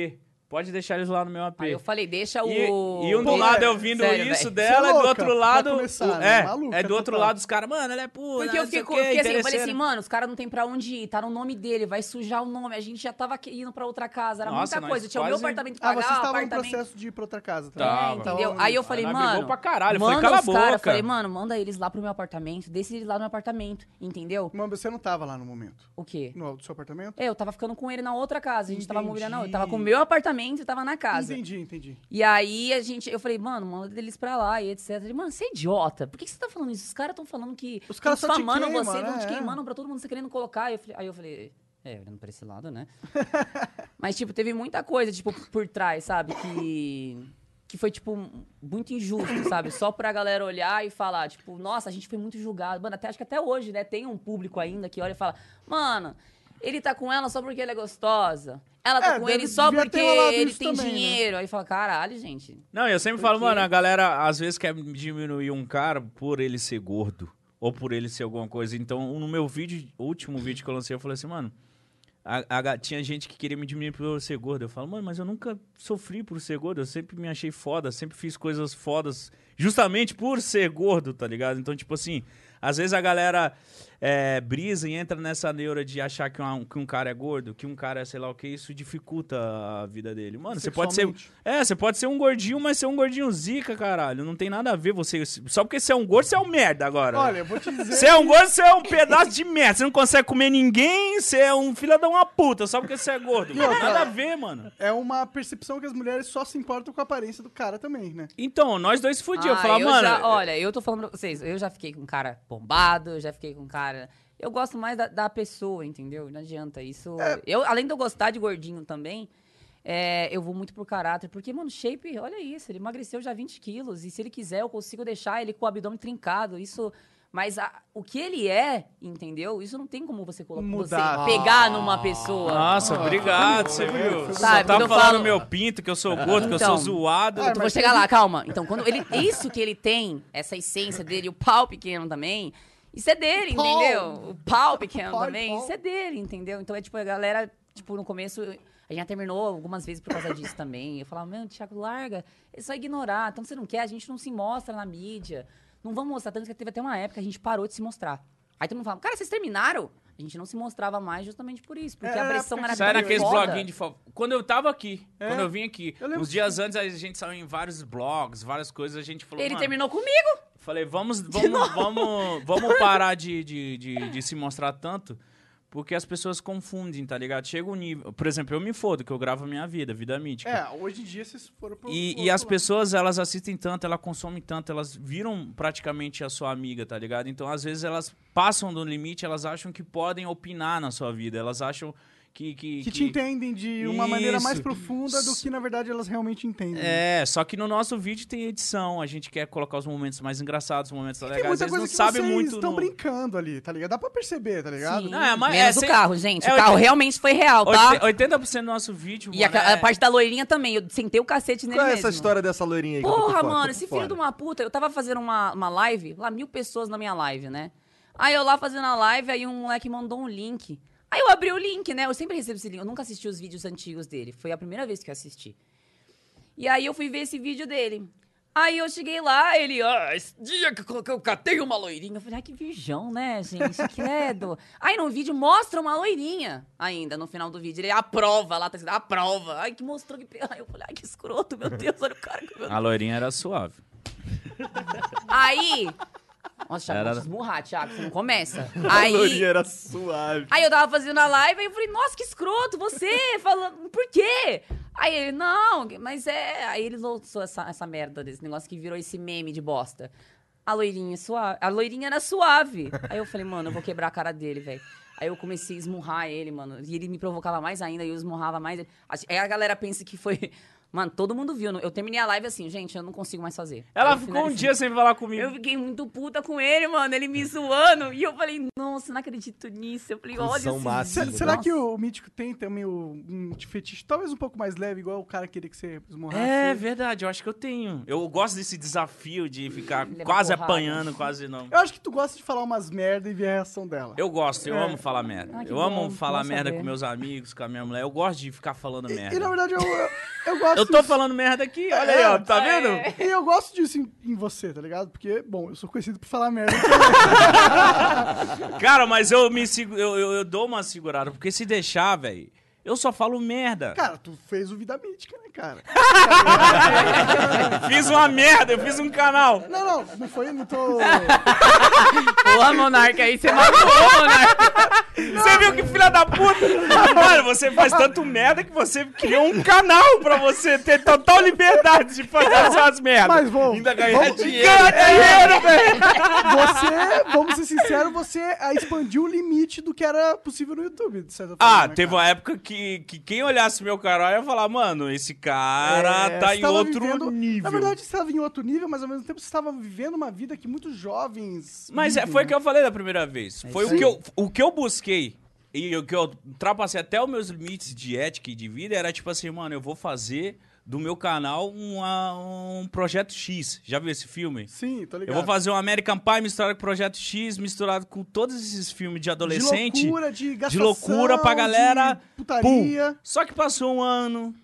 Pode deixar eles lá no meu AP.
Aí eu falei, deixa o.
E, e um do
Pô,
lado eu vindo
sério,
isso
velho.
dela,
Você é
e do
louca,
outro
pra
lado.
começar,
o-
né?
é,
Maluca,
é do outro
total.
lado os caras, mano, ela é pura.
Porque eu
não sei
fiquei,
o
co-
quê,
porque assim, eu falei
interesseira.
assim, mano, os caras não tem pra onde ir, tá no nome dele, vai sujar o nome. A gente já tava aqui- indo pra outra casa, era
Nossa, nós
muita coisa. Eu Tinha o meu
quase-
apartamento pra
Ah,
pagar,
vocês estavam no
apartamento.
processo de ir pra outra casa, tá?
Tava.
É,
ligado?
entendeu?
Então,
Aí eu falei,
Ela brigou
mano.
pra caralho, eu falei,
manda
cala
os
a boca.
caras. Falei, mano, manda eles lá pro meu apartamento, deixa eles lá no meu apartamento, entendeu?
Mas você não tava lá no momento.
O quê?
No do seu apartamento?
É, eu tava ficando com ele na outra casa, a gente tava
Entendi.
mobiliando na outra. Tava com o meu apartamento e tava na casa.
Entendi, entendi.
E aí a gente, eu falei, mano, manda eles pra lá e etc. Ele, mano, você é idiota. Por que, que você tá falando isso? Os caras tão falando que.
Os caras
tão
só te
difamando
queimam,
você,
né?
tão te
É.
queimando pra todo mundo você querendo colocar. Eu falei- aí eu falei, é, olhando pra esse lado, né? Mas, tipo, teve muita coisa, tipo, por trás, sabe? Que. Que foi, tipo, muito injusto, sabe? Só pra galera olhar e falar, tipo, nossa, a gente foi muito julgado. Mano, até, acho que até hoje, né? Tem um público ainda que olha e fala, mano, ele tá com ela só porque ela é gostosa. Ela tá
É,
com
deve-
ele só
devia ter
porque
rolado
ele
isso
tem
também, né?
dinheiro. Aí fala, caralho, gente.
Não, eu sempre falo,
Porque-
mano, a galera às vezes quer diminuir um cara por ele ser gordo ou por ele ser alguma coisa. Então, no meu vídeo, último vídeo que eu lancei, eu falei assim, mano, a- a ga- tinha gente que queria me diminuir por eu ser gordo. Eu falo, mano, mas eu nunca sofri por ser gordo. Eu sempre me achei foda, sempre fiz coisas fodas justamente por ser gordo, tá ligado? Então, tipo assim, às vezes a galera é, brisa e entra nessa neura de achar que, uma- que um cara é gordo, que um cara é sei lá o que, isso dificulta a vida dele. Mano, você pode ser.
Sexualmente.
É, você pode ser um gordinho, mas ser um gordinho zica, caralho. Não tem nada a ver você. Só porque você é um gordo, você é um merda agora.
Olha, eu vou te dizer.
Você é um gordo, você é um pedaço de merda. Você não consegue comer ninguém, você é um filho da uma puta, só porque você é gordo.
E outra-
Nada a ver, mano.
É uma percepção que as mulheres só se importam com a aparência do cara também, né?
Então, nós dois fudimos. eu
Ah,
falava,
eu
mano.
já- olha, eu tô falando pra vocês, eu já fiquei com um cara bombado, eu já fiquei com um cara. Eu gosto mais da, da pessoa, entendeu? Não adianta isso. Eu, além de eu gostar de gordinho também, é, eu vou muito por caráter. Porque, mano, shape, olha isso, ele emagreceu já 20 quilos. E se ele quiser, eu consigo deixar ele com o abdômen trincado. Isso. Mas a- o que ele é, entendeu? Isso não tem como você colocar,
Mudar.
você pegar
Ah.
numa pessoa.
Nossa,
Ah,
obrigado, você viu? Só tá
Sabe, quando
falando
eu falo-
meu pinto, que eu sou gordo, que eu sou
Então.
Ah,
zoado.
Eu vou chegar lá, calma. Então, quando ele. Isso que ele tem, essa essência dele, o pau pequeno também. Isso é dele,
Pau.
entendeu? O pau pequeno
Pau e
também.
pau.
Isso é dele, entendeu? Então é tipo, a galera, tipo, no começo. A gente já terminou algumas vezes por causa disso também. Eu falava, meu, Thiago, larga. É só ignorar. Então você não quer, a gente não se mostra na mídia. Não vamos mostrar tanto que teve até uma época que a gente parou de se mostrar. Aí todo mundo falava, cara, vocês terminaram? A gente não se mostrava mais justamente por isso, porque
Era a
a pressão
época
era
que
tão
Sai naqueles
foda.
bloguinhos de fofoca. Quando eu tava aqui,
É.
quando eu vim aqui,
Eu lembro
uns dias antes a gente saiu em vários blogs, várias coisas, a gente falou.
Ele
"Mano,
terminou comigo!
Falei, vamos, vamos, vamos, vamos parar de, de, de, de se mostrar tanto, porque as pessoas confundem, tá ligado? Chega um nível. Por exemplo, eu me fodo, que eu gravo a minha vida, vida mítica.
É, hoje em dia, se isso for pro-
Tipo, E,
pro
e as
outro lado.
pessoas, elas assistem tanto, elas consomem tanto, elas viram praticamente a sua amiga, tá ligado? Então, às vezes, elas passam do limite, elas acham que podem opinar na sua vida, elas acham que. Que,
Que te entendem de uma maneira mais
Isso.
profunda do que, na verdade, elas realmente entendem.
É, só que no nosso vídeo tem edição, a gente quer colocar os momentos mais engraçados, os momentos
Tem
legais. Às
muita coisa
vezes não
É que
sabe
vocês
muito.
estão
no-
brincando ali, tá ligado? Dá pra perceber, tá ligado?
Sim,
Não, é mais-
menos
é
o
sem-
carro,
é
gente. o carro
oitenta-
realmente foi real, tá?
Oite- 80% do nosso vídeo,
E
mano,
a, ca- a
é-
parte da loirinha também, eu sentei o cacete nele
Qual é
mesmo.
essa história dessa loirinha aí? que eu tô por
Porra,
fora? Tô
mano,
por
esse
fora.
filho de uma puta. Eu tava fazendo uma, uma live, lá mil pessoas na minha live, né? Aí eu lá fazendo a live, aí um moleque mandou um link. Aí eu abri o link, né? Eu sempre recebo esse link. Eu nunca assisti os vídeos antigos dele. Foi a primeira vez que eu assisti. E aí eu fui ver esse vídeo dele. Aí eu cheguei lá, ele, ah, esse dia que eu coloquei- eu catei uma loirinha. Eu falei, ai, que virgão, né, gente? Credo. Aí no vídeo mostra uma loirinha ainda, no final do vídeo. Ele aprova lá, tá escrito, aprova. Ai, que mostrou que. pe- Ai, eu falei, ai, que escroto, meu Deus, olha o cara que meu
A loirinha era suave.
Aí. Nossa, Thiago,
Era-
era... esmurrar, Thiago, você não começa.
A loirinha
Aí,
era suave.
aí eu tava fazendo a live e eu falei, nossa, que escroto, você! Falando, por quê? Aí ele, não, mas é. Aí ele lançou essa, essa merda desse negócio que virou esse meme de bosta. A loirinha suave. A loirinha era suave. Aí eu falei, mano, eu vou quebrar a cara dele, velho. Aí eu comecei a esmurrar ele, mano. E ele me provocava mais ainda, e eu esmurrava mais ele. Aí a galera pensa que foi. Mano, todo mundo viu. Eu terminei a live assim, gente, eu não consigo mais fazer.
Ela
Aí eu
ficou um
finalizei.
dia sem falar comigo.
Eu fiquei muito puta com ele, mano. Ele me zoando. E eu falei, nossa, não acredito nisso. Eu falei, olha
Pulsão
esse
máxima.
vídeo.
Será que
Nossa.
o Mítico tem também o- um fetiche talvez um pouco mais leve, igual o cara queria que você esmorrasse?
É verdade, eu acho que eu tenho. Eu gosto desse desafio de ficar
Levar
quase
porrada.
apanhando, quase não.
Eu acho que tu gosta de falar umas merda e ver a reação dela.
Eu gosto, eu amo falar merda.
Ah, que
eu
bom,
amo falar
bom
merda
saber.
com meus amigos, com a minha mulher. Eu gosto de ficar falando merda.
E na verdade eu, eu, eu gosto
Eu tô
disso.
falando merda aqui, olha
É,
aí, ó, tá
é.
vendo?
E eu gosto disso em, em você, tá ligado? Porque, bom, eu sou conhecido por falar merda.
Cara, mas eu me sigo, eu, eu, eu dou uma segurada, porque se deixar, velho, eu só falo merda.
cara, tu fez o Vida Mítica, né, cara?
Fiz uma merda, eu fiz um canal.
Não, não, não foi, não tô...
Porra, Monarca, aí você matou, Monarca.
Você viu que filha da puta? Mano, você faz tanto merda que você criou um canal pra você ter total liberdade de fazer as suas merdas.
Mas, bom,
Ainda ganhar
vamos,
dinheiro.
Ganha dinheiro, velho.
você, vamos ser sinceros, você ah, expandiu o limite do que era possível no YouTube, de certa forma.
Ah,
né,
teve
cara?
uma época que, que quem olhasse meu canal ia falar, mano, esse cara
É,
tá
você
em
tava
outro
vivendo-
nível.
Na verdade, você estava em outro nível, mas ao mesmo tempo você estava vivendo uma vida que muitos jovens.
Mas é,
vivem,
foi o
né?
que eu falei da primeira vez.
É
foi o que, eu, o que eu busquei e o que eu ultrapassei até os meus limites de ética e de vida era tipo assim, mano, eu vou fazer do meu canal uma- um projeto X. Já viu esse filme?
Sim, tô
Eu
ligado.
vou fazer um American Pie misturado com Projeto X, misturado com todos esses filmes de adolescente.
De loucura, de gastação,
de loucura pra galera.
de putaria.
Pum. Só que passou um ano,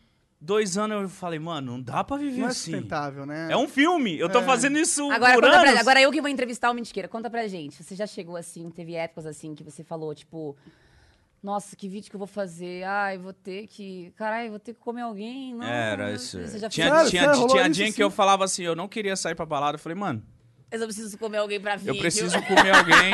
dois anos, eu falei, mano, não dá pra viver
Não é
assim.
sustentável, né?
É um filme, eu tô fazendo isso
Agora,
por
conta pra,
anos.
agora eu que vou entrevistar o Mentiqueira. Conta pra gente. Você já chegou assim, teve épocas assim que você falou, tipo... Nossa, que vídeo que eu vou fazer? Ai, vou ter que... Caralho, vou ter que comer alguém. Não,
Era
não,
isso.
Ah,
é.
Você já
Tinha,
fez?
Sério,
tinha,
sério, rolou
tinha
isso,
dia
sim.
que eu falava assim, eu não queria sair pra balada. Eu falei, mano,
Mas eu preciso comer alguém pra vídeo.
eu preciso comer alguém.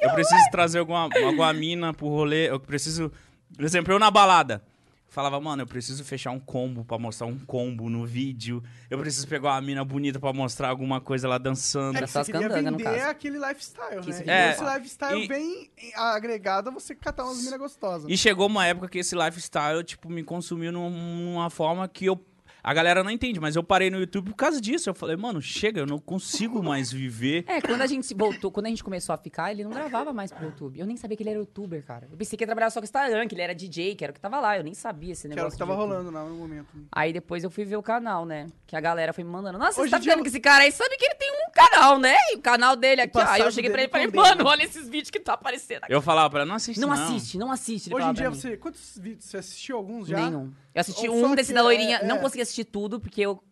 eu preciso trazer alguma, alguma mina pro rolê. Eu preciso. Por exemplo, eu na balada. Falava, mano, eu preciso fechar um combo pra mostrar um combo no vídeo. Eu preciso pegar uma mina bonita pra mostrar alguma coisa lá dançando.
É que
só
você
as
queria
candangas, tá no
vender
caso.
aquele lifestyle,
Que
né?
isso
E
é-
esse lifestyle
E-
vem em- agregado a você catar umas minas gostosas.
E chegou uma época que esse lifestyle, tipo, me consumiu num- numa forma que eu. A galera não entende, mas eu parei no YouTube por causa disso. Eu falei, mano, chega, eu não consigo mais viver.
É, quando a gente se voltou, quando a gente começou a ficar, ele não gravava mais pro YouTube. Eu nem sabia que ele era youtuber, cara. Eu pensei que ele trabalhava só com Instagram, que ele era DJ, que era o que tava lá. Eu nem sabia esse
Que era
negócio.
o que
de
tava
YouTube.
rolando lá no momento.
Aí depois eu fui ver o canal, né? Que a galera foi me mandando. Nossa,
Hoje
você tá
em dia
vendo
eu-
que esse cara aí sabe que ele tem um canal, né? E o canal dele aqui, ó. Aí eu
passado
cheguei pra
dele
ele e falei,
também,
mano, olha esses vídeos que tá aparecendo aqui.
Eu falava pra ela, não assiste
Não, assiste, não assiste. ele
Hoje em
falava
dia
pra mim.
você. Quantos vídeos? Você assistiu alguns já?
é Nenhum. Eu assisti
Ou só
um desse
que
da loirinha,
é-
não
é.
consegui assistir tudo, porque eu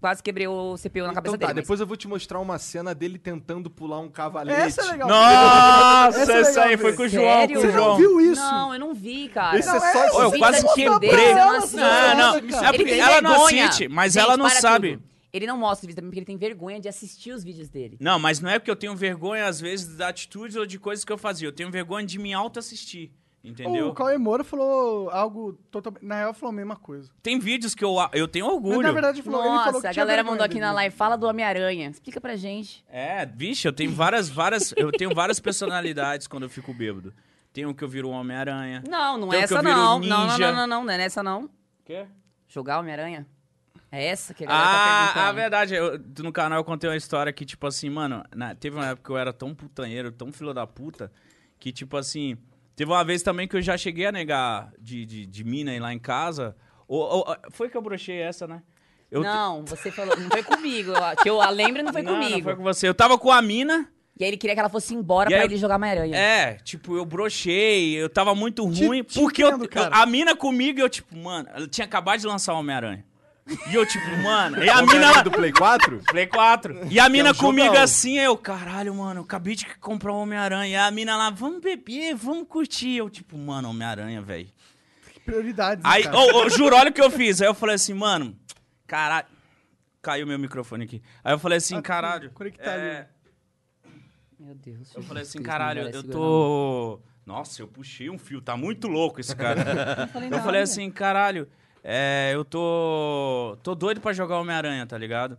quase quebrei o CPU na cabeça
Então tá,
dele. mas-
depois eu vou te mostrar uma cena dele tentando pular um cavalete.
Essa é legal.
Nossa,
Essa
essa,
é legal
aí foi
ver.
com o João,
Sério?
com o
Você não
João.
viu isso?
Não, eu não assim. vi, cara.
Esse é só
Ô, eu
Os
quase
vídeos antigos
quebrei.
dele, eu não
Não,
assisto.
Não, não.
Cara,
É
Ele
porque
tem
ela não
vergonha.
assiste, mas
Gente,
ela não
para
sabe.
tudo. Ele não mostra os vídeos também porque ele tem vergonha de assistir os vídeos dele.
Não, mas não é porque eu tenho vergonha, às vezes, da atitude ou de coisas que eu fazia. Eu tenho vergonha de me auto-assistir, entendeu?
O Cauê Moura falou algo totalmente. Na real, falou a mesma coisa.
Tem vídeos que eu, eu tenho
Mas,
orgulho.
na verdade, falou, ele falou que
Nossa, a
tinha
galera
vergonha
mandou aqui
dele né?
na
mesmo.
live, fala do Homem-Aranha. Explica pra gente.
É, vixe, eu tenho várias, várias, eu tenho várias personalidades quando eu fico bêbado. Tem um que eu viro um Homem-Aranha.
Não, não
Tem
é
o Então que eu
essa
viro
não. Não, não,
ninja.
não, não, não, não é nessa não.
Quê?
Jogar Homem-Aranha? É essa que a galera tá
Ah,
perguntando.
a verdade, eu- no canal eu contei uma história que, tipo assim, mano, na- teve uma época que eu era tão putanheiro, tão filho da puta, que, tipo assim, teve uma vez também que eu já cheguei a negar de, de, de mina aí lá em casa. Ou, ou- foi que eu brochei essa, né? Eu te-
Não, você falou, não foi comigo. ó, Que eu a lembro não foi
Não,
comigo.
Não foi com você. Eu tava com a mina,
E aí ele queria que ela fosse embora
E
pra
aí-
ele jogar Homem-Aranha.
É, tipo, eu brochei, eu tava muito ruim.
te
porque
entendo,
eu,
cara.
a mina comigo, eu, tipo, mano, ela tinha acabado de lançar o Homem-Aranha. E eu, tipo, mano. E a
Homem-Aranha
mina.
do Play 4?
Play 4. E a mina
um
comigo
jogão.
assim, eu, caralho, mano, eu acabei de comprar o Homem-Aranha. E a mina lá, vamos beber, vamos curtir. Eu, tipo, mano, Homem-Aranha, velho.
Prioridades. né,
Aí,
cara.
eu, juro, olha o que eu fiz. Aí eu falei assim, mano, caralho. Caiu meu microfone aqui. Aí eu falei assim,
Ah,
caralho.
conectar ali.
é,
Meu Deus.
Eu falei assim,
Jesus Cristo,
caralho,
mulher,
eu
segura
tô. Nossa, eu puxei um fio, tá muito louco esse cara.
falei
eu
nada.
falei assim, caralho, é, eu tô. tô doido pra jogar Homem-Aranha, tá ligado?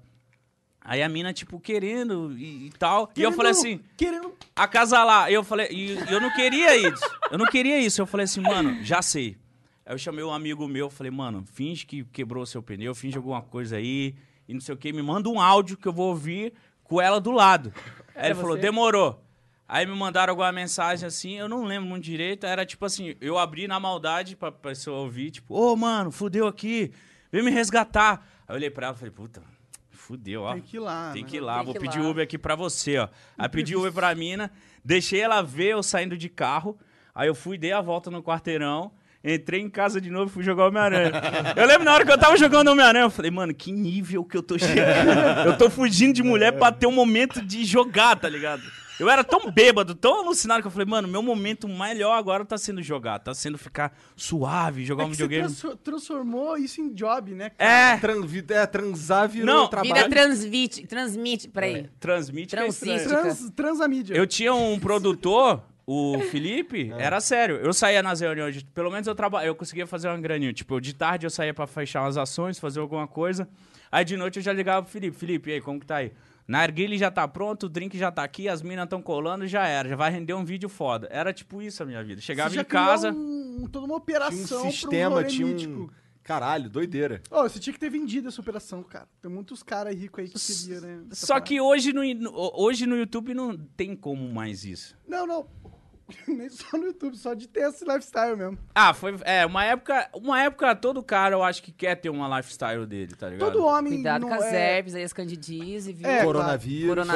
Aí a mina, tipo, querendo e, e tal. E eu
Querendo-
falei assim,
Querendo.
acasalar. E eu falei, e eu não queria isso. Eu não queria isso. Eu falei assim, mano, já sei. Aí eu chamei um amigo meu, falei, mano, finge que quebrou o seu pneu, finge alguma coisa aí, e não sei o que, me manda um áudio que eu vou ouvir com ela do lado.
É
Aí ele falou, demorou. Aí me mandaram alguma mensagem assim, eu não lembro muito direito, era tipo assim, eu abri na maldade pra pra pessoa ouvir, tipo, ô mano, fudeu aqui, vem me resgatar. Aí eu olhei pra ela e falei, puta, fudeu, ó.
Tem que ir lá,
Tem
né?
que ir lá,
Tem
vou
que ir
pedir
lá.
Uber aqui pra você, ó. Aí pedi Uber pra mina, deixei ela ver eu saindo de carro. Aí eu fui, dei a volta no quarteirão, entrei em casa de novo e fui jogar Homem-Aranha. eu lembro na hora que eu tava jogando Homem-Aranha, eu falei, mano, que nível que eu tô chegando. eu tô fugindo de mulher pra ter um momento de jogar, tá ligado? Eu era tão bêbado, tão alucinado que eu falei, mano, meu momento melhor agora tá sendo jogar, tá sendo ficar suave, jogar
É
um
que você
videogame.
transfor- transformou isso em job, né? cara?
É,
Tran- vi- é transável
Não,
e trabalho.
Vida transmite, transmite, peraí.
transmite. que é
Transiste.
estranho.
Trans, transamídia.
Eu tinha um produtor, o Felipe, era sério. Eu saía nas reuniões, de- pelo menos eu trabalhava, eu conseguia fazer uma graninha. Tipo, eu de tarde eu saía pra fechar umas ações, fazer alguma coisa. Aí de noite eu já ligava pro Felipe. Felipe, e aí, como que tá aí? Narguile já tá pronto, o drink já tá aqui, as minas tão colando, já era. Já vai render um vídeo foda. Era tipo isso a minha vida. Chegava
Você já
em casa...
criou Um, toda uma
Tinha um
operação
sistema,
pra um
tinha um...
neuroleptítico.
Caralho, doideira.
Ó, você tinha que ter vendido essa operação, cara. Tem muitos caras aí ricos aí que queria, né? essa
Só
parada.
que hoje no, hoje no YouTube não tem como mais isso.
Não, não. Nem só no YouTube, só de ter esse lifestyle mesmo.
Ah, foi. É, uma época. Uma época todo cara eu acho que quer ter uma lifestyle dele, tá ligado?
Todo homem.
Cuidado
não
com as
é...
herpes, aí as candidíase, viu?
É,
Coronavírus.
Coronavírus.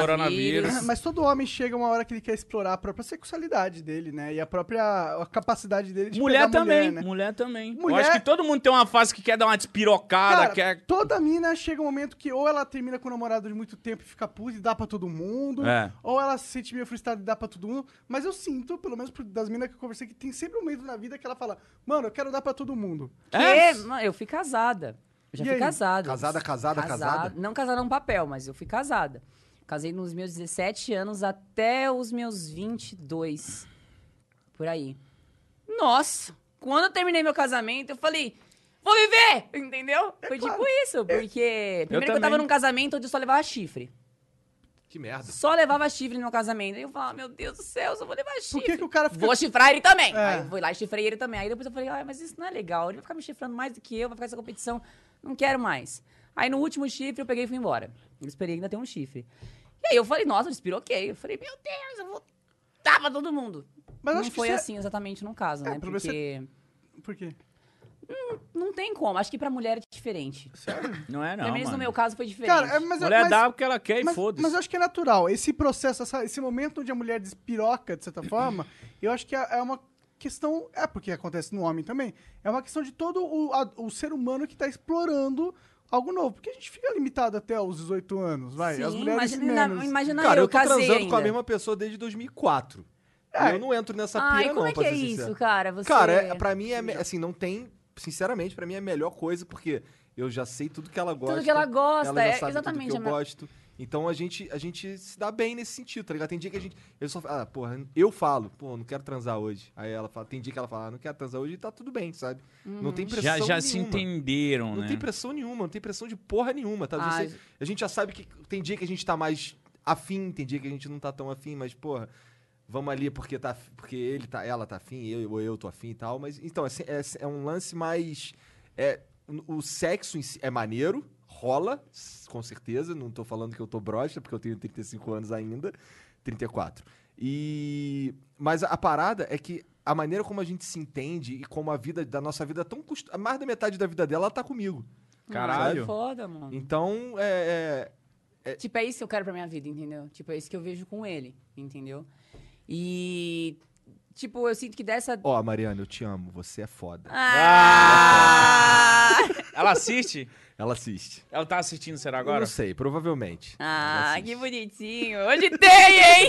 Coronavírus.
Mas todo homem chega uma hora que ele quer explorar a própria sexualidade dele, né? E a própria a capacidade dele de
Mulher
pegar
também,
mulher,
mulher,
né?
também.
Mulher-
Eu acho que todo mundo tem uma fase que quer dar uma despirocada,
Cara,
quer.
toda mina chega um momento que ou ela termina com o namorado de muito tempo e fica puta e dá pra todo mundo,
É.
ou ela se sente meio frustrada e dá pra todo mundo. Mas eu sinto, pelo menos por- das minas que eu conversei, que tem sempre um momento na vida que ela fala, mano, eu quero dar pra todo mundo.
Que?
É.
Mano, eu fui casada. Eu já
E
fui
aí?
casada.
Casada, casada, casada?
Não casada no papel, mas eu fui casada. Casei nos meus 17 anos até os meus 22. Por aí. Nossa! Quando eu terminei meu casamento, eu falei, vou viver! Entendeu? Foi tipo isso, porque... Primeiro que eu tava
também.
num casamento onde eu só levava chifre.
Que merda.
Só levava chifre no meu casamento. Aí eu falava, meu Deus do céu, eu só vou levar chifre.
Por que, que o cara fica.
Vou chifrar ele também.
É.
Aí eu fui lá e chifrei ele também. Aí depois eu falei, ah, mas isso não é legal. Ele vai ficar me chifrando mais do que eu, vai ficar essa competição. não quero mais. Aí no último chifre eu peguei e fui embora. Eu esperei ainda ter um chifre. E aí eu falei, nossa, despiroquei. Eu falei, meu Deus, eu vou dar pra todo mundo.
Mas
não
acho que
foi
isso é-
assim exatamente no caso,
É,
né?
pra
Porque
você- Por quê?
não tem como. Acho que pra mulher é diferente.
Não é, não.
Pelo menos
mano.
no meu caso foi diferente.
Cara, é, mas,
Mulher
mas,
dá o que ela quer e
mas, mas
foda-se.
eu acho que é natural. Esse processo, essa- esse momento onde a mulher despiroca, de certa forma, eu acho que é, é uma questão. É porque acontece no homem também. É uma questão de todo o, a- o ser humano que tá explorando algo novo. Porque a gente fica limitado até os 18 anos, vai. As
Sim,
mulheres
imagina,
menos.
imagina
Cara, eu,
eu,
tô
casei
transando
ainda.
com a mesma pessoa desde 2004.
É.
Eu não entro nessa
Ai,
pira,
como
não,
é que
pra
é
ser
isso,
sincero.
cara? Você...
Cara, é, pra mim é. me- Assim, não tem. Sinceramente, pra mim é a melhor coisa, porque eu já sei tudo que ela gosta.
Tudo que ela gosta,
ela já
é,
sabe
exatamente.
Tudo
a
que
me-
eu gosto. Então a gente, a gente se dá bem nesse sentido, tá ligado? Tem dia que a gente. Eu só falo, ah, porra, eu falo, pô, não quero transar hoje. Aí ela fala, tem dia que ela fala, ah, não quero transar hoje e tá tudo bem, sabe?
Uhum.
Não tem pressão
Já, já
nenhuma.
se entenderam,
Não
né?
tem pressão nenhuma, não tem pressão de porra nenhuma, tá?
Ah,
Você- a gente já sabe que tem dia que a gente tá mais afim, tem dia que a gente não tá tão afim, mas, porra, vamos ali porque tá af- porque ele tá, ela tá afim, eu ou eu tô afim e tal, mas então assim, é, é um lance mais é o o sexo em si é maneiro, rola, s- com certeza, não tô falando que eu tô broxa, porque eu tenho 35 anos ainda, 34. E mas a- a parada é que a maneira como a gente se entende e como a vida da nossa vida é tão custo... mais da metade da vida dela ela tá comigo.
Caralho.
Ai, foda, mano.
Então, é,
Tipo, é isso que eu quero pra minha vida, entendeu? Tipo, é isso que eu vejo com ele, entendeu? E. Tipo, eu sinto que dessa.
Ó, Mariana, eu te amo, você é foda.
Ah!
Ela assiste?
Ela assiste.
Ela tá assistindo, será
Agora? Eu
agora?
não sei, provavelmente.
Ah,
Ela assiste.
que bonitinho. Hoje tem,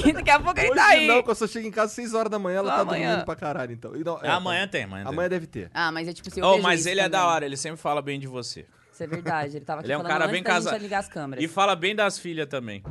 hein? Daqui a pouco ele tá
Hoje
aí.
não, que eu só chego em casa às 6 horas da manhã, ela
Só
tá
amanhã.
dormindo pra caralho, então. E não, é,
amanhã
tá.
tem, amanhã tem.
Amanhã deve ter.
Ah, mas é tipo, se eu
Oh,
vejo
mas
isso
ele é da
também.
hora, ele sempre fala bem de você.
Isso é verdade. Ele tava aqui
Ele é um
falando
cara
antes
bem
da gente
casa-
ligar as câmeras.
E fala bem das filhas também.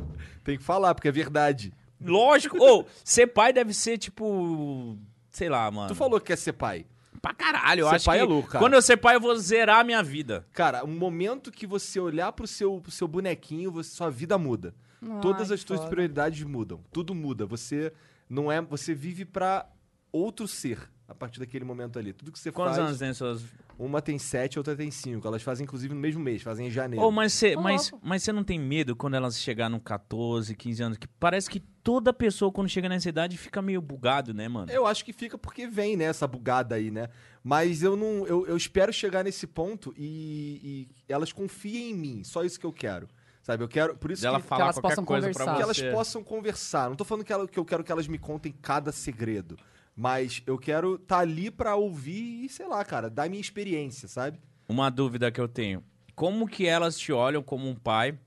Tem que falar, porque é verdade.
Lógico. Ou, ser pai deve ser, tipo... Sei lá, mano.
Tu falou que quer ser pai.
pra caralho. Eu
Ser
acho
pai
que
é louco, cara.
quando eu ser pai, eu vou zerar a minha vida.
Cara, um momento que você olhar pro seu, pro seu bonequinho, você- sua vida muda. Todas
que
as tuas
foda.
prioridades mudam. Tudo muda. Você não é. Você vive pra outro ser a partir daquele momento ali. Tudo que você
Quantos
faz.
anos é? tem suas...
Uma tem sete, outra tem cinco. Elas fazem, inclusive, no mesmo mês, fazem em janeiro.
Ô, mas você
Ô,
mas, mas você não tem medo quando elas chegar no 14, 15 anos? Que parece que toda pessoa, quando chega nessa idade, fica meio bugado, né, mano?
Eu acho que fica porque vem, né, essa bugada aí, né? Mas eu não. Eu, eu espero chegar nesse ponto e, e elas confiem em mim. Só isso que eu quero. Sabe? Eu quero. Por isso
Dela
que,
falar
elas
qualquer
possam
coisa pra
conversar.
que
você.
elas possam conversar. Não tô falando que, ela- que eu quero que elas me contem cada segredo. Mas eu quero estar tá ali pra ouvir e, sei lá, cara, dar minha experiência, sabe?
Uma dúvida que eu tenho. Como que elas te olham como um pai?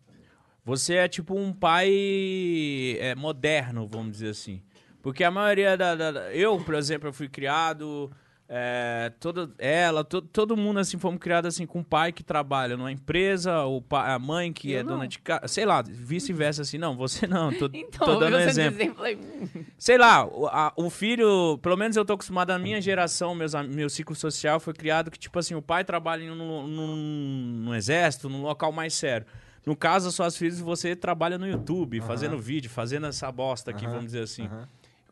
Você é tipo um pai é, moderno, vamos dizer assim. Porque a maioria da, da- da- Eu, por exemplo, eu fui criado. É, toda ela, to- todo mundo assim, fomos criados assim, com um pai que trabalha numa empresa, o pai, a mãe que
Eu
é
não.
dona de casa, sei lá, vice-versa assim, não, você não, tô,
Então,
tô dando
você
um
não
exemplo.
exemplo aí.
Sei lá, o, a- o filho, pelo menos eu tô acostumado, a minha geração, meus, am- meu ciclo social foi criado que, tipo assim, o pai trabalha no, no, no exército, num local mais sério. No caso, as suas filhas, você trabalha no YouTube, fazendo vídeo, fazendo essa bosta aqui, vamos dizer assim.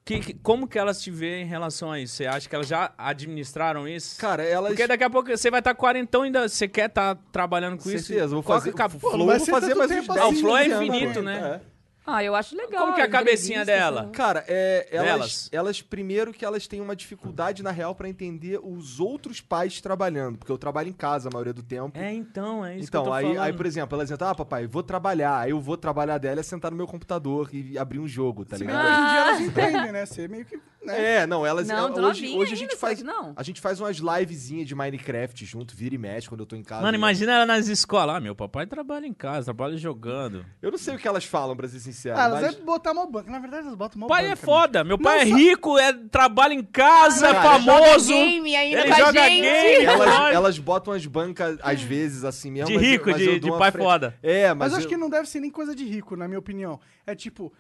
Que- que- como que elas te veem em relação a isso? Você acha que elas já administraram isso?
Cara, elas.
Porque daqui a pouco você vai estar tá quarentão e ainda você quer estar trabalhando com isso.
certeza, vou
Qual que
fazer.
acaba-
Flow,
não vai
vou
ser
fazer
tanto
mais
tempo
uns
assim,
Ah, o flow é
15 anos,
infinito,
pô.
né?
É.
Ah, eu acho legal.
Como que é a cabecinha
entrevista,
dela?
sei lá.
Cara, é, elas,
Delas.
elas primeiro que elas têm uma dificuldade, na real, pra entender os outros pais trabalhando. Porque eu trabalho em casa a maioria do tempo.
É, então, é isso que eu
então,
tô
aí,
falando.
aí, por exemplo, elas entram, ah, papai, vou trabalhar. Aí eu vou trabalhar dela é sentar no meu computador e abrir um jogo, tá
Se bem que
ligado?
hoje
Ah,
em dia
Ah.
elas entendem, né? Você meio que. Né?
É, não, elas.
Não,
é,
tô
hoje,
novinha
hoje a
ainda,
gente faz.
Sérgio, não.
A gente faz umas livezinhas de Minecraft junto, vira e mexe quando eu tô em casa.
Mano, imagina ela nas escolas. Ah, meu papai trabalha em casa, trabalha jogando.
Eu não sei o que elas falam, pra ser sincero.
Ah, elas
mas...
devem botar mal banca. Na verdade, elas botam mal banca.
É, Pai é
né?
foda, meu pai é
Não,
rico, é, trabalha em casa, é
Cara,
famoso.
Joga game ainda
Ele
com a
joga
gente.
game.
Elas, elas botam as bancas, às vezes, assim mesmo.
De
mas eu-
rico,
mas
de-
eu dou
de
uma
pai
fre-
foda.
É,
Mas
mas.
eu acho
eu-
que não deve ser nem coisa de rico, na minha opinião. É tipo,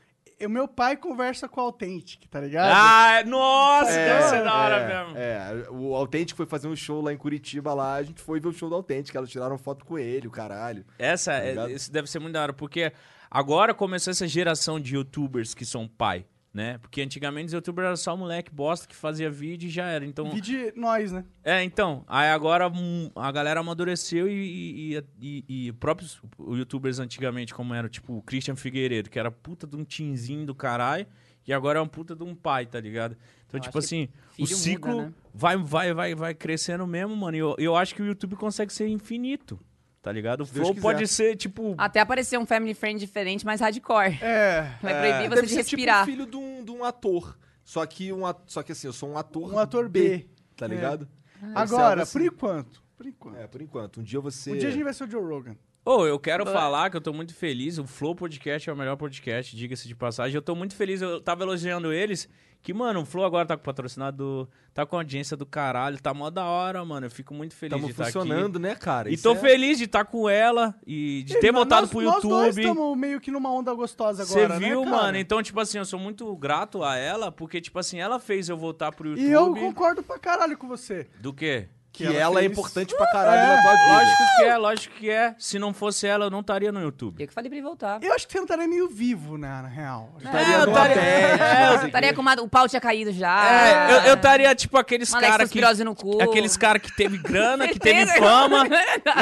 o meu pai conversa com a Authentic, tá ligado?
Ah, nossa, deve
é,
ser da hora
é,
mesmo.
é. o Autêntico foi fazer um show lá em Curitiba, lá a gente foi ver o show do Autêntico, elas tiraram foto com ele, o caralho.
Essa,
ligado?
é- isso deve ser muito da hora, porque agora começou essa geração de youtubers que são pai. Né? Porque antigamente os youtubers eram só moleque bosta que fazia vídeo e já era. Então,
Vide nós, né?
é, então. Aí agora hum, a galera amadureceu e, e, e, e próprios youtubers antigamente, como era tipo o Christian Figueiredo, que era puta de um tinzinho do caralho, e agora é um puta de um pai, tá ligado? Então,
Eu
tipo
acho que
assim, o
filho muda,
ciclo
né?
vai, vai, vai, vai crescendo mesmo, mano. E eu, eu acho que o YouTube consegue ser infinito, tá ligado? O
Deus
Flow
quiser.
pode ser, tipo.
Até aparecer um family friend diferente, mais hardcore.
É.
Vai proibir você
Deve
de
ser
respirar.
tipo um filho de um, de um ator. Só que, um at- só que assim, eu sou um ator.
Um ator B.
Tá
É.
ligado?
Ah,
Agora,
Assim.
por enquanto. Por enquanto.
É, por enquanto. Um dia você.
Um dia a gente vai ser o Joe Rogan.
Ô, eu quero falar que eu tô muito feliz. O Flow Podcast é o melhor podcast, diga-se de passagem. Eu tô muito feliz, eu tava elogiando eles. Que, mano, o Flow agora tá com patrocinador, tá com audiência do caralho, tá mó da hora, mano. Eu fico muito feliz
Tamo
de estar
funcionando, né, cara?
aqui. E
Isso
tô
é-
feliz de estar com ela e de ter
Nós-
voltado pro
nós dois
YouTube.
estamos meio que numa onda gostosa
Você
agora, né,
viu,
cara?
mano? Então, tipo assim, eu sou muito grato a ela, porque, tipo assim, ela fez eu voltar pro YouTube.
E eu concordo pra caralho com você.
Do quê?
Que,
que ela
ela é
fez.
importante pra caralho
É.
na tua vida.
Lógico que é, lógico que é. Se não fosse ela, eu não estaria no YouTube.
Eu que falei pra ele voltar.
Eu acho que você não estaria meio vivo, né, na real.
Estaria
É, eu
numa
estaria-
bad,
é,
não
eu
sei o
Estaria
quê.
com uma... O pau tinha caído já.
É, eu, eu estaria tipo aqueles
é
Uma Alex
caras que.
Suspirose no cu.
É Aqueles caras que teve grana, que teve
Certeza.
fama.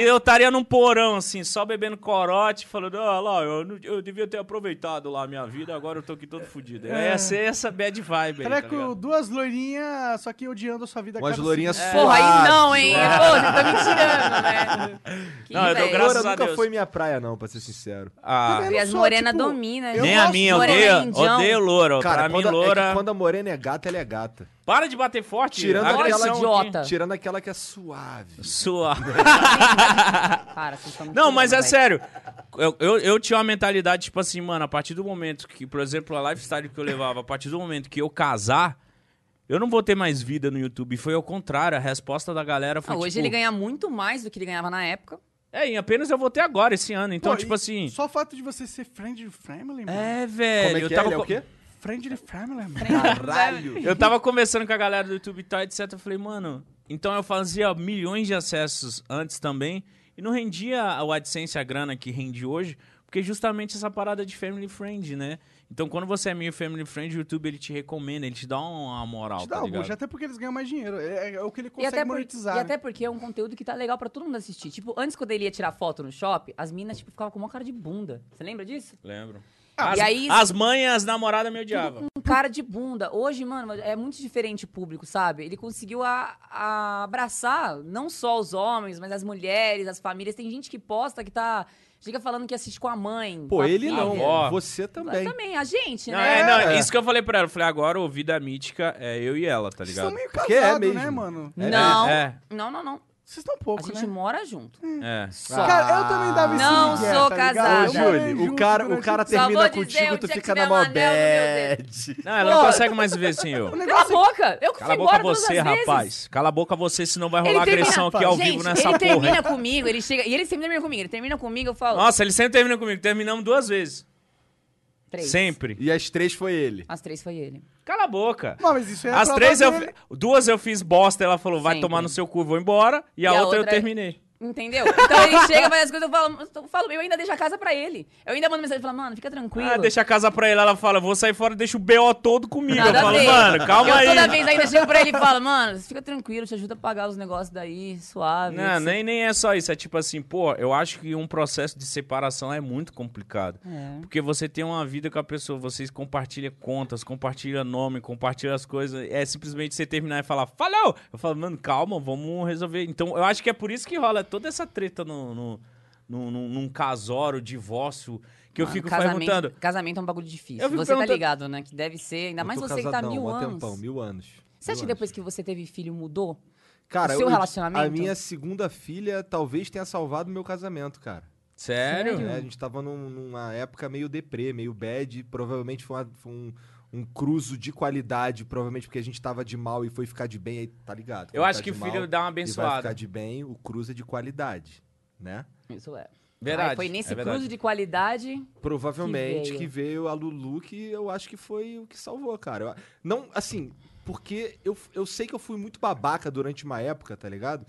e eu estaria num porão, assim, só bebendo corote, falando, ó, lá, eu, não- eu devia ter aproveitado lá a minha vida, agora eu tô aqui todo fudido. É. Ia ser essa bad vibe aí, tá
Estaria com
ligado?
duas loirinhas, só que odiando a sua vida. a
Umas
cada
lourinhas
segundo.
É. Porra,
Ah,
aí não, hein? Pô, você tá me tirando, né? Que
Não, eu dou
inveja.
graças
Loura
a
nunca
Deus.
foi minha praia, não, pra ser sincero.
Ah,
vendo?
E as
É, sou,
morenas
tipo,
dominas.
eu
nem
gosto
a
de
minha,
morena
odeio,
indião.
odeio loura.
Cara,
pra mim,
quando, a- é que
loura.
quando a morena é gata, ela é gata.
Para de bater forte,
Tirando
a
aquela
agressão aqui.
idiota. Tá.
Tirando aquela que é suave.
Sua.
Cara, vocês estão me
Não,
tirando,
mas é
velho.
sério. Eu, eu, eu tinha uma mentalidade, tipo assim, mano, a partir do momento que, por exemplo, a lifestyle que eu levava, a partir do momento que eu casar, eu não vou ter mais vida no YouTube. E Foi ao contrário, a resposta da galera foi.
Ah, hoje
tipo,
ele ganha muito mais do que ele ganhava na época.
É, e apenas eu vou ter agora, esse ano. Então,
Pô,
tipo
e
assim.
Só o fato de você ser friend family, mano.
É, velho.
Como é que
eu
é?
tava
Ele é
co-
o quê?
Friend family, mano.
Caralho.
Eu tava conversando com a galera do YouTube e tal, etc. Eu falei, mano, então eu fazia milhões de acessos antes também e não rendia o AdSense a grana que rende hoje, porque justamente essa parada de family friend, né? Então quando você é meio family friend, o YouTube ele te recomenda, ele te dá uma moral,
Te dá
tá
um
ligado?
bucho, até porque eles ganham mais dinheiro. É, é o que ele
E
consegue
até, por-
monetizar.
e
né?
até porque é um conteúdo que tá legal pra todo mundo assistir. Tipo, antes quando ele ia tirar foto no shopping, as minas tipo, ficavam com uma cara de bunda. Você lembra disso?
Lembro.
Ah,
As,
e aí-
as mães, as namoradas me odiavam.
Com Um cara de bunda. Hoje, mano, é muito diferente o público, sabe? Ele conseguiu a- a abraçar não só os homens, mas as mulheres, as famílias. Tem gente que posta que tá. Fica falando que assiste com a mãe. com
Pô,
a
ele
filha.
não.
Avó.
Você
Eu
também.
também, a gente,
Não,
né?
é, não, isso que eu falei pra ela. Eu falei, agora o Vida Mítica é eu e ela, tá
Vocês estão
ligado?
meio
Porque é
casados,
mesmo.
né, mano?
É,
Não,
é.
não, não, não.
Vocês estão
A
pouco,
gente
né?
mora junto.
É.
Só.
Cara, eu também dava esse
Não
migué,
sou
tá
casada.
ligado? Eu
Ô,
morei
Júlio, o
junto
cara, o
durante-
cara
Só vou
termina
dizer
contigo,
onde
tu
é que
fica
tiver
na
um
mó
anel no meu dedo.
bad.
Não, ela não consegue mais viver sem eu.
O
Cala a
negócio é
boca! Eu que
Cala
fui
a boca
embora todas
você,
as vezes.
rapaz. Cala a boca você, senão vai rolar
Ele termina-
agressão aqui ao
Gente,
vivo nessa
ele
porra. hein?
termina comigo, ele chega... E ele sempre termina comigo, ele termina comigo, eu falo...
Nossa, ele sempre termina comigo. Terminamos duas vezes.
três.
Sempre.
E as três foi ele.
As três foi ele.
Cala a boca.
Não, mas isso é a
As
prova
três eu.
dele.
Duas eu fiz bosta, ela falou, vai
Sempre.
tomar no seu cu, vou embora. E a,
E a
outra, eu
outra é-
terminei.
Entendeu? Então ele chega, faz as coisas, eu falo, eu falo... Eu ainda deixo a casa pra ele. Eu ainda mando mensagem, falo, mano, fica tranquilo.
Ah, deixa a casa pra ele. Ela fala, vou sair fora, deixa o BO todo comigo.
Nada
eu
a
falo,
ver.
mano, calma
eu
aí.
toda vez ainda chego pra ele e falo, mano, fica tranquilo, te ajuda a pagar os negócios daí, suave.
Não,
etc.
nem, nem é só isso. É tipo assim, pô, eu acho que um processo de separação é muito complicado.
É.
Porque você tem uma vida com a pessoa, vocês compartilham contas, compartilham nome, compartilham as coisas. É simplesmente você terminar e falar, falou! Eu falo, mano, calma, vamos resolver. Então, eu acho que é por isso que rola toda essa treta no, no, no- no- num casório, divórcio, que eu
Mano,
fico
casamento,
perguntando.
Casamento é um bagulho
Eu
difícil.
fico
Você tá
perguntando-
ligado, né? Que deve ser, ainda
Eu
mais
tô
você que tá
casadão,
mil
mó
anos.
tempão, mil anos.
Você acha que
Mil anos.
depois que você teve filho mudou?
Cara,
o seu
eu-
relacionamento?
a minha segunda filha talvez tenha salvado meu casamento, cara.
Sério?
É, a gente tava num- numa época meio deprê, meio bad. Provavelmente foi, uma- foi um, um cruzo de qualidade. Provavelmente porque a gente tava de mal e foi ficar de bem. Aí, tá ligado?
Eu
Quando
acho
tá
que o
de mal
filho dá
E
uma
vai
abençoada.
ficar de bem, o cruzo é de qualidade, né?
Isso é.
Verdade.
Aí foi nesse
é verdade.
cruzo de qualidade.
Provavelmente
veio.
que veio a Lulu que eu acho que foi o que salvou, cara. Eu- não, assim, porque eu, eu sei que eu fui muito babaca durante uma época, tá ligado?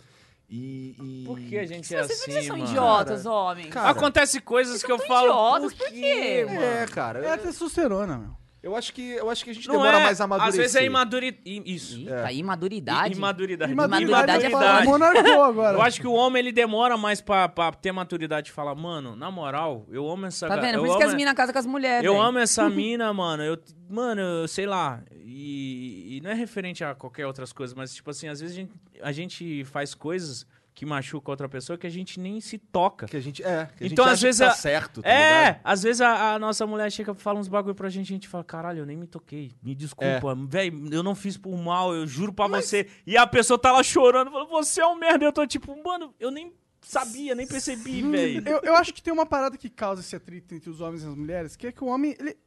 E. e-
Por que a gente é
Vocês
assim,
vocês são
mano?
idiotas, homens.
Cara,
Acontece coisas
Vocês
que eu
são
falo.
idiotas, por
por quê?
quê?
mano?
É, cara.
É a testosterona, meu.
Eu acho que, eu acho que a gente
Não
demora
é,
mais a amadurecer. né? É.
Às vezes é imaturidade. Isso.
Ih, tá, imaturidade.
Imaturidade.
Imaturidade é
fala, monarcou agora.
Eu acho que o homem ele demora mais pra, pra ter maturidade e falar, mano, na moral, eu amo essa
Tá
ga-
vendo?
eu
Por isso
amo
que as
e-
minas casam com as mulheres.
Eu
velho.
amo essa mina, mano. Eu, mano, eu sei lá. E, e não é referente a qualquer outras coisas, mas, tipo assim, às vezes a gente, a gente faz coisas que machucam outra pessoa que a gente nem se toca.
Que a gente, é, que a gente
Então,
acha
às vezes.
que tá
a-
certo, tá
é,
ligado?
às vezes a, a nossa mulher chega e fala uns bagulho pra gente e a gente fala: caralho, eu nem me toquei. Me desculpa,
É.
velho, eu não fiz por mal, eu juro pra você. E a pessoa tá lá chorando, falando: você é um merda. Eu tô tipo, mano, eu nem sabia, nem percebi, velho.
Eu, eu acho que tem uma parada que causa esse atrito entre os homens e as mulheres, que é que o homem, ele,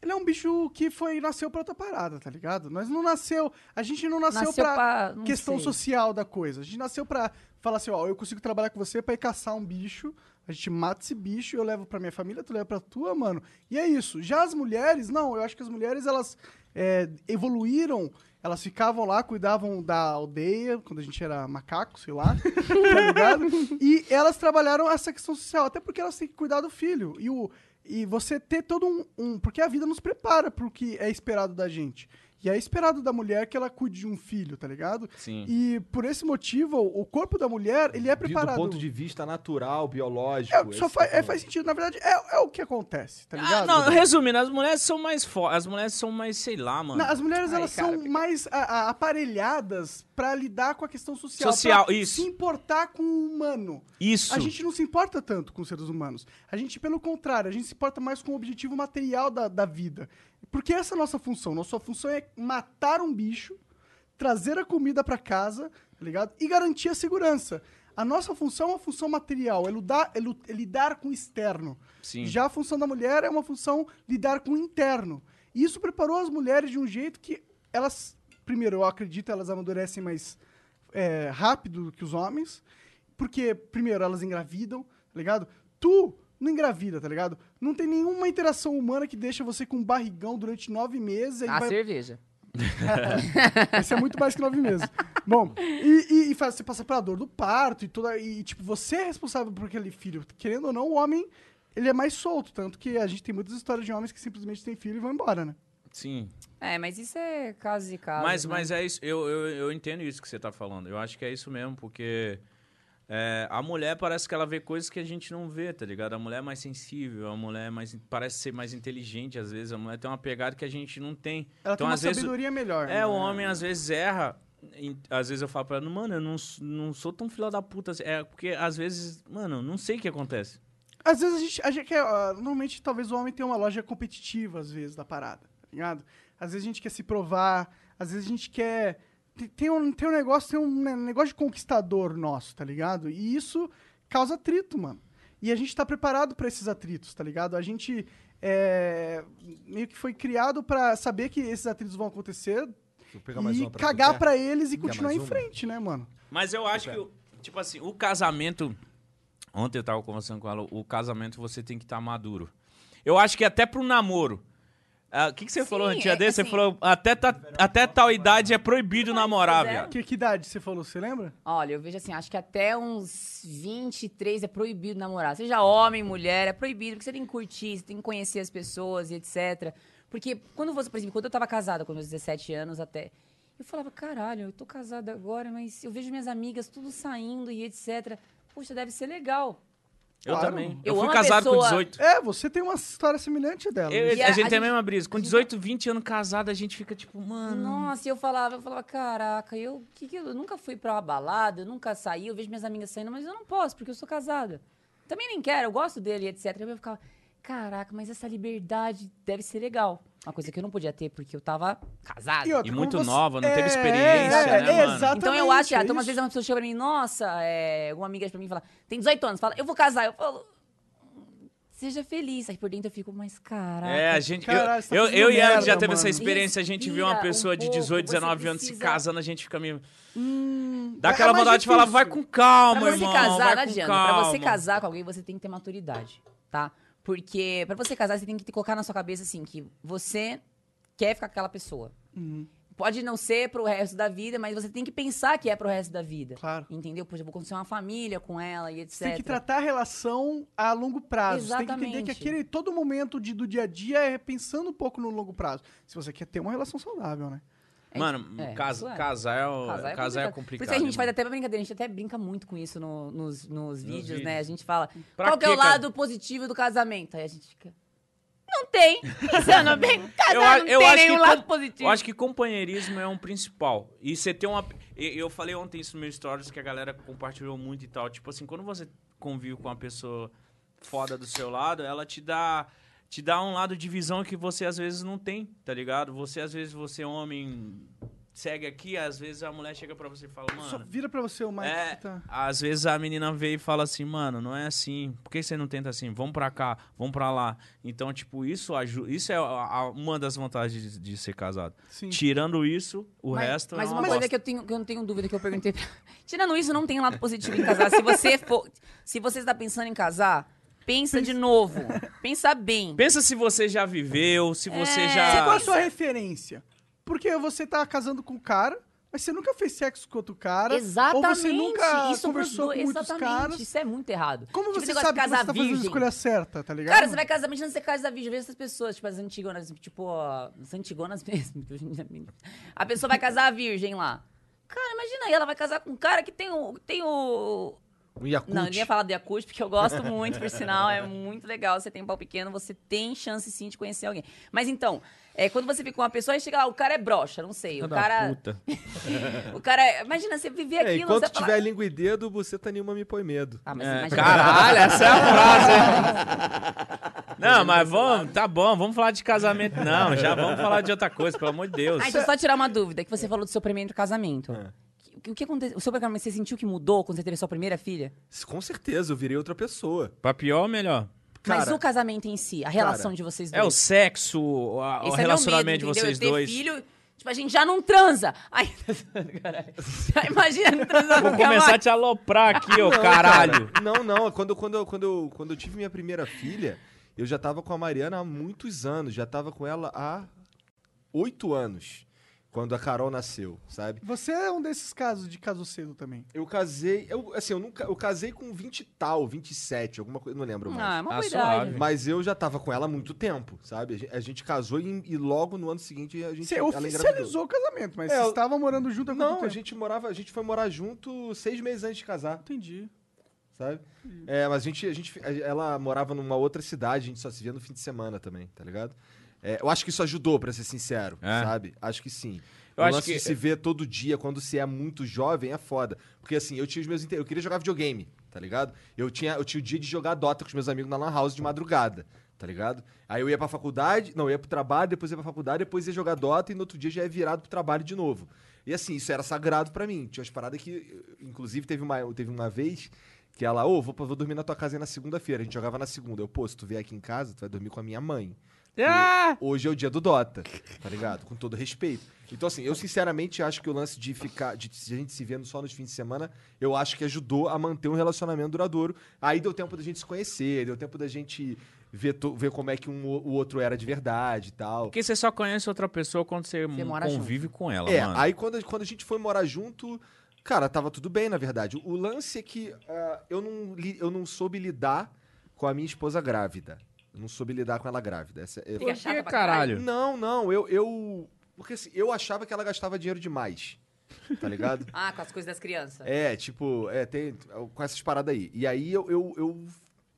ele é um bicho que foi nasceu pra outra parada, tá ligado? Nós não nasceu, a gente não
é
nasceu,
Nasceu
pra,
pra- não
questão
sei.
social da coisa. A gente nasceu pra falar assim, ó, eu consigo trabalhar com você pra ir caçar um bicho, a gente mata esse bicho, eu levo pra minha família, tu leva pra tua, mano. E é isso. Já as mulheres, não, eu acho que as mulheres, elas é, evoluíram... Elas ficavam lá, cuidavam da aldeia, quando a gente era macaco, sei lá. tá ligado? E elas trabalharam essa questão social, até porque elas têm que cuidar do filho. E, o, e você ter todo um, um- Porque a vida nos prepara pro que é esperado da gente. E é esperado da mulher que ela cuide de um filho, tá ligado?
Sim.
E por esse motivo, o corpo da mulher, ele é
Vi-
preparado.
Do ponto de vista natural, biológico.
É, só
esse tá
faz,
que eu
é,
tô
faz sentido. Na verdade, é, é o que acontece, tá
Ah,
ligado?
não, resumindo, as mulheres são mais fortes, as mulheres são mais, sei lá, mano.
Na- as mulheres,
Ai,
elas
cara,
são
fica-
mais a- a- aparelhado pra lidar com a questão social.
Social,
pra
isso.
Se importar com o humano.
Isso.
A gente não se importa tanto com seres humanos. A gente, pelo contrário, a gente se importa mais com o objetivo material da, da vida. Porque essa é a nossa função. Nossa função é matar um bicho, trazer a comida pra casa, tá ligado? E garantir a segurança. A nossa função é uma função material, é, ludar- é lu- é lidar com o externo.
Sim.
Já a função da mulher é uma função lidar com o interno. E isso preparou as mulheres de um jeito que elas, primeiro, eu acredito, elas amadurecem mais é, rápido que os homens. Porque, primeiro, elas engravidam, tá ligado? Tu não engravida, tá ligado? Não tem nenhuma interação humana que deixa você com um barrigão durante nove meses. e
A
vai-
Ah, cerveja.
Esse é muito mais que nove meses. Bom, e, e- e faz, você passa pela dor do parto e toda. E, tipo, você é responsável por aquele filho. Querendo ou não, o homem, ele é mais solto. Tanto que a gente tem muitas histórias de homens que simplesmente têm filho e vão embora, né?
Sim.
É, mas isso é caso de caso.
Mas,
né?
mas é isso, eu, eu, eu entendo isso que você tá falando. Eu acho que é isso mesmo, porque é, a mulher parece que ela vê coisas que a gente não vê, tá ligado? A mulher é mais sensível, a mulher é mais, parece ser mais inteligente às vezes, a mulher tem uma pegada que a gente não tem.
Ela
então,
tem uma
às vezes,
sabedoria né? melhor.
É, o homem às vezes erra. e Às vezes eu falo pra ela, mano, eu não, s- não sou tão filha da puta. assim." É porque às vezes, mano, não sei o que acontece.
Às vezes a gente. A gente quer, ah, normalmente, talvez o homem tenha uma loja competitiva, às vezes, da parada, tá ligado? Às vezes a gente quer se provar, às vezes a gente quer. tem- Tem um, tem um negócio, tem um ne- negócio de conquistador nosso, tá ligado? E isso causa atrito, mano. E a gente tá preparado pra esses atritos, tá ligado? A gente é, meio que foi criado pra saber que esses atritos vão acontecer
Deixa eu pegar mais
e
uma pra tu,
cagar
quer?
pra eles e
Quer
continuar
mais
em
uma?
frente, né, mano?
Mas eu acho que, o- tipo assim, o casamento. Ontem eu tava conversando com ela, o casamento você tem que estar maduro. Eu acho que até pro namoro. Ah, O que, que você
Sim,
falou um dia
é-
desse?
assim-
você falou até, ta- até tal idade é proibido namorar,
fizeram?
viado.
Que, que idade você falou, você lembra?
Olha, eu vejo assim, acho que até uns 23 é proibido namorar. Seja homem, mulher, é proibido, porque você tem que curtir, você tem que conhecer as pessoas e etc. Porque quando você, por exemplo, quando eu tava casada com meus 17 anos até, eu falava, caralho, eu tô casada agora, mas eu vejo minhas amigas tudo saindo e etc. Puxa, deve ser legal.
Eu
Claro.
também. Eu,
Eu
fui
amo a
casado com
pessoa-
18.
É, você tem uma história semelhante à dela.
Eu-
né?
E
a,
a- a
gente tem a
gente-
mesma brisa. Com 18, 20 anos casado, a gente fica tipo,
Hum.
mano.
Nossa, e eu falava, eu falava, caraca, eu, que que eu, eu nunca fui pra uma balada, eu nunca saí, eu vejo minhas amigas saindo, mas eu não posso, porque eu sou casada. Também nem quero, eu gosto dele, etc. Eu ficava, caraca, mas essa liberdade deve ser legal. Uma coisa que eu não podia ter, porque eu tava casada.
outra,
E
como
muito nova, não teve experiência, né, mano?
Então eu acho, então às
isso.
vezes uma pessoa chega pra mim, nossa, é, alguma amiga pra mim fala, tem 18 anos, fala, eu vou casar. Eu falo, "Hum, seja feliz. Aí por dentro eu fico, mas caraca.
É, a gente. eu-
Ah, Caralho, você tá
eu
fazendo
eu e ela
merda,
já teve essa
mano.
experiência. A gente viu
Respira
uma pessoa
um
de
pouco,
18,
você
19 anos se
precisa-
casando, a gente fica meio. Dá
é
aquela
mais
vontade de falar,
difícil.
vai com calma,
pra você
irmão. vai
casar, não
com
adianta.
Calma.
Pra você casar com alguém, você tem que ter maturidade, tá? Porque
Uhum.
pra você casar, você tem que te colocar na sua cabeça assim que você quer ficar com aquela pessoa. Po- Pode não ser pro resto da vida, mas você tem que pensar que é pro resto da vida.
Claro.
Entendeu? Poxa, eu vou construir uma família com ela e etc.
Você tem que tratar a relação a longo prazo. Você tem que entender que
Exatamente.
aquele, todo momento de, do dia a dia é pensando um pouco no longo prazo. Se você quer ter uma relação saudável, né?
É,
Mano,
é,
casa,
claro.
casar é, o- casar é, complicado.
Por isso que a
irmão.
gente faz até pra brincadeira, a gente até brinca muito com isso no- nos, nos vídeos,
vídeos.
né? A gente fala,
Pra
qual que é o
quê, cara?
lado positivo do casamento? Aí a gente fica, não tem. Pensando bem, casar
a-
não tem nenhum
com-
lado positivo.
Eu acho que companheirismo é um principal. E você tem uma. e- Eu falei ontem isso no meu stories que a galera compartilhou muito e tal. Tipo assim, quando você convive com uma pessoa foda do seu lado, ela te dá. Te dá um lado de visão que você às vezes não tem, tá ligado? Você, às vezes, você é um homem segue aqui, às vezes a mulher chega pra você e fala,
Só
mano.
vira pra você o Mike
É,
que tá...
às vezes a menina vê e fala assim, mano, não é assim. Por que você não tenta assim? Vamos pra cá, vamos pra lá. Então, tipo, isso ajuda. Isso é a- a- uma das vantagens de, de ser casado.
Sim.
Tirando isso, o
Mas,
resto
mas
é
uma,
uma,
coisa
bosta.
que eu, tenho, que eu não tenho dúvida que eu perguntei. pra- Tirando isso, não tem lado positivo em casar. Se você for, se você está pensando em casar, pensa de novo. Pensa bem.
Pensa se você já viveu, se você
É.
já.
Você qual é a sua referência? Porque você tá casando com um cara, mas você nunca fez sexo com outro cara.
Exatamente.
Ou você nunca
isso
conversou
pros
com
dois-
muitos
Exatamente.
caras.
Isso é muito errado.
Como
Tipo,
você
negócio de
sabe que você
casar
tá fazendo a
virgem.
escolha certa, tá ligado?
Cara, você vai casar, imagina você casa virgem, vê essas pessoas, tipo as antigonas, tipo, ó, as antigonas mesmo. que hoje em dia- é A pessoa vai casar a virgem lá. Cara, imagina aí, ela vai casar com um cara que tem o. Tem o
Um Yakut.
não, eu ia falar do Yakult, porque eu gosto muito, por sinal, é muito legal. Você tem um pau pequeno, você tem chance sim de conhecer alguém. Mas então, é, quando você fica com uma pessoa, aí chega lá, o cara é broxa, não sei. O cara. o cara. é- Imagina, você viver
É,
aquilo,
enquanto
você
tiver
fala-
língua e dedo, você tá nenhuma me põe medo.
Ah, mas
É,
imagina.
caralho, essa é a frase. hein? Não, mas vamos, tá bom, vamos falar de casamento. Não, já vamos falar de outra coisa, pelo amor de Deus.
Ah, deixa eu só tirar uma dúvida, que você falou do seu primeiro casamento.
É.
O que- O que aconteceu? O seu primeiro casamento, você sentiu que mudou quando você teve a sua primeira filha?
Com certeza, eu virei outra pessoa.
Pra pior ou melhor?
Mas
Cara,
o casamento em si, a relação
cara,
de vocês dois.
É o sexo, a- o
Esse é meu
relacionamento de
medo, entendeu?
vocês
eu ter
dois.
filho, tipo, a gente já não transa. Ai, caralho. Já imagina não transar
Vou
nunca
começar a
mais.
te aloprar aqui, ô
Ah,
Não,
caralho.
cara. Não, não. Quando, quando, eu- quando, eu, quando eu tive minha primeira filha, eu já tava com a Mariana há muitos anos. Já tava com ela há oito anos. Quando a Carol nasceu, sabe?
Você é um desses casos de caso cedo também.
Eu casei. Eu, assim, eu nunca. Eu casei com 20 e tal, 27, alguma coisa. Não lembro mais.
Ah, é uma
Ah,
boa
suave.
idade.
Mas eu já tava com ela há muito tempo, sabe? A gen- A gente casou e, e logo no ano seguinte a gente.
Você
ela engravidou.
oficializou é? o casamento, mas
É,
vocês
eu-
estavam morando junto há quanto
Não, a
tempo?
gente morava, a gente foi morar junto seis meses antes de casar,
Entendi.
sabe? É, mas a gente, a gente, a- ela morava numa outra cidade, a gente só se via no fim de semana também, tá ligado? É, eu acho que isso ajudou, pra ser sincero,
É.
sabe? Acho que sim.
Eu
o
acho
lance
que-
de se ver todo dia quando se é muito jovem é foda. Porque assim, eu tinha os meus. inte- Eu queria jogar videogame, tá ligado? Eu tinha, eu tinha o dia de jogar Dota com os meus amigos na Lan House de madrugada, tá ligado? Aí eu ia pra faculdade, não, eu ia pro trabalho, depois ia pra faculdade, depois ia jogar Dota e no outro dia já ia virado pro trabalho de novo. E assim, isso era sagrado pra mim. Tinha umas paradas que. Inclusive, teve uma, teve uma vez que ela, ô, vou, pra- vou dormir na tua casa aí na segunda-feira. A gente jogava na segunda. Eu, pô, se tu vier aqui em casa, tu vai dormir com a minha mãe.
Ah!
Hoje é o dia do Dota, tá ligado? Com todo respeito. Então, assim, eu sinceramente acho que o lance de ficar, de a gente se vendo só nos fins de semana, eu acho que ajudou a manter um relacionamento duradouro. Aí deu tempo da gente se conhecer, deu tempo da gente ver, to- ver como é que um, o outro era de verdade e tal.
Porque você só conhece outra pessoa quando você,
mora
convive com ela,
É,
mano.
aí quando, a- quando a gente foi morar junto, cara, tava tudo bem, na verdade. O lance é que ah, eu, não li- eu não soube lidar com a minha esposa grávida. Eu não soube lidar com ela grávida. Essa, é-
Fica
Por
chata
que,
pra
caralho?
Não, não, eu. eu porque assim, eu achava que ela gastava dinheiro demais. Tá ligado?
Ah, com as coisas das crianças.
é, tipo, é, tem. Com essas paradas aí. E aí eu, eu, eu-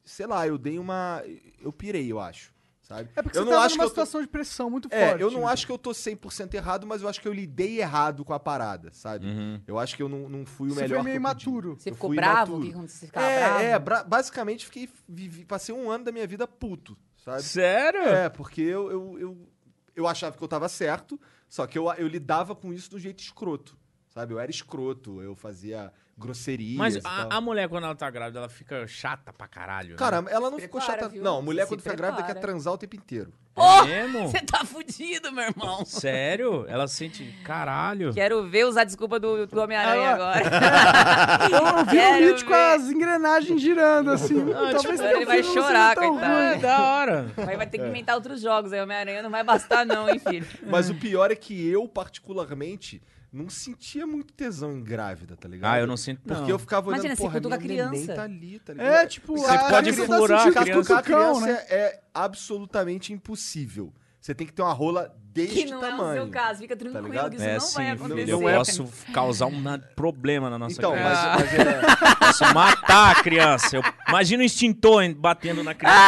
Sei lá, eu dei uma. Eu pirei, eu acho. Sabe?
É porque
eu
você tava
que
numa
eu tô-
situação de pressão muito
é,
forte.
eu não
né?
acho que eu tô 100% errado, mas eu acho que eu lidei errado com a parada, sabe? Eu acho que eu não, não fui o
Você
melhor.
foi meio
que eu podia.
imaturo. tá,
Você
Eu
ficou
fui
bravo? O
imaturo.
que aconteceu? Você ficava bravo?
É, é bra- basicamente fiquei, vivi- passei um ano da minha vida puto, sabe?
Sério?
É, porque eu, eu, eu, eu achava que eu tava certo, só que eu, eu lidava com isso do jeito escroto, sabe? Eu era escroto, eu fazia. grosserias
Mas
e tal.
a, a mulher, quando ela tá grávida, ela fica chata pra caralho. né?
Cara, ela não ficou
prepara,
chata.
viu?
Não, a mulher
Se
quando fica grávida quer
prepara.
transar o tempo inteiro.
Porra!
mesmo?
Você tá fudido, meu irmão.
Sério? Ela sente. Caralho.
Quero ver usar a desculpa do, do Homem-Aranha
Ah,
agora.
Eu vi
Quero
o Mitch com
ver.
as engrenagens girando, assim.
tipo,
Talvez tenha um
Ah, ele vai
filme não
chorar,
seja tão
coitado.
ruim.
Ah, da hora.
Mas vai ter que inventar outros jogos. Aí Homem-Aranha não vai bastar, não, hein, filho?
Mas o pior é que eu, particularmente, não sentia muito tesão em grávida, tá ligado?
Ah, eu não sinto,
Porque
não.
eu ficava olhando,
Imagina, você
porra,
cutuca a
minha neném
criança.
tá ali, tá ligado?
É, tipo,
Você
a
pode
criança tá
furar a
sentindo
criança.
Cutucar a
cutucão,
Ah, criança
né?
é absolutamente impossível. Você tem que ter uma rola deste
que não
tamanho.
é o seu caso. Fica tranquilo
ligado?
que isso
É,
não vai
sim,
acontecer.
eu posso causar um na- problema na nossa
Então, mas,
criança.
mas era-
Posso matar a criança. Eu- imagina o extintor en- batendo na criança.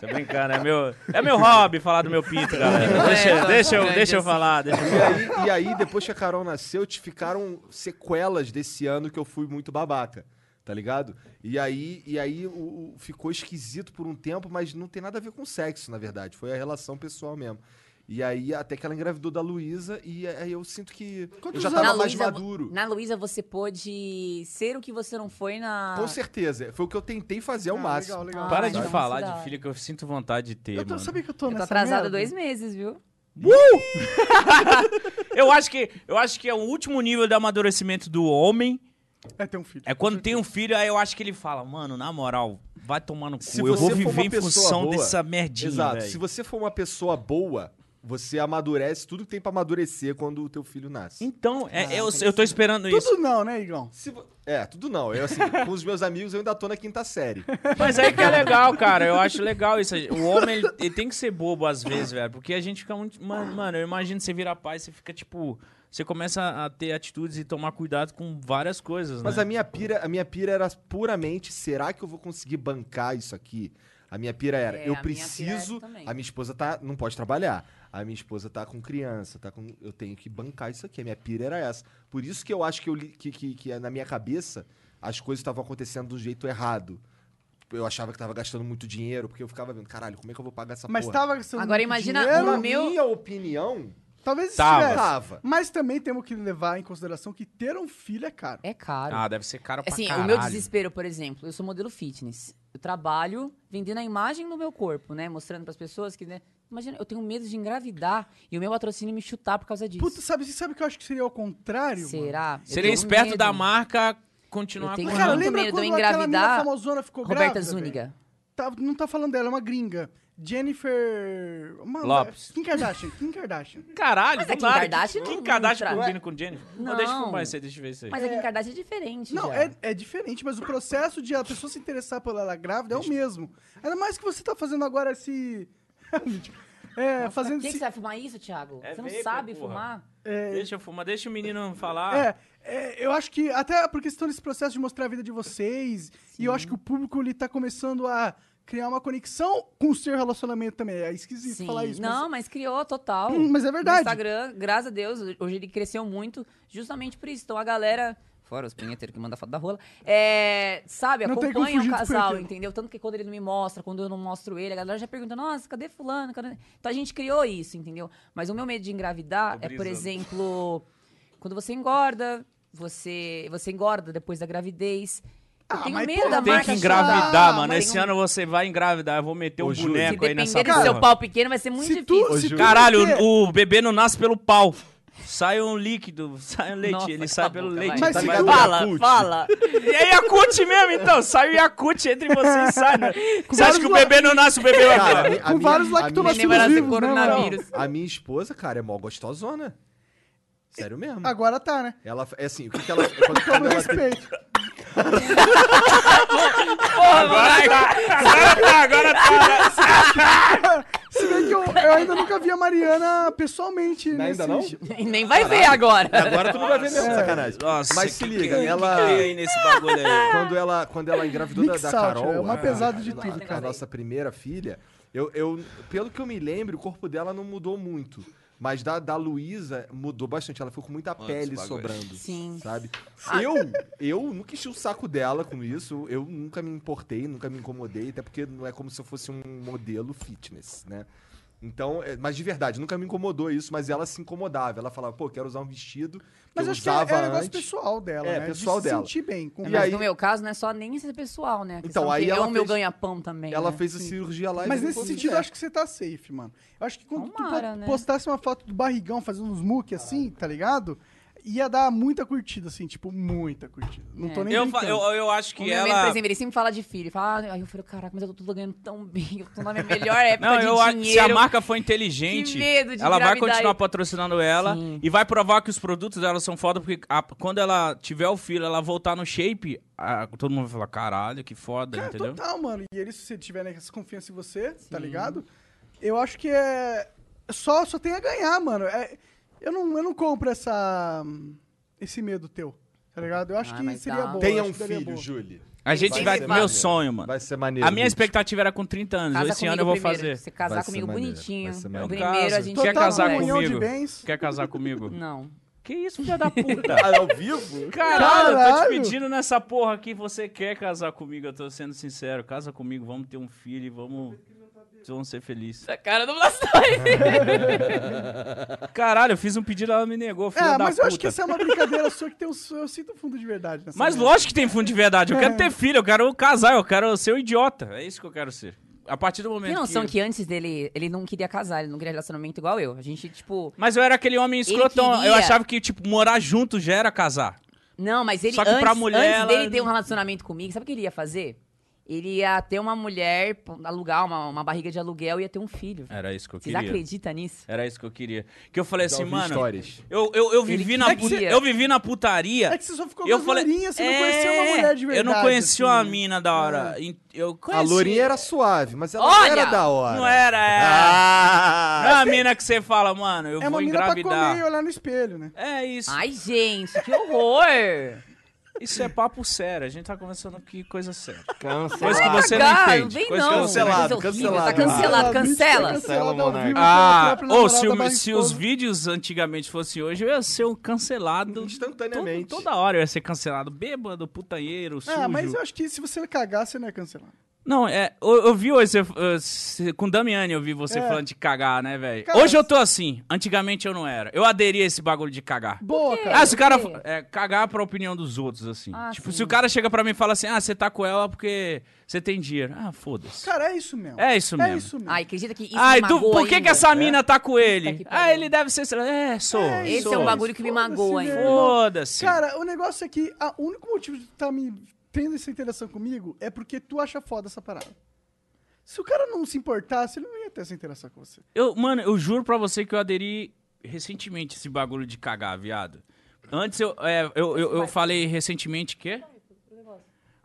Tô brincando, é meu, é meu hobby falar do meu pinto, galera. Deixa,
É, tá
deixa, eu,
grande
deixa eu
assim.
falar. Deixa eu...
é, e, aí, e aí, depois que a Carol nasceu, te ficaram sequelas desse ano que eu fui muito babaca. Tá ligado? E aí, e aí o- o- ficou esquisito por um tempo, mas não tem nada a ver com sexo, na verdade. Foi a relação pessoal mesmo. E aí, até que ela engravidou da Luísa, e aí eu sinto que eu
Quantos
já
anos?
tava
Na
é mais
Luísa,
maduro.
Na Luísa, você pôde ser o que você não foi na.
Com certeza. Foi é o que eu tentei fazer ao
Ah,
máximo.
Legal, legal.
Para
Ai,
de
nossa,
falar
da
de
hora.
filho que eu sinto vontade de ter,
Eu tô,
mano.
sabia que eu tô
Eu tô
nessa
atrasada
merda?
tá dois meses, viu?
Eu acho que eu acho que é o último nível de amadurecimento do homem
É, tem um filho.
é quando tem um filho, aí eu acho que ele fala, mano, na moral, vai tomar no cu.
Se
eu
você
vou
for
viver
uma
em
pessoa
função
boa-
dessa merdinha,
Exato.
velho."
Se você for uma pessoa boa, você amadurece tudo que tem pra amadurecer quando o teu filho nasce.
Então, é,
ah,
eu, eu tô esperando
É
isso.
Tudo não, né, Igão?
Se vo- É, tudo não. Eu, assim, com os meus amigos, eu ainda tô na quinta série.
Mas é que é legal, cara. Eu acho legal isso. O homem, ele, ele tem que ser bobo às vezes, velho. Porque a gente fica muito. Mano, mano, eu imagino você virar pai, você fica tipo. Você começa a ter atitudes e tomar cuidado com várias coisas,
Mas
né?
a minha pira, a minha pira era puramente, será que eu vou conseguir bancar isso aqui? A minha pira era,
É, a
eu
minha
preciso,
pira é também.
a minha esposa tá, não pode trabalhar. A minha esposa tá com criança, tá com, eu tenho que bancar isso aqui. A minha pira era essa. Por isso que eu acho que eu li- que, que, que é, na minha cabeça as coisas estavam acontecendo do jeito errado. Eu achava que tava gastando muito dinheiro, porque eu ficava vendo, caralho, como é que eu vou pagar essa
Mas
porra?
tava gastando
Agora
muito
imagina
dinheiro.
no
Na
um- meu-
minha opinião,
Talvez
Tava.
estivesse.
tava.
Mas também temos que levar em consideração que ter um filho é caro.
É caro.
Ah, deve ser caro pra
assim,
caralho.
o meu desespero, por exemplo, eu sou modelo fitness. Eu trabalho vendendo a imagem do meu corpo, né? Mostrando pras pessoas que, né? Imagina, eu tenho medo de engravidar e o meu patrocínio me chutar por causa disso.
Puta, sabe, sabe que eu acho que seria ao contrário? mano?
Será? Eu
Seria
tenho
é esperto
medo.
da marca continuar
Eu tenho
com
Mas, cara,
muito
lembra
medo,
quando
eu
aquela mina
engravidar
famosona ficou
Roberta
grávida, velho?
Zúñiga.
Tá- não tá falando dela, é uma gringa. Jennifer... Uma,
Lopes.
Kim Kardashian, Kim Kardashian.
Caralho,
Mas
do
a Kim
nada.
Kardashian
Kim
não-
Kardashian
não tra-
combina com Jennifer? Não,
Não.
deixa eu mais aí, deixa eu ver isso aí.
Mas a Kim Kardashian é diferente
Não,
já.
é, é diferente, mas o processo de a pessoa se interessar por ela grávida é o mesmo. Ainda mais que você tá fazendo agora esse... é,
Nossa,
fazendo
pra que, que
esse...
você vai fumar isso, Thiago?
É
você não
vape,
sabe
porra.
fumar?
é,
Deixa eu fumar, deixa o menino falar.
É, é, eu acho que até porque estão nesse processo de mostrar a vida de vocês, e eu acho que o público ele tá começando a criar uma conexão com o seu relacionamento também. É esquisito falar isso.
Não, mas criou total.
Hum, mas é
No
verdade.
Instagram, graças a Deus, hoje ele cresceu muito justamente por isso. Então a galera, fora os punheteiros que mandam foto da rola, é, sabe,
Não tem como
acompanha o
fugir dos
casal,
punheteiros.
entendeu? Tanto que quando ele não me mostra, quando eu não mostro ele, a galera já pergunta, nossa, cadê fulano? Cadê? Então a gente criou isso, entendeu? Mas o meu medo de engravidar
Tô
é, por
brisando.
exemplo, quando você engorda, você, você engorda depois da gravidez. Eu
Ah,
tenho
mas,
medo
pô,
da
tem
Tem
marca é
que
chutar,
engravidar, mano.
mas
Esse
tenho-
ano você vai engravidar. Eu vou meter um
Ô, Júlio, se
boneco
Se
aí nessa
depender do
porra.
seu pau pequeno, vai ser muito
Se tu-
difícil.
se tu
Caralho,
quer-
o bebê não nasce pelo pau. Sai um líquido, sai um leite,
Nossa,
ele
cala
sai
a
pelo
boca,
leite.
vai.
Mas
tá
se
ligado?
tu-
Fala,
Yakult.
fala.
E é Yakut mesmo, então. Sai o Yakut entre vocês e sai. Né? Você acha que o bebê não nasce, o bebê vai
Cara,
falar.
a
Com vários
minha- a
lactobacilos
minha-
Neném vai nascer
vivos, né, mano?
coronavírus.
A minha esposa, cara, é mó gostosona. Sério mesmo.
Agora tá, né?
Ela é assim, o que, que ela. Quando,
Todo
quando ela tem-
respeito.
Agora tá, agora tá, agora tá.
Se bem que eu, eu ainda nunca vi a Mariana pessoalmente. né, assim, tipo,
ainda não?
nesse-
E nem vai ver agora.
Agora tu não vai ver mesmo,
É.
Nossa,
sacanagem.
Nossa,
Mas se
que-
liga,
que-
ela-
que que é aí nesse bagulho aí?
Quando ela, quando ela engravidou da,
Mix
da
out,
Carol.
é uma
a-
pesada de
a-
tudo,
A
cara.
nossa primeira filha, eu, eu, pelo que eu me lembro, o corpo dela não mudou muito. Mas da, da Luísa mudou bastante. Ela ficou com muita pele sobrando.
Sim.
Sabe?
Ah.
Eu, eu nunca enchi o saco dela com isso. Eu nunca me importei, nunca me incomodei. Até porque não é como se eu fosse um modelo fitness, né? Então, é, mas de verdade, nunca me incomodou isso, mas ela se incomodava. Ela falava, pô, quero usar um vestido. que
Mas
eu
acho que é, é
usava
um negócio
antes.
pessoal dela,
É,
né?
pessoal
de se
dela.
sentir bem. Com
E
Mas
aí-
no meu caso, não é só nem ser pessoal, né? A
Então,
questão
aí
que é
ela
o meu
fez-
ganha-pão também.
Ela
né?
fez a cirurgia lá e
Mas
ficou
nesse
tudo
sentido, eu
certo.
acho que você tá safe, mano. Eu acho que quando tu
Tomara,
po-
né?
postasse uma foto do barrigão fazendo uns muque assim, tá ligado? Ia dar muita curtida, assim, tipo, muita curtida. Não
É.
tô nem
Eu, fa-
brincando.
eu, eu acho
O
que
meu
ela.
ela... ele sempre fala de filho. Fala, ah, aí eu falei, caraca, mas eu tô, tô ganhando tão bem, eu tô na minha é melhor época
Não,
de
eu acho que se
dinheiro.
a marca for inteligente,
Que medo de
ela vai
engravidar
continuar
e-
patrocinando ela
Sim.
e vai provar que os produtos dela são foda, porque a- quando ela tiver o filho, ela voltar no shape, a- todo mundo vai falar, caralho, que foda,
Cara,
né, entendeu?
total, mano. E ele, se você tiver né, essa confiança em você, tá ligado? Eu acho que é. Só, só tem a ganhar, mano. É- Eu, não, eu não compro essa. esse medo teu, tá ligado? Eu acho
Ah,
que
mas
seria
dá.
bom.
Tenha
acho
um
que daria
filho,
bom.
Julie.
A gente
Vai
vai.
ser
Meu
maneiro.
sonho, mano.
Vai ser maneiro.
A minha
Lute.
expectativa era com 30 anos.
Casa
Esse ano
comigo
eu vou
primeiro.
fazer.
Se casar
Vai ser
comigo
maneiro,
bonitinho.
vai ser
o
maneiro.
primeiro a
Caso.
gente um
Quer
Total
casar
acontece.
comunhão
comigo?
de bens.
Quer casar comigo?
Não.
que isso, filha da puta?
Ah, ao vivo?
Caralho, eu tô te
Caralho!
pedindo nessa porra aqui, você quer casar comigo, eu tô sendo sincero. Casa comigo, vamos ter um filho e vamos. Vamos ser felizes.
Essa Tá cara do Blastoise.
Caralho, eu fiz um pedido, ela me negou, filha
É,
da
mas
puta.
eu acho que essa é uma brincadeira sua que tem o seu- eu sinto fundo de verdade. Nessa
Mas
merda.
lógico que tem fundo de verdade. Eu
É.
quero ter filho, eu quero casar, eu quero ser um idiota. É isso que eu quero ser. A partir do
Tem
momento
noção
que...
que antes dele, ele não queria casar, ele não queria relacionamento igual eu. A gente, tipo.
Mas eu era aquele homem
Ele
escrotão. Eu
queria.
achava que, tipo, morar junto já era casar.
Não, mas ele
Só que
antes,
pra mulher,
antes
ela
dele ter um
não-
relacionamento comigo, sabe o que ele ia fazer? Ele ia ter uma mulher, pô, alugar uma, uma barriga de aluguel e ia ter um filho.
Era isso que É, eu
Vocês
queria.
acreditam nisso?
Era isso que eu queria. Que eu falei
Já
assim,
ouvi
mano.
histórias.
Eu, eu, eu, vivi
Ele
na
queria.
puta- eu vivi na putaria.
É que você só ficou
eu
com as
falei,
lourinhas, você não conheceu uma
"É,
mulher de
Eu não
verdade,
conheci
assim,
uma
né?"
mina da hora. Em- Eu
A
conheci...
Lourinha era suave, mas ela
Olha!
era da hora.
é assim. Não era é. ela.
Ah!
Não é a mina que você fala, mano, eu
É uma
vou
mina pra comer e
engravidar.
olhar no espelho, né?
É isso.
Ai, gente, que horror!
Isso é papo sério. A gente tá conversando aqui coisa séria.
Cancela.
Coisa que você não
Cara, não
entende.
vem
Coisa
não.
que você não
Cancelado,
Coisa horrível,
cancelado.
Tá
Ah,
cancelado, cancela.
Cancela,
tá
Monarca.
Ah, ou se, o-
os
se os vídeos antigamente fossem hoje, eu ia ser um cancelado
Instantaneamente.
todo- toda hora eu ia ser cancelado. Bêbado, putanheiro, sujo.
Ah, mas eu acho que se você cagar, você não é cancelado.
Não, é. Eu, eu vi hoje. você- eh, se- com Damiani eu vi você
É.
falando de cagar, né, velho?
Cara,
Hoje eu tô assim. Antigamente eu não era. Eu aderi a esse bagulho de cagar.
Boa,
Ah,
cara.
se o cara.
Por quê?
É, cagar pra opinião dos outros, assim.
Ah,
tipo,
sim.
se o cara chega pra mim e fala assim: ah, você tá com ela porque você tem dinheiro. Ah, foda-se.
Cara, é isso mesmo.
É isso
É
mesmo.
isso mesmo.
Ai, acredita que isso
Ai,
me
tu,
magoa
por que, que
ainda?
essa mina tá com ele?
que
ah,
pariu.
ele deve ser. sei lá, É, sou.
Esse
sou.
é um bagulho que me
Foda-se,
magoa, hein?
velho.
Foda-se.
Cara, o negócio é que a- o único motivo de tu tá me tendo essa interação comigo é porque tu acha foda essa parada. Se o cara não se importasse, ele não ia ter essa interação com você.
Eu, mano, eu juro pra você que eu aderi recentemente esse bagulho de cagar, viado. Antes eu, é, eu, eu, eu falei recentemente que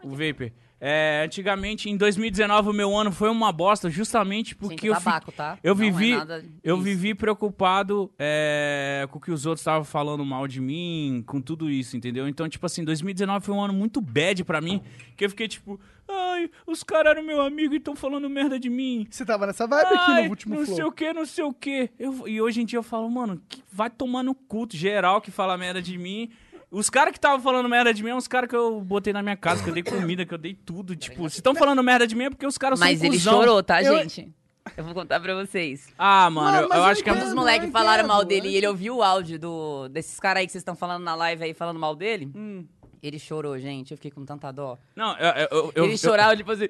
o vapor. É, antigamente, em 2019, o meu ano foi uma bosta, justamente
Gente,
porque
é
eu, fi-
babaco, tá?
eu
Não é
vivi,
nada
eu
disso.
vivi preocupado é, com o que os outros estavam falando mal de mim, com tudo isso, entendeu? Então, tipo assim, 2019 foi um ano muito bad pra mim, que eu fiquei tipo, ai, os caras eram meu amigo e estão falando merda de mim.
Você tava nessa vibe aqui
Ai,
no último
não
flow.
sei o que, não sei o que. Eu, e hoje em dia eu falo, mano, que vai tomar no culto geral que fala merda de mim. Os caras que estavam falando merda de mim é os caras que eu botei na minha casa, que eu dei comida, que eu dei tudo. Tipo, se estão falando merda de mim é porque os caras são
Tá Mas ele
cuzão.
chorou, tá,
Eu-
gente? Eu vou contar pra vocês.
Ah, mano,
Mano,
eu,
mas
eu
eu
acho que é...
entendo.
Quando os
não,
moleques
eu
falaram mal
entendo,
dele
eu
e ele ouviu o áudio do, desses caras aí que vocês estão falando na live aí, falando mal dele, ele chorou, gente. Eu fiquei com tanta dó.
Não, eu... eu, eu- eu-
ele chorava, tipo assim...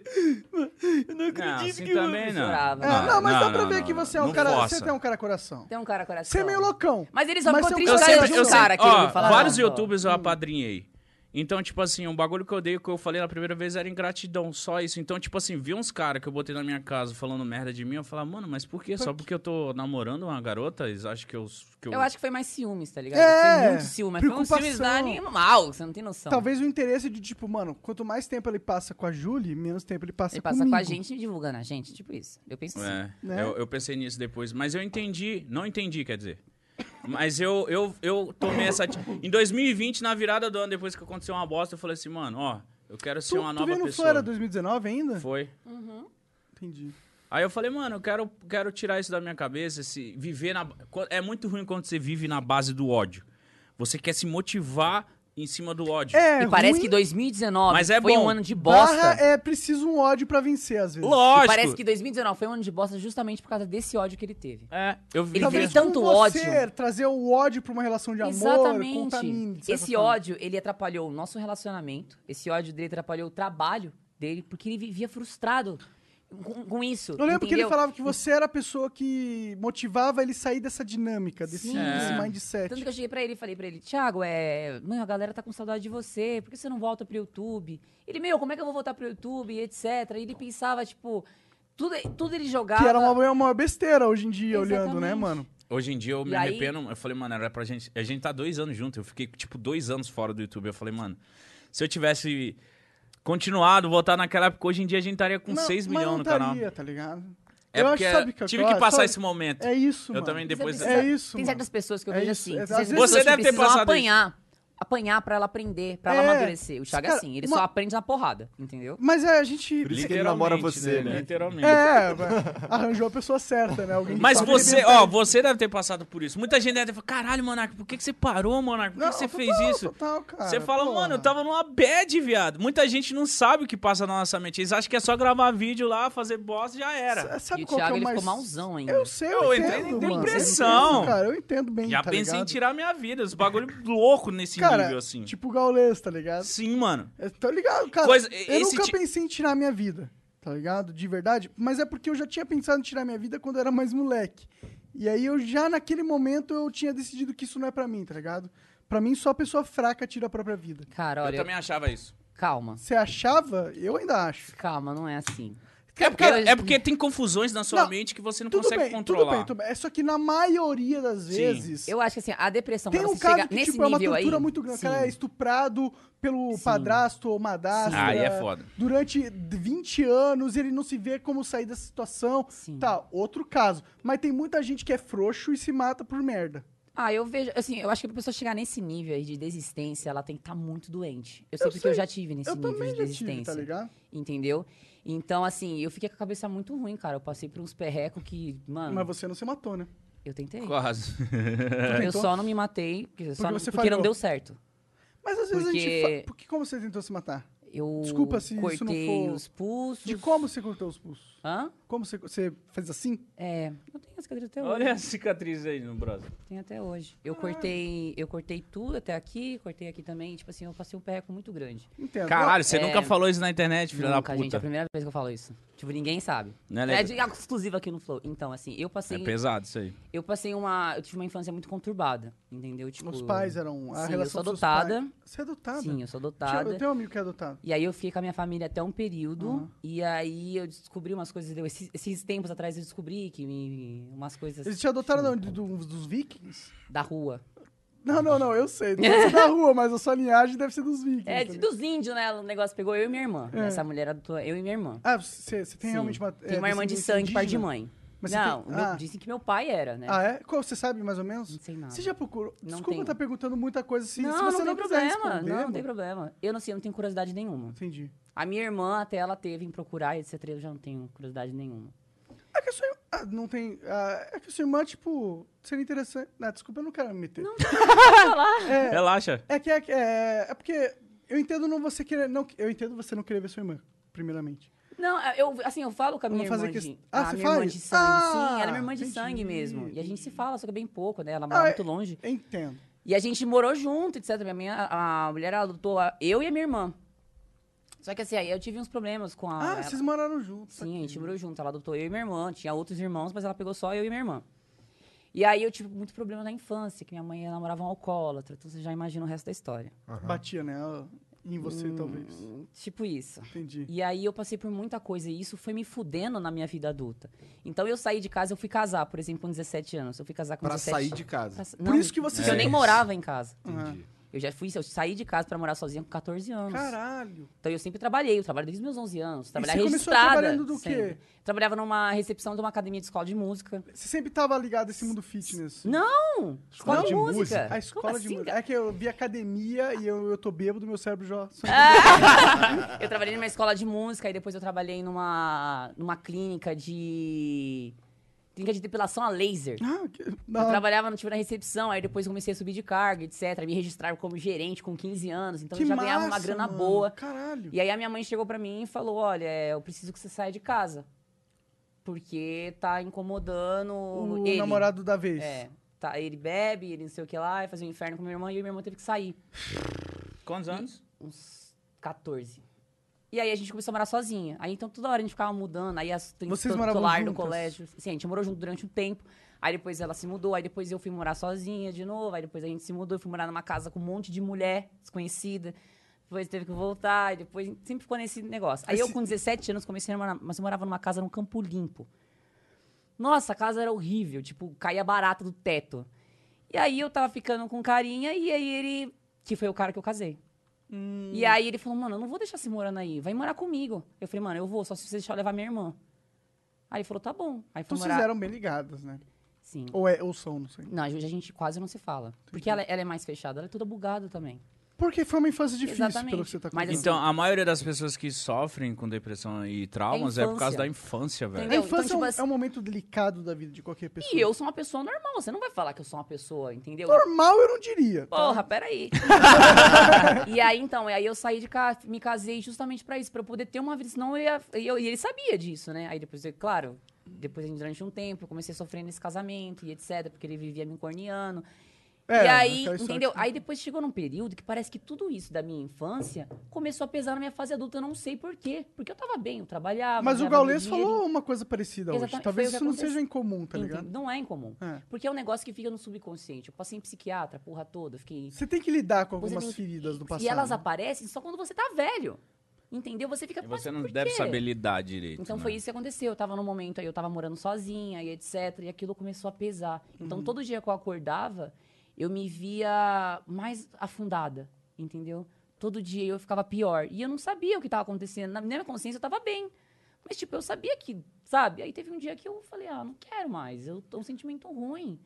eu não acredito
assim
que também
eu
não.
chorava.
É, não, mas dá pra ver que você é um
não
cara.
força.
Você tem um cara coração.
Tem um cara coração.
Você é meio loucão.
Mas ele só
Mas
ficou
você Hum. é um
triste
Eu
cara
por
sempre,
causa de
eu
um
sempre,
cara que ele
ó,
não fala
vários
não, só.
youtubers eu apadrinhei. Então, tipo assim, um bagulho que eu odeio, que eu falei na primeira vez, era ingratidão, só isso. Então, tipo assim, vi uns caras que eu botei na minha casa falando merda de mim, eu falava, mano, mas por quê? Só porque eu tô namorando uma garota, eles acham que eu... Que eu...
Eu acho que foi mais ciúmes, tá ligado?
É,
Foi muito ciúmes. Foi um ciúmes
preocupação.
da animal, você não tem noção.
Talvez o interesse de, tipo, mano, quanto mais tempo ele passa com a Julie, menos tempo ele passa
Ele passa com
comigo.
a gente divulgando a gente, tipo isso. Eu penso assim.
É,
Né?
eu, eu pensei nisso depois, mas eu entendi, não entendi, quer dizer. Mas eu, eu, eu tomei essa... ati- Em 2020, na virada do ano, depois que aconteceu uma bosta, eu falei assim, mano, ó, eu quero ser
Tu,
uma
tu
nova
veio no Flow
pessoa.
era 2019 ainda?
Foi.
Entendi.
Aí eu falei, mano, eu quero, quero tirar isso da minha cabeça, esse, viver na... É muito ruim quando você vive na base do ódio. Você quer se motivar em cima do ódio.
É,
e parece
ruim,
que 2019
Mas é
foi
bom.
um ano de bosta.
barra é preciso um ódio pra vencer, às vezes.
Lógico.
E parece que 2019 foi um ano de bosta justamente por causa desse ódio que ele teve.
É, eu vi.
Ele
Talvez
teve tanto
com você
ódio.
trazer o ódio pra uma relação de amor, contamine. de
Exatamente.
certa
Esse
forma.
ódio, ele atrapalhou o nosso relacionamento. Esse ódio dele atrapalhou o trabalho dele, porque ele vivia frustrado com, com isso.
Eu lembro que ele
entendeu?
falava que você era a pessoa que motivava ele sair dessa dinâmica, desse,
Sim.
desse
É.
mindset.
Tanto que eu cheguei pra ele e falei pra ele, Thiago, é... Mano, a galera tá com saudade de você, por que você não volta pro YouTube? Ele, meu, como é que eu vou voltar pro YouTube, e etc. E ele pensava, tipo, tudo, tudo ele jogava...
Que era uma, é uma besteira hoje em dia, olhando, né,
Exatamente.
mano?
Hoje em dia eu
E
me
aí-
arrependo. Eu falei, mano, era pra gente. A gente tá dois anos junto. Eu fiquei, tipo, dois anos fora do YouTube. Eu falei, mano, se eu tivesse continuado, voltar naquela época, hoje em dia a gente estaria com
Não,
6
mas
milhões
não
no canal.
estaria, tá ligado?
É
eu acho,
porque
sabe o eu
tive que
acho?
passar
Sabe?
esse momento.
É isso,
eu
mano.
também depois.
Você
É isso,
Tem
mano.
certas pessoas que eu
É
vejo
isso,
assim.
às
tem certas
vezes-
pessoas
Você
que
deve ter
precisam
passado
apanhar. Apanhar pra ela aprender, pra
É.
ela amadurecer. O Thiago é
Cara,
assim, ele
uma-
só aprende na porrada, entendeu?
Mas é, a gente.
Por isso que ele namora você, né?
Literalmente.
É, vai- arranjou a pessoa certa, né? Alguém que
Mas
sabe
você,
arrebentar.
ó, você deve ter passado por isso. Muita gente deve ter falado, caralho, Monarca, por que, que você parou, Monarca? Por que,
Não,
que você
total,
fez isso?
total, cara,
você fala,
porra.
mano, eu tava numa bad, viado. Muita gente não sabe o que passa na nossa mente. Eles acham que é só gravar vídeo lá, fazer boss e já era.
S- Sabe
E o
qual que é
Thiago,
o
ele
mais...
ficou malzão ainda.
Eu sei, eu,
Eu entrei
entendo,
em
mano.
depressão.
Eu entendo, cara, eu entendo bem,
já
tá
pensei em
ligado?
tirar minha vida. Os bagulho louco nesse
cara,
nível, assim.
tipo o Gaules, tá ligado?
Sim, mano.
Eu tô ligado, cara.
Coisa-
eu
esse
nunca
ti-
pensei em tirar a minha vida, tá ligado? De verdade. Mas é porque eu já tinha pensado em tirar a minha vida quando eu era mais moleque. E aí eu já, naquele momento, eu tinha decidido que isso não é pra mim, tá ligado? Pra mim, só a pessoa fraca tira a própria vida.
Cara, olha,
eu também achava isso.
calma.
Você achava? Eu ainda acho.
Calma, não é assim.
É porque,
Cara,
é porque tem confusões na sua
Não,
mente que você não
Tudo
consegue
bem,
controlar.
tudo bem, tudo bem. É só que na maioria das
Sim.
vezes...
Eu acho que assim, a depressão,
Tem
pra
um
você
caso
chegar
que,
nesse
tipo, é uma
nível aí...
tortura muito grande. O cara é estuprado pelo
Sim.
padrasto ou madrasta.
Aí é foda.
Durante 20 anos, ele não se vê como sair dessa situação.
Sim.
Tá, outro caso. Mas tem muita gente que é frouxo e se mata por merda.
Ah, eu vejo, assim, eu acho que pra pessoa chegar nesse nível aí de desistência, ela tem que estar muito doente. Eu sei porque eu já tive nesse
eu
nível
também
de
já tive,
desistência.
tá ligado?
entendeu? Então, assim, eu fiquei com a cabeça muito ruim, cara. Eu passei por uns perrecos que, mano,
Mas você não se matou, né?
eu tentei.
Quase.
Eu
tentou?
só não me matei, porque, eu só
Então Porque
não-
você
porque não
falhou.
deu certo.
Mas às vezes a gente...
Porque-
Fa... Porque como você tentou se matar?
Eu
Desculpa se isso não
cortei
for-
os pulsos.
De como você cortou os pulsos?
Hã?
Como você, você fez assim?
É, eu tenho as cadeiras até hoje.
Olha a cicatriz aí no braço.
Tem até hoje. Ah. Eu cortei, eu cortei tudo até aqui, cortei aqui também. Tipo assim, eu passei um perreco muito grande.
Entendo.
Caralho, você
É.
nunca falou isso na internet, filho da
Nunca,
puta.
gente, é a primeira vez que eu falo isso. Tipo, ninguém sabe.
Né,
é
Leandro?
de- algo exclusivo aqui no Flow. Então, assim, eu
É
passei,
pesado isso aí.
eu passei uma, eu tive uma infância muito conturbada, entendeu? Tipo,
Os pais eram... A
Sim, eu
relação
sou
dos seus pais.
adotada.
Você é adotada?
Sim, eu sou
Tinha-
adotada.
Eu tenho um Uhum. amigo que é adotado.
E aí eu fiquei com a minha família até um período. E aí eu descobri umas coisas. entendeu? Esses, esses tempos atrás eu descobri que me, umas coisas
Eles te adotaram não, de- do- dos vikings?
da rua.
Não, não, não, eu sei. Deve ser da rua, mas a sua linhagem deve ser dos vikings.
É,
tá
de-
ligado?
dos índios, né? O negócio pegou eu e minha irmã.
É.
Essa mulher adotou eu e minha irmã.
Ah, você você tem
Sim.
realmente uma.
Tem
é,
uma irmã de
descendência
sangue, par de
indígena?
mãe.
Mas você
não,
tem-
meu-
ah.
dizem que meu pai era, né?
Ah, é? Qual, você sabe mais ou menos?
Não sei nada.
Você já procurou.
Não
Desculpa
tenho.
estar perguntando muita coisa se,
Não,
se você
não,
não,
tem
quiser
problema.
responder.
Não, não
mano.
tem problema. Eu não sei, eu não tenho curiosidade nenhuma.
Entendi.
A minha irmã, até ela teve em procurar, etc. Eu já não tenho curiosidade nenhuma.
É que a sua. Ah, não tem. ah, é que a sua irmã, tipo, seria interessante. Ah, desculpa, eu não quero me meter.
Relaxa.
É que é, que- é, é porque eu entendo não você querer. Não, eu entendo você não querer ver sua irmã, primeiramente.
Não, eu, assim, eu falo com
Pra
a
não
minha irmã
fazer que-
de...
Ah,
a
você
minha irmã
faz?
de sangue,
Ah,
sim. Ela é minha irmã de
entendi,
sangue mesmo. E a gente se fala, só que é bem pouco, né? Ela mora
Ah,
muito
é-
longe.
Entendo.
E a gente morou junto, etc. Minha, minha, a mulher adotou a- eu e a minha irmã. Só que assim, aí eu tive uns problemas com a...
Ah,
ela-
vocês moraram juntos.
Sim, a gente morou junto. Ela adotou eu e minha irmã. Tinha outros irmãos, mas ela pegou só eu e minha irmã. E aí eu tive muito problema na infância, que minha mãe ela namorava um alcoólatra. Então você já imagina o resto da história.
Batia nela. Em você, talvez.
Tipo isso.
Entendi.
Hum, E aí eu passei por muita coisa e isso foi me fudendo na minha vida adulta. Então eu saí de casa, eu fui casar, por exemplo, com 17 anos. Eu fui casar com
Pra
17
sair de casa.
Pra sa- Não,
isso que você
porque eu
saiu.
nem morava em casa.
Entendi.
Eu já fui, eu saí de casa pra morar sozinha com 14 anos.
Caralho.
Então eu sempre trabalhei, eu trabalho desde os meus 11 anos, trabalhava
você começou
registrada.
trabalhando do quê?
sempre. Trabalhava numa recepção de uma academia de escola de música.
Você sempre tava ligado a esse mundo fitness.
Não! Escola
de
de música.
música.
A escola
Como
de
assim,
música.
cara?
É que eu vi academia e eu, eu tô bêbado, meu cérebro já.
Ah! Eu trabalhei numa escola de música e depois eu trabalhei numa, numa clínica de clínica de depilação a laser.
Ah, que-
Eu
não.
trabalhava no, tipo, na recepção, aí depois comecei a subir de cargo, etc. Me registraram como gerente com 15 anos, então
Que
eu já ganhava uma
massa,
grana
mano.
boa.
Caralho.
E aí a minha mãe chegou pra mim e falou: Olha, é, eu preciso que você saia de casa. Porque tá incomodando
o
ele.
namorado da vez.
É. Tá, ele bebe, ele não sei o que lá, e fazia um inferno com minha irmã, e minha irmã teve que sair.
Quantos anos?
Uns 14. E aí a gente começou a morar sozinha. Aí então toda hora a gente ficava mudando, aí as tem
Vocês
todo
moravam
solar do
juntas?
colégio. Sim, a gente morou junto durante um tempo. Aí depois ela se mudou, aí depois eu fui morar sozinha de novo, aí depois a gente se mudou, eu fui morar numa casa com um monte de mulher desconhecida. Depois teve que voltar, e depois sempre ficou nesse negócio. Aí eu com 17 anos comecei a morar, mas eu morava numa casa num campo limpo. Nossa, a casa era horrível, tipo, caía barata do teto. E aí eu tava ficando com carinha, e aí ele. Que foi o cara que eu casei. E aí ele falou, mano, eu não vou deixar você morando aí, vai morar comigo. Eu falei, mano, eu vou, só se você deixar eu levar minha irmã. Aí ele falou, tá bom. Aí foi
Então
morar.
vocês eram bem ligadas, né?
Sim.
Ou, é, ou são, não sei.
Não, hoje a gente quase não se fala. Porque ela, ela é mais fechada, ela é toda bugada também.
Porque foi uma infância difícil, pelo que
Exatamente.
você tá
Mas
contando.
Então, a maioria das pessoas que sofrem com depressão e traumas é, por causa
infância.
da infância, velho.
A
Entendeu?
infância
Então,
é, um,
tipo assim-
é um momento delicado da vida de qualquer pessoa.
E eu sou uma pessoa normal, você não vai falar que eu sou uma pessoa, entendeu?
Normal eu não diria. tá?
Porra, peraí. e aí, então, e aí eu saí de casa, me casei justamente pra isso, pra eu poder ter uma vida, senão eu ia. E, eu- e ele sabia disso, né? Aí depois, eu- claro, depois durante um tempo, eu comecei a sofrer nesse casamento e etc, porque ele vivia me corneando.
É,
e aí,
aquela história
entendeu?
que-
Aí depois chegou num período que parece que tudo isso da minha infância começou a pesar na minha fase adulta, eu não sei por quê. Porque eu tava bem, eu trabalhava.
Mas o
ganhava meu
Gaules
dinheirinho.
falou uma coisa parecida hoje.
é Exatamente,
Talvez
foi o
isso
que
não
aconteceu.
seja incomum, tá
Entendo.
ligado?
Não é incomum.
É.
Porque é um negócio que fica no subconsciente. Eu passei em psiquiatra, a porra toda, eu fiquei
Você tem que lidar com
Você
algumas
tem-
feridas do passado.
E elas
né?
aparecem só quando você tá velho. Entendeu? Você fica
E Você
"Mas
não
por
deve
quê?"
saber lidar direito.
Então
né?
foi isso que aconteceu. Eu tava num momento aí, eu tava morando sozinha e etc. E aquilo começou a pesar.
Uhum.
Então todo dia que eu acordava, eu me via mais afundada, entendeu? Todo dia eu ficava pior. E eu não sabia o que tava acontecendo. Na minha consciência eu tava bem. Mas, tipo, eu sabia que, sabe? Aí teve um dia que eu falei, ah, não quero mais. Eu tô um sentimento ruim.